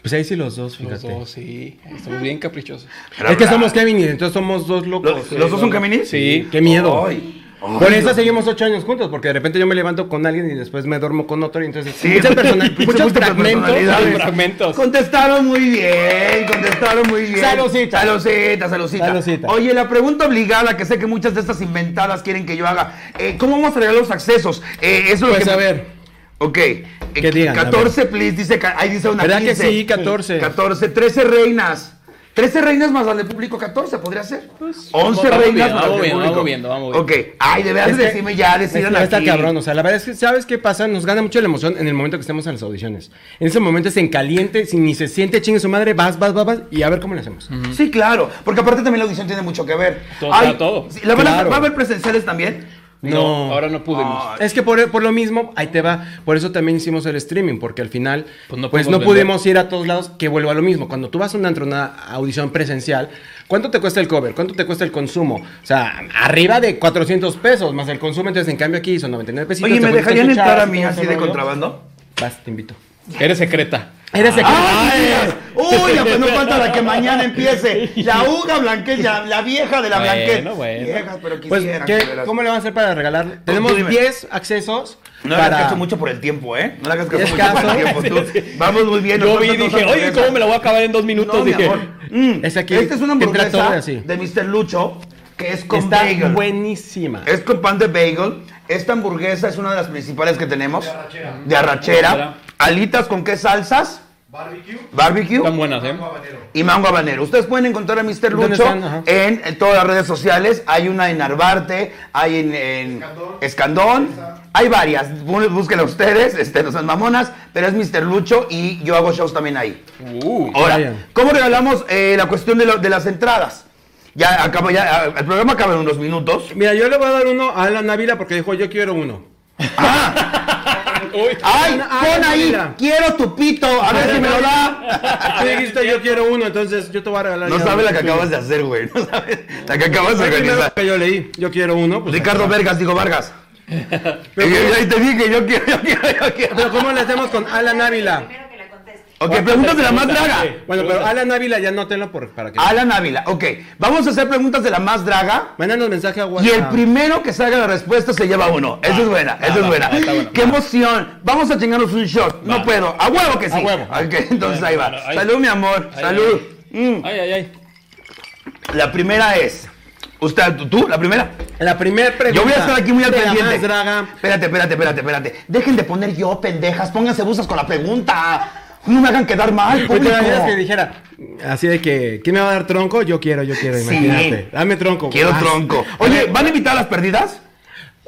S3: Pues ahí sí los
S2: Los
S3: dos, fíjate.
S2: dos, Oh, sí. Estamos bien caprichosos.
S3: Es que somos Kevin y entonces somos dos locos.
S1: ¿Los, los dos son Géminis?
S2: Sí.
S3: Qué miedo. Pues,
S1: Ay, ay,
S3: Por eso
S1: Dios.
S3: seguimos ocho años juntos, porque de repente yo me levanto con alguien y después me duermo con otro y entonces
S1: Sí,
S3: muchas persona-
S1: muchas
S3: muchos fragmentos.
S1: personalidades.
S2: muchos fragmentos.
S1: Contestaron muy bien, contestaron muy bien.
S3: Salucita.
S1: Salucita, salucita.
S3: Salucita.
S1: Oye, la pregunta obligada, que sé que muchas de estas inventadas quieren que yo haga. eh, ¿Cómo vamos a regalar los accesos? Eh, eso es lo
S3: Pues
S1: que-
S3: a ver,
S1: Ok. eh,
S3: Que digan, a
S1: 14, please, dice, ca- ahí dice una
S3: ¿verdad que
S1: 15.
S3: sí? 14.
S1: 14, 13 reinas. 13 reinas más al de público 14, ¿podría ser?
S3: Pues,
S1: 11
S2: vamos
S1: reinas
S2: viendo,
S1: más
S2: vamos
S1: las de
S2: viendo,
S1: público.
S2: vamos viendo, vamos viendo.
S1: Ok. Ay, de verdad,
S3: Es que-
S1: decime ya, decidan
S3: No está
S1: aquí.
S3: cabrón, o sea, la verdad es que sabes qué pasa, nos gana mucho la emoción en el momento que estamos en las audiciones. En ese momento es en caliente, si ni se siente chingue su madre, vas, vas, vas, vas y a ver cómo le hacemos.
S1: Sí, claro, porque aparte también la audición tiene mucho que ver.
S2: Todo, todo.
S1: sí, ¿La van a-
S3: Claro.
S1: va a haber presenciales también?
S3: No.
S2: Ahora no pudimos.
S1: Ay,
S3: Es que por, por lo mismo, ahí te va, por eso también hicimos el streaming, porque al final,
S2: Pues
S3: pues
S2: no podemos
S3: no,
S2: vender.
S3: pudimos ir a todos lados, que vuelvo a lo mismo. Cuando tú vas a un antro, una audición presencial, ¿cuánto te cuesta el cover? ¿Cuánto te cuesta el consumo? O sea, arriba de 400 pesos más el consumo, entonces en cambio aquí son 99 pesitos.
S1: Oye,
S3: te
S1: ¿me
S3: pones
S1: dejarían
S3: tu
S1: entrar a
S3: chas,
S1: mí
S3: todo
S1: así
S3: ese
S1: de
S3: rollo.
S1: contrabando?
S3: Vas, te invito.
S2: Eres secreta.
S3: Eres aquí.
S1: ¡Ay! ¡Uy! Pues no falta la que mañana empiece. La Uga Blanquet, la, la vieja de la
S2: Bueno,
S1: Blanquet.
S2: bueno.
S1: Vieja, pero
S3: Pues,
S1: quisiera.
S3: ¿qué-
S1: que vieras.
S3: ¿cómo le van a hacer para regalar? Tenemos
S1: dime.
S3: 10 accesos
S1: No le hagas
S3: para...
S1: caso mucho por el tiempo, ¿eh? No le hagas caso ¿eh?
S3: Es
S1: mucho
S3: caso.
S1: por el tiempo. tú. Vamos muy bien.
S2: Yo
S1: nosotros
S2: vi y
S1: nos
S2: dije, oye,
S1: aburrimos".
S2: ¿cómo me la voy a acabar en dos minutos?
S1: No, mi
S2: dije.
S1: amor. Mm,
S3: Es aquí,
S1: Esta es una
S3: te entra
S1: hamburguesa
S3: todo así.
S1: de Mr. Lucho, que es con
S3: Está
S1: bagel.
S3: buenísima.
S1: Es con pan de bagel. Esta hamburguesa es una de las principales que tenemos. De arrachera. Alitas con qué salsas? Barbecue.
S2: Están
S1: Barbecue
S2: buenas, ¿eh?
S1: y mango habanero. Ustedes pueden encontrar a Mr.
S3: ¿Dónde
S1: Lucho
S3: están? Ajá.
S1: en, en todas las redes sociales. Hay una en Arbarte, hay en, en Escandón. Hay varias. Bú- Búsquenla ustedes, este, no sean mamonas. Pero es Mr. Lucho y yo hago shows también ahí.
S2: Uh.
S1: Ahora,
S3: Vayan.
S1: ¿cómo regalamos eh, la cuestión de, lo- de las entradas? Ya acabo, ya, ah, el programa acaba en unos minutos.
S3: Mira, yo le voy a dar uno a Alan Ávila porque dijo, yo quiero uno.
S2: Uy.
S1: Ah, ¡Ay!
S3: Ah,
S1: ¡Pon
S3: no,
S1: ahí!
S3: mira.
S1: ¡Quiero tu pito! A ver si me lo da.
S3: Tú dijiste, yo quiero uno, entonces yo te voy a regalar.
S1: No
S3: ya
S1: sabe
S3: uno.
S1: la que acabas de hacer, güey. No sabe la que acabas de
S3: Fue el primero
S1: organizar.
S3: que yo leí, yo quiero uno. pues,
S1: Ricardo Vergas, digo Vargas.
S3: Pero-
S1: Y ahí te dije, yo quiero, yo quiero, yo quiero.
S4: Ah,
S3: Pero ¿cómo le hacemos con Alan Ávila?
S4: Primero que la conteste.
S1: Ok, preguntas de la más draga.
S3: Bueno, pero Alan Ávila ya anótenlo por, para que.
S1: Alan Ávila, ok. Vamos a hacer preguntas de la más draga.
S3: Mándanos mensaje a
S1: Y
S3: WhatsApp.
S1: el primero que salga la respuesta se lleva uno. Esa es buena, esa es
S4: va,
S1: buena.
S4: va, Ah, está bueno.
S1: ¡Qué emoción! Vamos a chingarnos un shot. No
S4: Va.
S1: puedo. A huevo que sí.
S4: A huevo.
S1: Ok, entonces ahí va.
S4: Bueno, ahí.
S1: Salud, mi amor.
S4: Ahí,
S1: Salud. Mm.
S4: Ay, ay, ay.
S1: La primera es. ¿Usted, tú, tú, la primera?
S3: La primera pregunta.
S1: Yo voy a estar aquí muy al
S3: de la
S1: pendiente.
S3: más draga.
S1: Espérate, espérate, espérate, espérate. Dejen de poner yo, pendejas. Pónganse busas con la pregunta. No me hagan quedar mal,
S3: Oye, ¿te
S1: público.
S3: imaginas que dijera, así de que, ¿quién me va a dar tronco? Yo quiero, yo quiero,
S1: Sí.
S3: imagínate. Dame tronco.
S1: Quiero
S3: Ah,
S1: tronco. Oye, ¿van a invitar a las perdidas?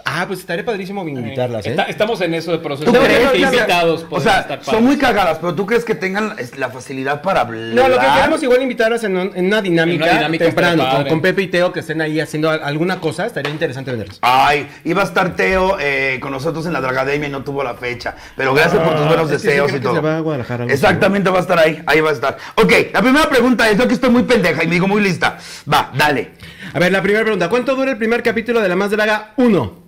S3: Ah, pues estaría padrísimo invitarlas, ¿eh?
S2: Está- estamos en eso de proceso.
S1: ¿Tú crees?
S2: Que invitados
S1: o
S2: podrían
S1: sea,
S2: estar
S1: son muy
S2: padres.
S1: cagadas, pero ¿tú crees que tengan es- la facilidad para hablar?
S3: No, lo que queremos igual invitarlas en, un- en una dinámica,
S2: En una dinámica
S3: temprano,
S2: estaría
S3: con,
S2: padre.
S3: con Pepe y Teo que estén ahí haciendo al- alguna cosa, estaría interesante verlos.
S1: Ay, iba a estar Teo eh, con nosotros en la Dragademia y no tuvo la fecha. Pero gracias por tus buenos
S3: Ah, es que sí,
S1: deseos
S3: creo
S1: y
S3: que
S1: todo.
S3: se va a Guadalajara, algo
S1: Exactamente, va a estar ahí. Ahí va a estar. Ok, la primera pregunta es: yo que estoy muy pendeja y me digo muy lista. Va, dale.
S3: A ver, la primera pregunta, ¿cuánto dura el primer capítulo de La Más Draga 1?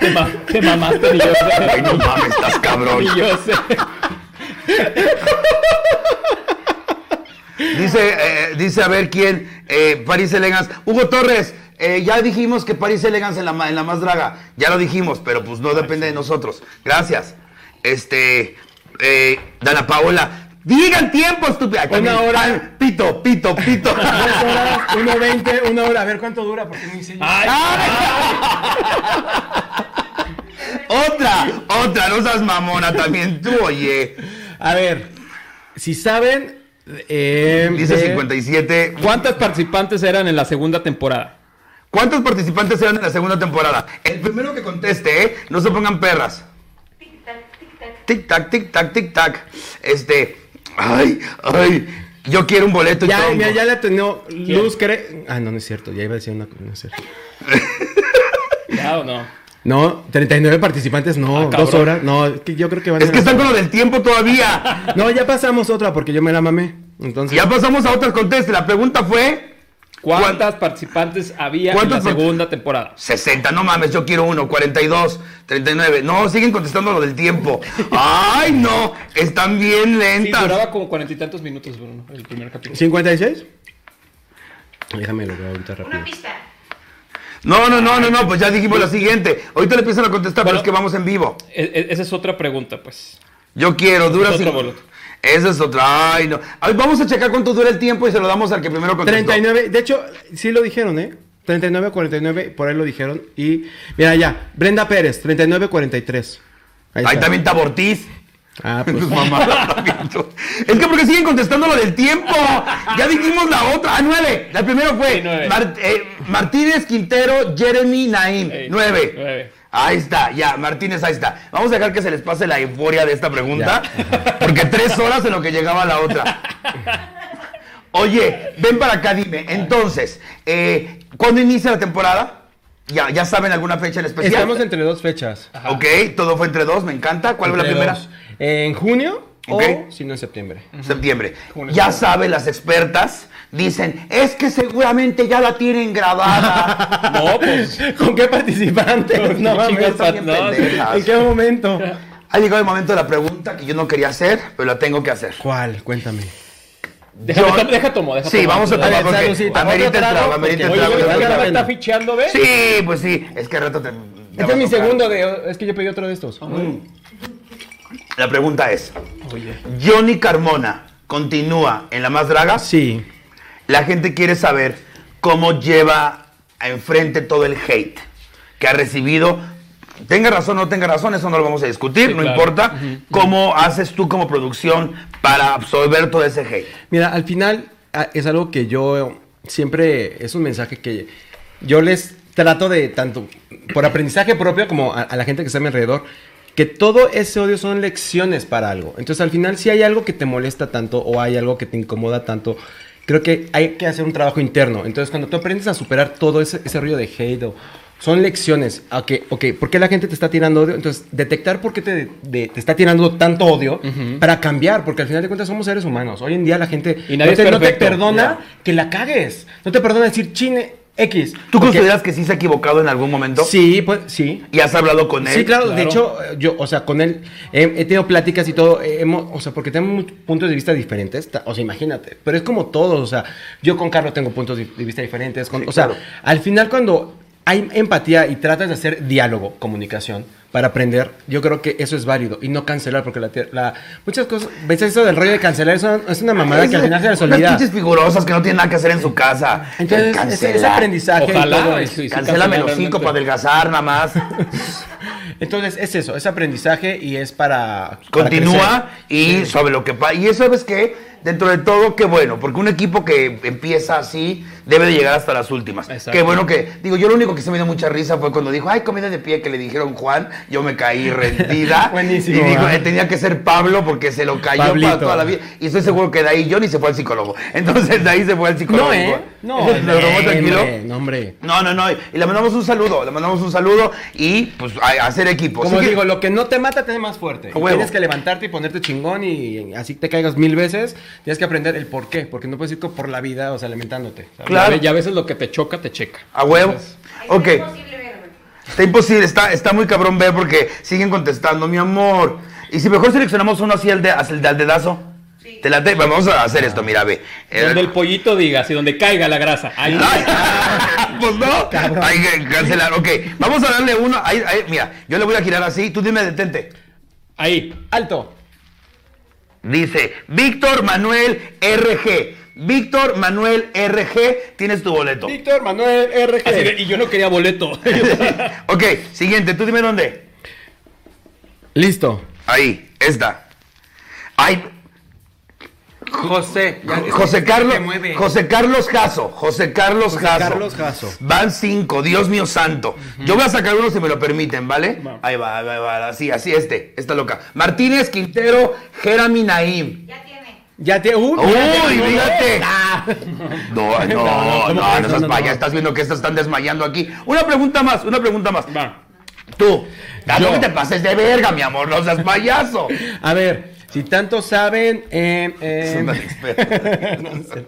S4: Te, ma- te mamaste, ni yo sé.
S1: Ay, no mames, estás cabrón.
S4: Ni yo sé.
S1: Dice, eh, dice a ver quién, eh, París Elegance. Hugo Torres, eh, ya dijimos que París Elegance en la, ma- en la más draga. Ya lo dijimos, pero pues no depende de nosotros. Gracias. Este, eh, Dana Paola. Digan tiempo, estúpida. Ay, también.
S3: hora.
S1: Ay, Pito, pito, pito.
S3: Dos horas, 1.20, una hora, a ver cuánto dura, porque me hice yo.
S4: Ay,
S1: Ah, otra, otra, no seas mamona también tú, oye.
S3: A ver, si saben... eh,
S1: Dice
S3: de-
S1: 57.
S4: ¿Cuántas participantes eran en la segunda temporada?
S1: ¿Cuántos participantes eran en la segunda temporada? El primero que conteste, ¿eh? No se pongan perras. Tic tac, tic tac, tic tac. Este, ay, ay, yo quiero un boleto y
S3: Ya,
S1: tronco.
S3: mira, ya la tenía Luz Cre... Ah, no, no es cierto, ya iba a decir una cosa, no es cierto.
S2: ¿Ya o no?
S3: No, 39 participantes, no,
S2: Ah,
S3: dos
S2: cabrón.
S3: horas, no, es que yo creo que van
S1: Es
S3: a-
S1: que están con lo del tiempo todavía.
S3: No, ya pasamos otra porque yo me la mamé. Entonces,
S1: Ya pasamos a otras conteste. La pregunta fue
S2: ¿Cuántas participantes había en
S1: ¿Cuántas
S2: la
S1: part-
S2: segunda temporada?
S1: 60, no mames, yo quiero uno, 42, 39. No, siguen contestando lo del tiempo. Ay, no, están bien
S2: Sí,
S1: lentas.
S2: duraba como cuarenta y tantos minutos, Bruno, el primer capítulo.
S3: ¿56? Déjame lo veo ahorita rápido.
S5: Una pista.
S1: No, no, no, no, no, pues ya dijimos la siguiente. Ahorita le empiezan a contestar, pero
S2: Bueno.
S1: es que vamos en vivo.
S2: E- e- esa es otra pregunta, pues.
S1: Yo quiero, dura
S2: Es otro
S1: cinco-
S2: boleto.
S1: Esa es otra. Ay, no. A ver, vamos a checar cuánto dura el tiempo y se lo damos al que primero contestó.
S3: 39, de hecho, sí lo dijeron, ¿eh? 39, 49, por ahí lo dijeron. Y mira ya, Brenda Pérez, 39, 43. Ahí,
S1: Ahí
S3: está.
S1: también está Ortiz.
S3: Ah, pues.
S1: Sus mamadas también, tú. es que porque siguen contestando lo del tiempo. Ya dijimos la otra. Ah, nueve. La primera fue
S2: Sí, nueve.
S1: Mar- eh, Martínez, Quintero, Jeremy, Naim.
S2: Ey,
S1: nueve.
S2: nueve.
S1: Ahí está, ya, Martínez, ahí está. Vamos a dejar que se les pase la euforia de esta pregunta, porque tres horas en lo que llegaba la otra. Oye, ven para acá, dime. Entonces, eh, ¿cuándo inicia la temporada? Ya, ya saben alguna fecha en especial.
S3: Estamos entre dos fechas.
S1: Ok, todo fue entre dos, me encanta. ¿Cuál fue la
S3: Entre
S1: primera?
S3: dos. Eh, En junio
S1: Ok.
S3: o si no en septiembre.
S1: septiembre.
S2: Junio,
S1: Ya
S2: septiembre.
S1: saben las expertas, dicen, es que seguramente ya la tienen grabada.
S2: No, pues.
S3: ¿Con qué participantes? No,
S2: Chingas
S3: mames.
S2: pat-
S1: bien
S2: no,
S1: pendeja.
S3: ¿En qué momento?
S1: ha llegado el momento de la pregunta que yo no quería hacer, pero la tengo que hacer.
S3: ¿Cuál? Cuéntame.
S2: Déjame,
S1: Yo-
S2: deja- deja tomo, deja
S1: Sí,
S2: tomo.
S1: vamos a
S2: Dale,
S1: tomar
S3: dale,
S1: porque
S3: saludcita.
S1: amerita
S3: Otro
S1: el
S3: trago,
S1: trago, amerita el
S3: porque-
S1: trago.
S3: Oye,
S1: amerita el
S3: güey,
S2: Oye,
S3: la
S2: me
S1: trago.
S2: está
S3: pena.
S2: fichando, ¿ves?
S1: Sí, pues sí, es que al rato te... te va
S3: Este
S1: a
S3: es mi
S1: tocar.
S3: segundo de. Es que yo pedí otro de estos.
S1: La pregunta es, Johnny Carmona continúa en La Más Draga.
S3: Sí.
S1: La gente quiere saber cómo lleva a enfrente todo el hate que ha recibido. Tenga razón o no tenga razón, eso no lo vamos a discutir,
S2: Sí,
S1: no
S2: claro.
S1: importa. ¿Cómo haces tú como producción para absorber todo ese hate?
S3: Mira, al final a- es algo que yo siempre es un mensaje que yo les trato de tanto por aprendizaje propio como a, a la gente que está a mi alrededor que todo ese odio son lecciones para algo. Entonces, al final si hay algo que te molesta tanto o hay algo que te incomoda tanto, creo que hay que hacer un trabajo interno. Entonces, cuando tú aprendes a superar todo ese, ese rollo de hate o son lecciones a que, ok, ¿por qué la gente te está tirando odio? Entonces, detectar por qué te, de- te está tirando tanto odio para cambiar, porque al final de cuentas somos seres humanos. Hoy en día la gente
S2: Y nadie
S3: no, te,
S2: es
S3: no te
S2: perfecto.
S3: perdona que la cagues. No te perdona decir, chine, X.
S1: ¿Tú
S3: Porque-
S1: consideras que sí se ha equivocado en algún momento?
S3: Sí, pues, sí.
S1: ¿Y has hablado con él?
S3: Sí, claro, de
S4: claro.
S3: hecho, eh, yo, o sea, con él eh, he tenido pláticas y todo, eh, hemos, o sea, porque tenemos muchos puntos de vista diferentes, ta- o sea, imagínate, pero es como todos, o sea, yo con Carlos tengo puntos de, de vista diferentes, con-
S1: Sí,
S3: o sea,
S1: claro.
S3: al final cuando hay empatía y tratas de hacer diálogo, comunicación, para aprender, yo creo que eso es válido y no cancelar, porque la, tie- la- muchas cosas, ves eso del rollo de cancelar, eso es una mamada que al final se les
S1: Unas
S3: olvida.
S1: pinches figurosas que no tienen nada que hacer en su casa.
S3: Entonces, es- es,
S1: Cancela.
S3: aprendizaje. y todo
S4: Ojalá.
S3: eso.
S4: sí, sí,
S1: Cancélame
S4: cancelar
S1: los
S4: realmente.
S1: cinco para adelgazar nada más.
S3: Entonces, es eso, es aprendizaje y es para... para
S1: Continúa
S3: crecer.
S1: y sobre lo que pasa. Y eso es que, dentro de todo, qué bueno, porque un equipo que empieza así debe de llegar hasta las últimas.
S4: Exacto.
S1: Qué bueno que, digo, yo lo único que se me dio mucha risa fue cuando dijo, ay, comida de pie que le dijeron Juan, yo me caí rendida.
S3: Buenísimo,
S1: Y dijo,
S3: ¿verdad?
S1: "Eh, tenía que ser Pablo porque se lo cayó para
S3: Pablito.
S1: toda la vida. Y estoy seguro que de ahí Johnny se fue al psicólogo. Entonces de ahí se fue al psicólogo.
S3: No, ¿eh? No,
S1: ¿Lo tomó tranquilo?
S3: hombre, No, hombre.
S1: No, no, no. Y le mandamos un saludo, le mandamos un saludo y pues a, a hacer equipo.
S3: Como
S1: Así que-
S3: digo, lo que no te mata te hace más fuerte.
S1: A huevo.
S3: Tienes que levantarte y ponerte chingón y así te caigas mil veces. Tienes que aprender el por qué, porque no puedes ir co- por la vida, o sea, lamentándote. ¿sabes?
S1: Claro.
S4: Y a veces lo que te choca, te checa.
S1: a huevo. Ok.
S5: Es imposible verlo.
S1: Está imposible, está, está muy cabrón ver porque siguen contestando, mi amor. Y si mejor seleccionamos uno así al, de, al, al dedazo.
S5: Sí.
S1: Te la te- vamos a hacer esto, mira, ve. Eh,
S4: Donde el pollito diga, así donde caiga la grasa. Ahí.
S1: Ay, pues no, hay que cancelar. Ok, vamos a darle uno. Ahí, ahí, mira, yo le voy a girar así. Tú dime, detente.
S4: Ahí.
S3: Alto.
S1: Dice Víctor Manuel RG. Víctor Manuel RG, tienes tu boleto.
S3: Víctor Manuel RG.
S4: Así de, y yo no quería boleto.
S1: ok, siguiente, tú dime dónde.
S3: Listo.
S1: Ahí, esta. Ay,
S3: José. ya-
S1: José Carlos,
S3: Te mueve.
S1: José Carlos Jasso, José Carlos Jasso.
S3: Carlos Jasso.
S1: Van cinco, Dios mío santo. Yo voy a sacar uno si me lo permiten, ¿vale? Ahí va, ahí va, ahí va, así, así, este, esta loca. Martínez Quintero, Jeremy Naim.
S5: Ya tiene.
S3: Ya te. uh,
S1: Uh.
S3: ¡Uy!
S1: ¡Uy, fíjate! No, no, no, no,
S4: ¿cómo crees?
S1: no seas
S4: No, no,
S1: paya,
S4: no.
S1: estás viendo que estas están desmayando aquí. Una pregunta más, una pregunta más.
S4: Va.
S1: Tú, tanto
S3: Yo.
S1: que te pases de verga, mi amor, no seas payaso.
S3: A ver, si tanto saben. eh, eh,
S1: Es una experta.
S3: No sé.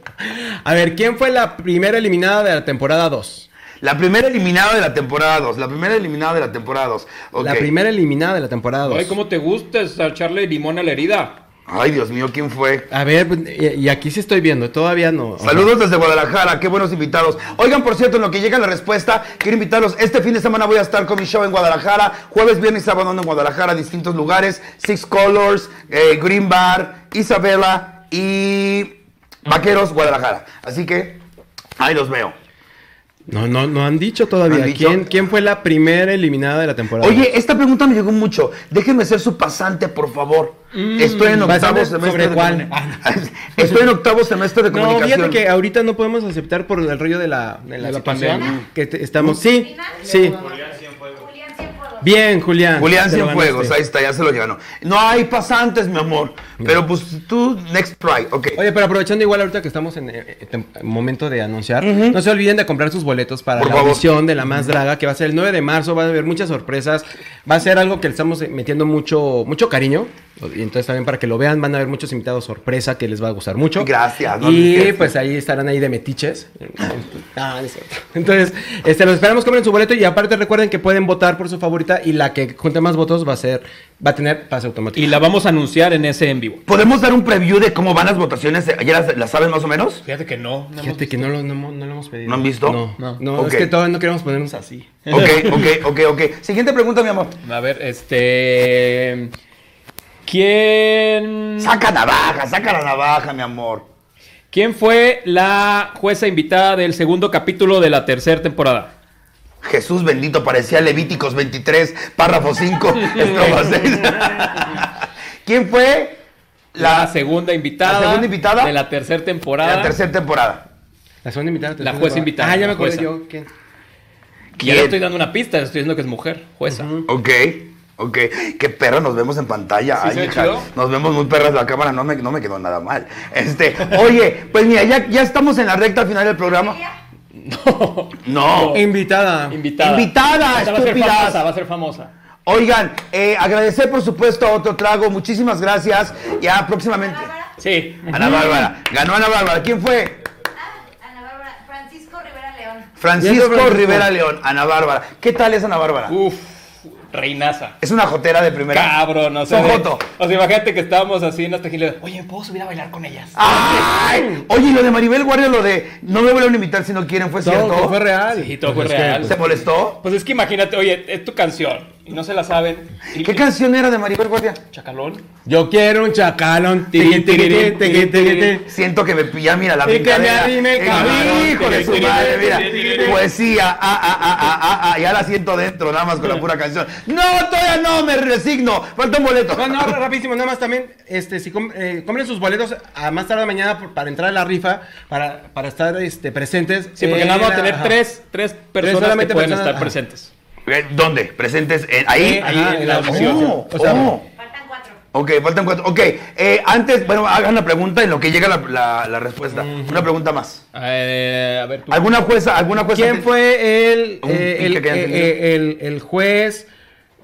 S3: A ver, ¿quién fue la primera eliminada de la temporada 2?
S1: La primera eliminada de la temporada 2, la primera eliminada de la temporada 2.
S3: La primera eliminada de la temporada 2.
S4: Ay, cómo te gusta echarle limón a la herida.
S1: Ay, Dios mío, ¿quién fue?
S3: A ver, y, y aquí sí estoy viendo, todavía no. o sea,
S1: Saludos desde Guadalajara, qué buenos invitados. Oigan, por cierto, en lo que llega la respuesta, quiero invitarlos. Este fin de semana voy a estar con mi show en Guadalajara. Jueves, viernes y sábado ando en Guadalajara, distintos lugares. Six Colors, eh, Green Bar, Isabela y Vaqueros, Guadalajara. Así que ahí los veo.
S3: No, no, no han dicho todavía.
S1: ¿Han dicho?
S3: ¿Quién, ¿Quién fue la primera eliminada de la temporada?
S1: Oye, esta pregunta me llegó mucho. Déjenme ser su pasante, por favor. Estoy en
S3: ¿vas
S1: octavo
S3: a hablar
S1: semestre.
S3: sobre
S1: de
S3: cuál? Ah,
S1: comuni- Estoy en octavo semestre de
S3: no,
S1: comunicación.
S3: fíjate que ahorita no podemos aceptar por el rollo de la, de la
S4: De la
S3: situación
S4: pandemia.
S3: Que te- estamos. Sí, sí.
S5: Julián Cienfuegos.
S3: Bien, Julián.
S1: Julián
S3: Ah, te lo
S1: Cienfuegos, ahí
S3: ganaste.
S1: está, ya se lo ganó. No hay pasantes, mi amor. Pero pues tú, next try, ok.
S3: Oye, pero aprovechando igual ahorita que estamos en eh, eh, tem- momento de anunciar, no se olviden de comprar sus boletos para
S1: Por
S3: la
S1: favor.
S3: audición de La Más Draga, que va a ser el 9 de marzo, va a haber muchas sorpresas, va a ser algo que le estamos eh, metiendo mucho, mucho cariño, y entonces también para que lo vean, van a haber muchos invitados sorpresa que les va a gustar mucho.
S1: Gracias, no, ni
S3: y
S1: qué.
S3: pues ahí estarán ahí de metiches. Ah, no es cierto. Entonces, este, los esperamos, compren su boleto y aparte recuerden que pueden votar por su favorita y la que junte más votos va a ser, va a tener pase automático.
S4: Y la vamos a anunciar en ese en vivo.
S1: ¿Podemos dar un preview de cómo van las votaciones? ¿Ya las, las saben más o menos?
S4: Fíjate que no. no
S3: Fíjate que no lo, no, hemos- no lo hemos pedido.
S1: ¿No han visto?
S3: No,
S1: No.
S3: no.
S1: Ok.
S3: es que todavía no queremos ponernos así.
S1: Ok, ok, ok, ok. Siguiente pregunta, mi amor.
S4: hemos- A ver, este.
S3: Mm.
S4: ¿Quién.
S1: Saca navaja, saca la navaja, mi amor.
S4: ¿Quién fue la jueza invitada del segundo capítulo de la tercera temporada?
S1: Jesús bendito parecía Levíticos 23, párrafo 5, estrofa 6. ¿Quién fue
S4: La,
S1: la,
S4: segunda invitada.
S1: la segunda invitada
S4: De la tercera temporada.
S1: la tercera temporada?
S3: La segunda invitada.
S4: La jueza
S3: tercera
S4: invitada,
S3: Ah, ya
S4: la
S3: me acuerdo
S4: jueza.
S3: yo. ¿quién?
S4: Ya le
S1: ¿Quién?
S4: estoy dando una pista, le estoy diciendo que es mujer, jueza.
S1: Ok, ok. Qué perra, nos vemos en pantalla.
S4: ¿Sí
S1: Ay,
S4: se ve
S1: hija,
S4: chido?
S1: Nos vemos muy perras la cámara, no me, no me quedó nada mal. Este, oye, pues mira, ya, ya estamos en la recta final del programa.
S5: Julia,
S1: No.
S3: Invitada.
S4: Invitada.
S1: Invitada,
S4: Esta va a ser
S1: estúpidas.
S4: famosa, va a ser famosa.
S1: Oigan, eh, agradecer por supuesto a Otro Trago, muchísimas gracias. Ya próximamente.
S5: Bárbara,
S4: Sí.
S1: Ana Bárbara, ganó Ana Bárbara. ¿Quién fue?
S4: Ah,
S5: Ana Bárbara, Francisco Rivera León.
S1: Francisco
S4: Francisco.
S1: Rivera León, Ana Bárbara. ¿Qué tal es Ana Bárbara?
S3: Uh.
S4: Uf,
S2: Reinaza.
S1: Es una jotera de primera.
S2: Cabrón, o sea.
S1: Son
S2: de-
S1: joto.
S2: O sea, imagínate que estábamos así en las tequilas. Oye, ¿puedo subir a bailar con ellas?
S1: ¡Ay! Oye, y lo de Maribel Guardia, lo de no me vuelvan a invitar si no quieren, ¿fue
S3: Todo,
S1: cierto?
S3: todo fue real.
S2: Sí, todo fue
S3: Pues es que,
S2: real.
S1: ¿Se molestó?
S2: Pues es que imagínate, oye, es tu canción y no se la saben. Y-
S1: ¿Qué canción era de Maribel Guardia?
S2: Chacalón.
S3: Yo quiero un chacalón. tiqui, tiqui, tiqui, tiqui, tiqui.
S1: Siento que me pilla, mira, la
S3: Y que
S1: brincadera.
S3: me arrime el
S1: Eh,
S3: cabrón.
S1: hijo de su madre, mira. Poesía, ah, ah, ah, ah, ah, ah, ya la siento dentro, nada más con la pura canción. No, todavía no, me resigno. Falta un boleto.
S3: No, no, rapidísimo, nada más también, este, si com- eh, compren sus boletos a más tarde mañana por- para entrar a la rifa, para, para estar este, presentes.
S4: sí, porque
S3: Eh,
S4: nada más vamos a
S3: la-
S4: tener
S3: ajá.
S4: tres, tres personas que
S3: solamente
S4: pueden
S3: personas,
S4: estar
S3: ajá.
S4: presentes.
S1: Eh, ¿Dónde? ¿Presentes? Eh, ¿Ahí?
S2: Eh, ahí en
S1: Oh,
S2: la audición.
S3: O sea,
S1: oh.
S5: Faltan cuatro.
S1: Ok, faltan cuatro. Ok, eh, antes, bueno, hagan la pregunta en lo que llega la, la- la respuesta. Una pregunta más.
S4: Eh, a ver, tú.
S1: ¿Alguna jueza? ¿Alguna jueza?
S3: ¿Quién
S1: te-
S3: fue el,
S1: Un
S3: eh, el,
S1: pinche que haya
S3: eh,
S1: entendido.
S3: eh, el- el juez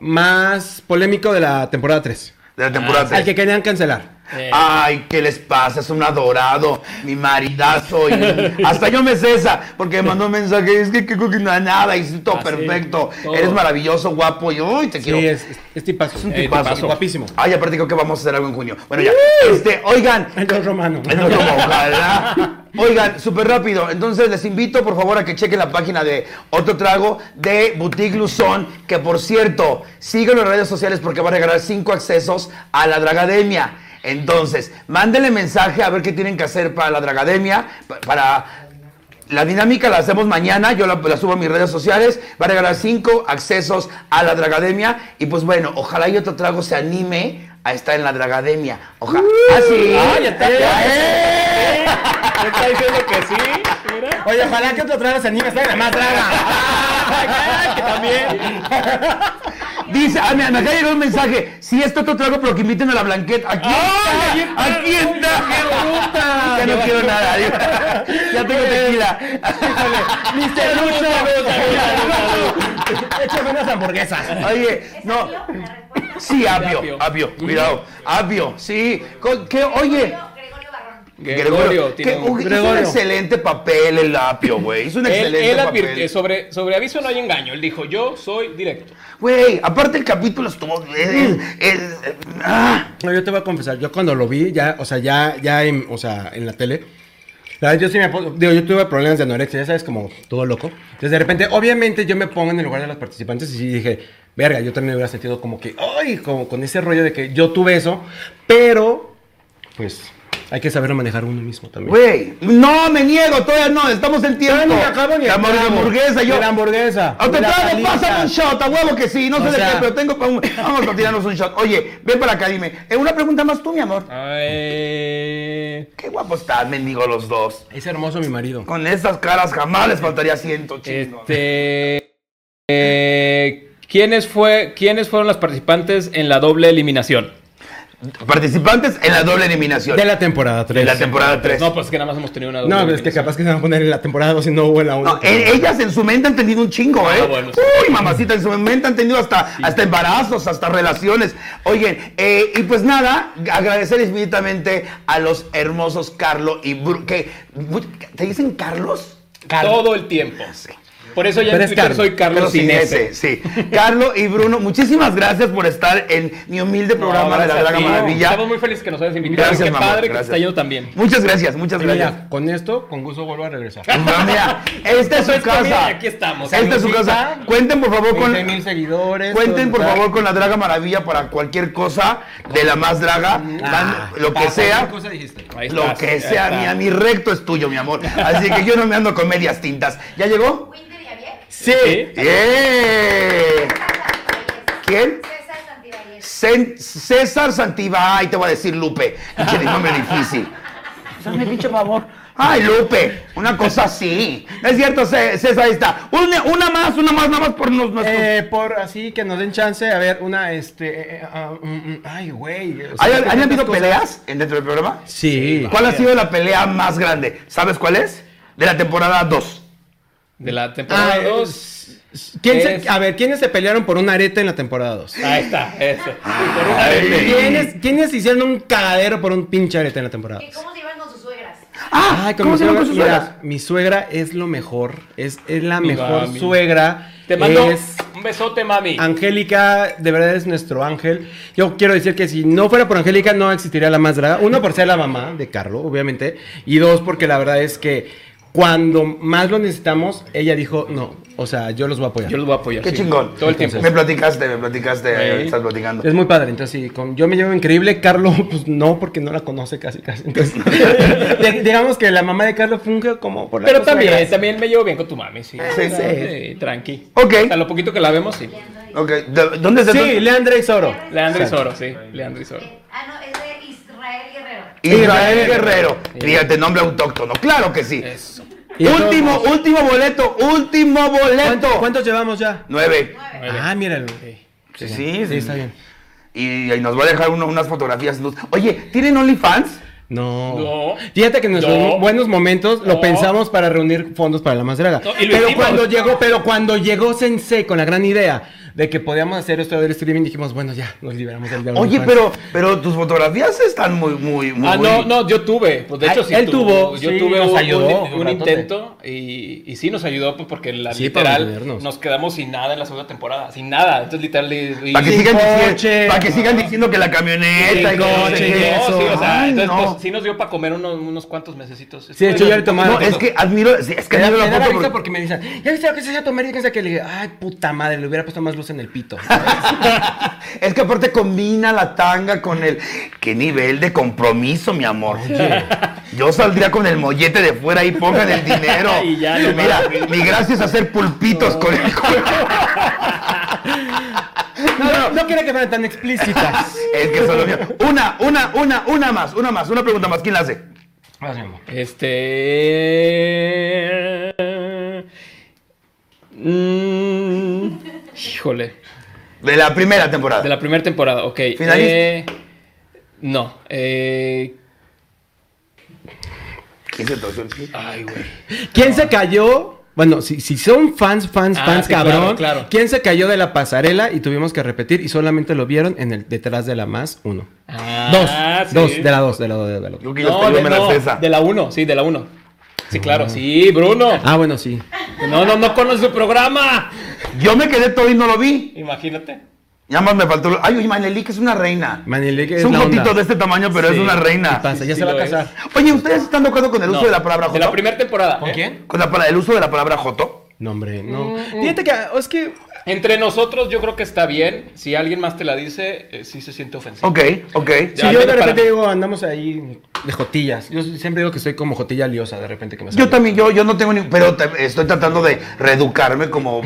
S3: más polémico de la temporada 3?
S1: De la temporada
S3: Ah, Al
S1: tres.
S3: que querían cancelar.
S4: Eh,
S1: Ay, ¿qué les pasa? Es un adorado, mi maridazo. y- hasta yo me cesa, porque me mandó un mensaje. Es que, que, que no hay nada, y todo
S4: Así,
S1: perfecto.
S4: todo.
S1: Eres maravilloso, guapo. Y hoy te quiero.
S3: Ah, Sí, es, es, es tipazo.
S1: Es un
S4: Eh,
S1: tipazo.
S4: tipazo.
S3: Guapísimo.
S1: Ay, aparte creo que vamos a hacer algo en junio. Bueno, ya. Este, oigan,
S3: El dos romano.
S1: Es lo como, ojalá. Oigan, súper rápido. Entonces les invito por favor a que chequen la página de Otro Trago de Boutique Luzón. Que por cierto, síganlo en redes sociales porque va a regalar cinco accesos a la Dragademia. Entonces, mándenle mensaje a ver qué tienen que hacer para la Dragademia. pa- Para. La dinámica la hacemos mañana, yo la, la subo a mis redes sociales, va a regalar cinco accesos a la Dragademia y pues bueno, ojalá y otro trago se anime a estar en la Dragademia. Ojalá. ah, sí.
S4: Ah, ya está.
S1: ¡Eh!
S2: ¿Qué está diciendo que sí? Mira.
S3: Oye, ojalá que otro trago se anime, está la más draga.
S2: que también.
S1: Dice, ah, mira, me acaba de llegar un mensaje. Si esto otro trago, pero que inviten a la Blanqueta. Aquí está. Aquí está. Ya no quiero nada. digo. Ya tengo tequila.
S3: Mister Lucho. Échame unas hamburguesas.
S1: Oye,
S5: ¿Es
S1: no.
S5: apio la respuesta?
S1: Sí, apio,
S4: Apio.
S1: apio, cuidado, apio, sí. Con- ¿Qué? Oye,
S5: Gregorio Barrón.
S4: Gregorio, tiene
S1: que-
S4: un-
S1: uy, hizo un
S3: Gregorio.
S1: excelente papel el apio, güey. Hizo un
S2: Él,
S1: excelente
S2: él
S1: papel.
S2: advirtió, sobre, sobre aviso no hay engaño. Él dijo, yo soy directo.
S1: Güey, aparte el capítulo estuvo. eh, eh, eh, ah.
S3: No, yo te voy a confesar, yo cuando lo vi, ya, o sea, ya, ya en, o sea, en la tele, la verdad, yo sí me pongo- digo, yo tuve problemas de anorexia, ya sabes, como todo loco. Entonces, de repente, obviamente, yo me pongo en el lugar de los participantes y sí dije, verga, yo también me hubiera sentido como que, ay, como con ese rollo de que yo tuve eso, pero, pues, hay que saberlo manejar uno mismo también.
S1: Güey, no me niego, todavía no, estamos en tiempo.
S3: Todavía ni acabo ni
S1: La hamburg-
S3: acabo.
S1: hamburguesa, yo.
S3: Ni la hamburguesa,
S1: A
S3: ni la
S1: trago,
S3: paliza.
S1: pásame un shot, a huevo que sí, no
S3: O
S1: sé de
S3: sea-
S1: qué, pero tengo para un. Vamos a tirarnos un shot. Oye, ven para acá, dime. Eh, una pregunta más tú, mi amor.
S4: ay,
S1: Qué guapo estás, mendigo los dos.
S3: Es hermoso mi marido.
S1: Con esas caras jamás les faltaría ciento, chingos.
S4: este, eh, ¿quiénes, fue, ¿Quiénes fueron las participantes en la doble eliminación?
S1: Participantes en la doble eliminación.
S3: De la temporada
S1: De
S3: 3.
S1: la temporada 3.
S4: No, pues que nada más hemos tenido una doble
S3: No, pero es que capaz que se van a poner en la temporada 2 y no hubo en la 1.
S1: No, e- ellas en su mente han tenido un chingo,
S2: Ah,
S1: ¿eh?
S4: bueno, sí.
S1: Uy, mamacita, en su mente han tenido hasta, hasta embarazos, hasta relaciones. Oigan, eh, y pues nada, agradecer infinitamente a los hermosos Carlos y Bru que ¿Te dicen Carlos?
S2: Todo el tiempo. Por eso ya
S3: Pero
S2: en
S3: es
S2: Twitter
S3: Carlos.
S2: soy Carlos
S1: sin
S2: Sinese.
S1: ese, sí. Carlos y Bruno, muchísimas gracias por estar en mi humilde programa de la
S2: gracias a
S1: Draga
S2: ti.
S1: Maravilla.
S2: Estamos muy felices que nos hayas invitado.
S1: Gracias,
S2: Qué
S1: mamá,
S2: padre que te
S1: gracias.
S2: está yendo también.
S1: Muchas gracias, muchas gracias.
S3: Mira, con esto, con gusto vuelvo a regresar.
S1: Mira, esta es su
S2: Pues, comida,
S1: casa.
S2: aquí estamos.
S1: Esta es su casa. Cuenten, por favor, con...
S3: 20 mil seguidores.
S1: Cuenten
S3: todo
S1: por
S3: el lugar.
S1: favor con la Draga Maravilla para cualquier cosa de la más draga,
S3: Ah,
S1: dan- lo que
S3: para
S1: sea.
S3: cualquier cosa dijiste.
S2: Ahí
S1: Lo
S2: estás,
S1: que
S2: ahí
S1: sea,
S2: está.
S1: mi, a mi recto es tuyo, mi amor. Así que yo no me ando con medias tintas. ¿Ya llegó?
S5: Winter y Ariel.
S2: Sí.
S1: ¡Bien! ¿Quién?
S5: César Santibáñez.
S1: Cen- César Santibáñez, te voy a decir Lupe. Pinche nombre difícil. Dame pinche favor. Ay, Lupe, una cosa así. No es cierto, Cé- César, ahí está. Una, una más, una más, nada más por nos- nuestros
S3: Eh, por así que nos den chance, a ver, una, este, eh, ah, mm, mm, ay, güey. o sea,
S1: ¿Hay,
S3: tantas
S1: ¿han habido
S3: cosas.
S1: peleas en- dentro del programa?
S3: Sí.
S1: ¿Cuál ha sido la pelea más grande? ¿Sabes cuál es? De la temporada 2.
S4: De la temporada
S3: Ah,
S4: 2.
S3: es- ¿quién se-
S4: es-
S3: a ver, ¿quiénes se pelearon por un arete en la temporada 2?
S2: Ahí está. Eso.
S1: Ay.
S3: ¿Quiénes, ¿Quiénes hicieron un cagadero por un pinche arete en la temporada
S5: ¿Y
S3: 2?
S5: cómo se iban con sus suegras?
S1: Ah,
S3: Ay, con
S1: ¿cómo
S3: mi
S1: se llama
S3: suegra,
S1: con sus
S3: mira,
S1: suegras?
S3: mi suegra es lo mejor. Es, es la mejor
S4: mami.
S3: suegra.
S2: Te mando
S3: Es
S2: un besote, mami.
S3: Angélica, de verdad es nuestro ángel. Yo quiero decir que si no fuera por Angélica, no existiría la más draga. Uno, por ser la mamá de Carlo, obviamente. Y dos, porque la verdad es que cuando más lo necesitamos, ella dijo, no, o sea, yo los voy a apoyar.
S4: Yo los voy a apoyar.
S1: Qué
S4: sí.
S1: chingón.
S4: Todo el tiempo.
S1: Me platicaste, me platicaste,
S4: Sí.
S1: estás platicando.
S3: Es muy padre, entonces sí, con- yo me llevo increíble, Carlos pues no, porque no la conoce casi casi. Entonces, de- digamos que la mamá de Carlos funge como por la
S4: Pero
S3: cosa
S4: también,
S3: grasa.
S4: también me llevo bien con tu mami, sí.
S1: sí,
S4: Sí,
S1: sí.
S4: tranqui.
S1: Ok.
S4: A lo poquito que la vemos, sí.
S1: Ok, ¿de- ¿dónde es
S3: Sí, Leandra y Zoro.
S4: Leandro y
S3: Exacto.
S4: Soro, sí. Leandro y Soro.
S5: Eh, Ah, no, es de Israel Guerrero.
S1: Israel Guerrero. Fíjate, nombre autóctono. Claro que sí.
S4: Eso.
S3: Y entonces,
S1: Último, último boleto, último boleto.
S3: ¿cuánto- ¿Cuántos llevamos ya?
S1: Nueve.
S3: Ah, míralo.
S1: Sí,
S3: Sí,
S1: sí,
S3: sí, está bien.
S1: Y, y nos va a dejar uno- unas fotografías. luz. Oye, ¿tienen OnlyFans?
S3: No.
S4: No.
S3: Fíjate que en nuestros
S4: No.
S3: buenos momentos lo
S4: No.
S3: pensamos para reunir fondos para la más draga.
S4: No, y lo
S3: pero
S4: hicimos.
S3: cuando llegó, pero cuando llegó Sensei con la gran idea de que podíamos hacer esto del streaming, dijimos, bueno, ya, nos liberamos del diablo.
S1: Oye, pero, pero tus fotografías están muy, muy, muy.
S4: Ah, no, no, yo tuve. Pues de
S3: Ah,
S4: hecho, sí.
S3: él tuvo,
S4: Yo
S3: sí,
S4: tuve
S3: nos
S4: un,
S3: ayudó
S4: un-
S3: un
S4: un
S3: ratote.
S4: intento y, y sí nos ayudó pues, porque la
S3: Sí, para
S4: literal
S3: mantenernos.
S4: nos quedamos sin nada en la segunda temporada. Sin nada. Entonces, literal. y-
S1: Para que,
S4: y-
S3: sin
S1: sigan,
S3: coche,
S1: diciendo, para que
S3: no.
S1: sigan diciendo que la camioneta y
S3: Sin
S1: que no sé
S3: coche,
S1: qué.
S3: y
S4: no,
S3: eso.
S4: sí, o sea,
S1: Ay,
S4: entonces,
S1: no.
S4: pues, sí nos dio para comer unos, unos cuantos mesecitos. pues,
S3: Sí, de hecho, ya le tomaba
S1: No, es que admiro, sí, es que
S3: Me da,
S1: admiro
S3: me
S1: la
S3: da la
S1: foto.
S3: risa
S1: porque-
S3: porque me dicen, ¿ya viste lo que se hizo a tu marido? Que es que le dije, ay, puta madre, le hubiera puesto más luz en el pito.
S1: Es que aparte combina la tanga con el. Qué nivel de compromiso, mi amor. Yo saldría con el mollete de fuera y pongan el dinero.
S4: Y ya, no
S1: Mira, mi gracia es hacer pulpitos con el cuerpo.
S3: No, no, no quería que fueran tan explícitas.
S1: Es que solo mío. Una, una, una, una más, una más, una pregunta más. ¿Quién la hace?
S3: Vas, mi amor.
S4: Este. mm, Híjole.
S1: De la primera temporada.
S4: De la primera temporada, ok.
S1: Finalista.
S4: Eh, no. Eh,
S1: ¿Quién se torció el pie?
S4: ay, güey.
S3: ¿Quién se cayó? Bueno, si, si son fans, fans,
S4: Ah,
S3: fans,
S4: sí, claro,
S3: cabrón.
S4: claro.
S3: ¿Quién se cayó de la pasarela y tuvimos que repetir y solamente lo vieron en el detrás de la más uno?
S4: Ah,
S3: dos,
S4: sí.
S3: dos, de la dos, de la dos, de la dos.
S1: Yo que yo
S4: No,
S1: estoy
S4: de,
S1: yo me la
S4: no,
S1: cesa.
S4: de la 1, sí, de la 1. Sí, claro, sí, Bruno.
S3: Ah, bueno, sí.
S4: No, no, no conoce su programa.
S1: Yo me quedé todo y no lo vi.
S4: Imagínate.
S1: Ya más me faltó. Ay, oye, Manelik es una reina.
S3: Manelik
S1: es
S3: es
S1: un
S3: la
S1: gotito
S3: onda.
S1: de este tamaño, pero es
S4: Sí.
S1: una
S3: ¿Qué
S1: reina.
S3: pasa? Ya
S4: Ah, Sí,
S3: se va a
S4: lo es.
S3: casar.
S1: Oye, ¿ustedes están de acuerdo con el uso
S4: No,
S1: de la palabra joto?
S4: De la primera temporada. ¿eh?
S1: Con la pala- el uso de la palabra joto.
S3: No, hombre, no. Fíjate que, es que
S4: Entre nosotros yo creo que está bien. Si alguien más te la dice, eh, sí se siente ofensivo.
S1: Ok, ok.
S4: Ya,
S3: Si yo de
S4: menos para
S3: repente
S4: mí.
S3: digo, andamos ahí de jotillas. Yo siempre digo que soy como jotilla liosa, de repente que me
S1: Yo
S3: sale.
S1: también, yo, yo no tengo ni. Pero te- estoy tratando de reeducarme como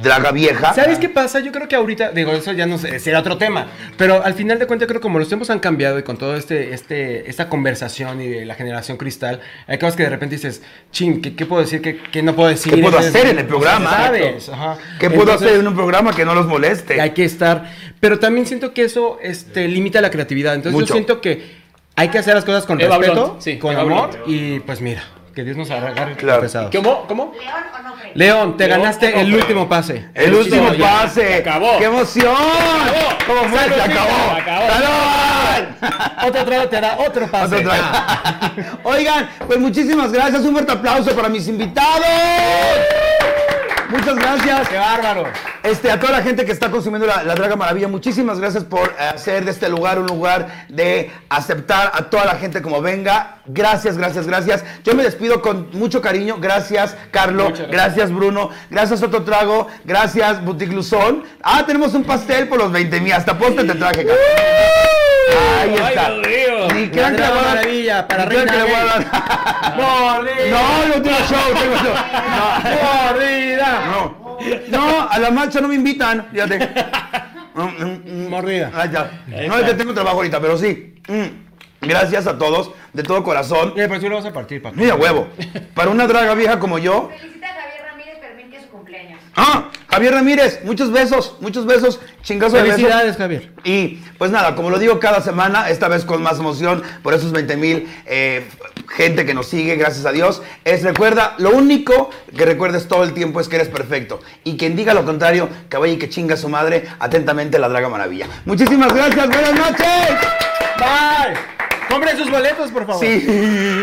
S1: draga vieja.
S3: ¿Sabes qué pasa? Yo creo que ahorita, digo, eso ya no sé, será otro tema, pero al final de cuentas creo que como los tiempos han cambiado y con todo este, este, esta conversación y de la generación cristal, hay cosas que de repente dices, chin, ¿qué, qué puedo decir? ¿Qué, qué no puedo decir?
S1: ¿Qué puedo
S3: Entonces,
S1: hacer en el programa?
S3: ¿Sabes? Ajá.
S1: ¿Qué puedo
S3: Entonces,
S1: hacer en un programa que no los moleste?
S3: Hay que estar, pero también siento que eso este, limita la creatividad, entonces
S1: Mucho.
S3: yo siento que hay que hacer las cosas con
S4: Eva
S3: respeto,
S4: Blunt, sí,
S3: con
S4: Eva
S3: amor
S4: Blunt.
S3: y pues mira, que Dios nos agarre el
S1: Claro.
S3: pesado.
S4: ¿Cómo? ¿Cómo?
S5: ¿León o no, Freddy?
S3: León, te
S4: León,
S3: ganaste
S4: no,
S3: el
S4: pero-
S3: último pase.
S1: El último
S4: ya,
S1: pase.
S4: se acabó.
S1: ¡Qué emoción!
S4: acabó.
S1: ¿Cómo fue?
S4: Salud,
S1: Se
S4: sí,
S1: acabó.
S4: se acabó.
S1: ¡Salud!
S3: Otro trago te da otro pase.
S1: Otro trago. Oigan, pues muchísimas gracias. Un fuerte aplauso para mis invitados. Muchas gracias.
S3: ¡Qué bárbaro!
S1: Este, a toda la gente que está consumiendo la, la Draga Maravilla, muchísimas gracias por eh, hacer de este lugar un lugar de aceptar a toda la gente como venga. Gracias, gracias, gracias. Yo me despido con mucho cariño. Gracias, Carlo. Gracias. Bruno. Gracias, Otro Trago. Gracias, Boutique Luzón. Ah, tenemos un pastel por los 20 mil. Hasta postre te traje, Carlo. Ahí
S4: ¡Ay,
S1: está.
S4: Dios mío!
S1: Ni crean
S3: La
S1: que le
S3: Draga
S1: voy a dar-
S3: Maravilla, para
S1: ni crean
S3: Reina
S1: que le voy a
S3: Gay.
S1: dar- No, no tengo show, tengo show. No. No, no, a la marcha no me invitan, fíjate. Mm, mm, mm.
S3: Mordida.
S1: Ahí está. No, es que tengo trabajo ahorita, pero sí. Mm. Gracias a todos, de todo corazón.
S3: Oye, pero sí lo vas a partir, papá.
S1: Mira huevo, para una draga vieja como yo.
S5: Felicita a Javier Ramírez Fermín que es su cumpleaños.
S1: Ah, Javier Ramírez, muchos besos, muchos besos, chingazo de besos.
S3: Felicidades, Javier.
S1: Y pues nada, como lo digo cada semana, esta vez con más emoción, por esos 20 mil eh, gente que nos sigue, gracias a Dios, es recuerda, lo único que recuerdes todo el tiempo es que eres perfecto. Y quien diga lo contrario, que vaya y que chinga a su madre, atentamente la Draga Maravilla. Muchísimas gracias, buenas noches.
S3: Bye.
S1: Compren sus boletos, por favor.
S6: Sí.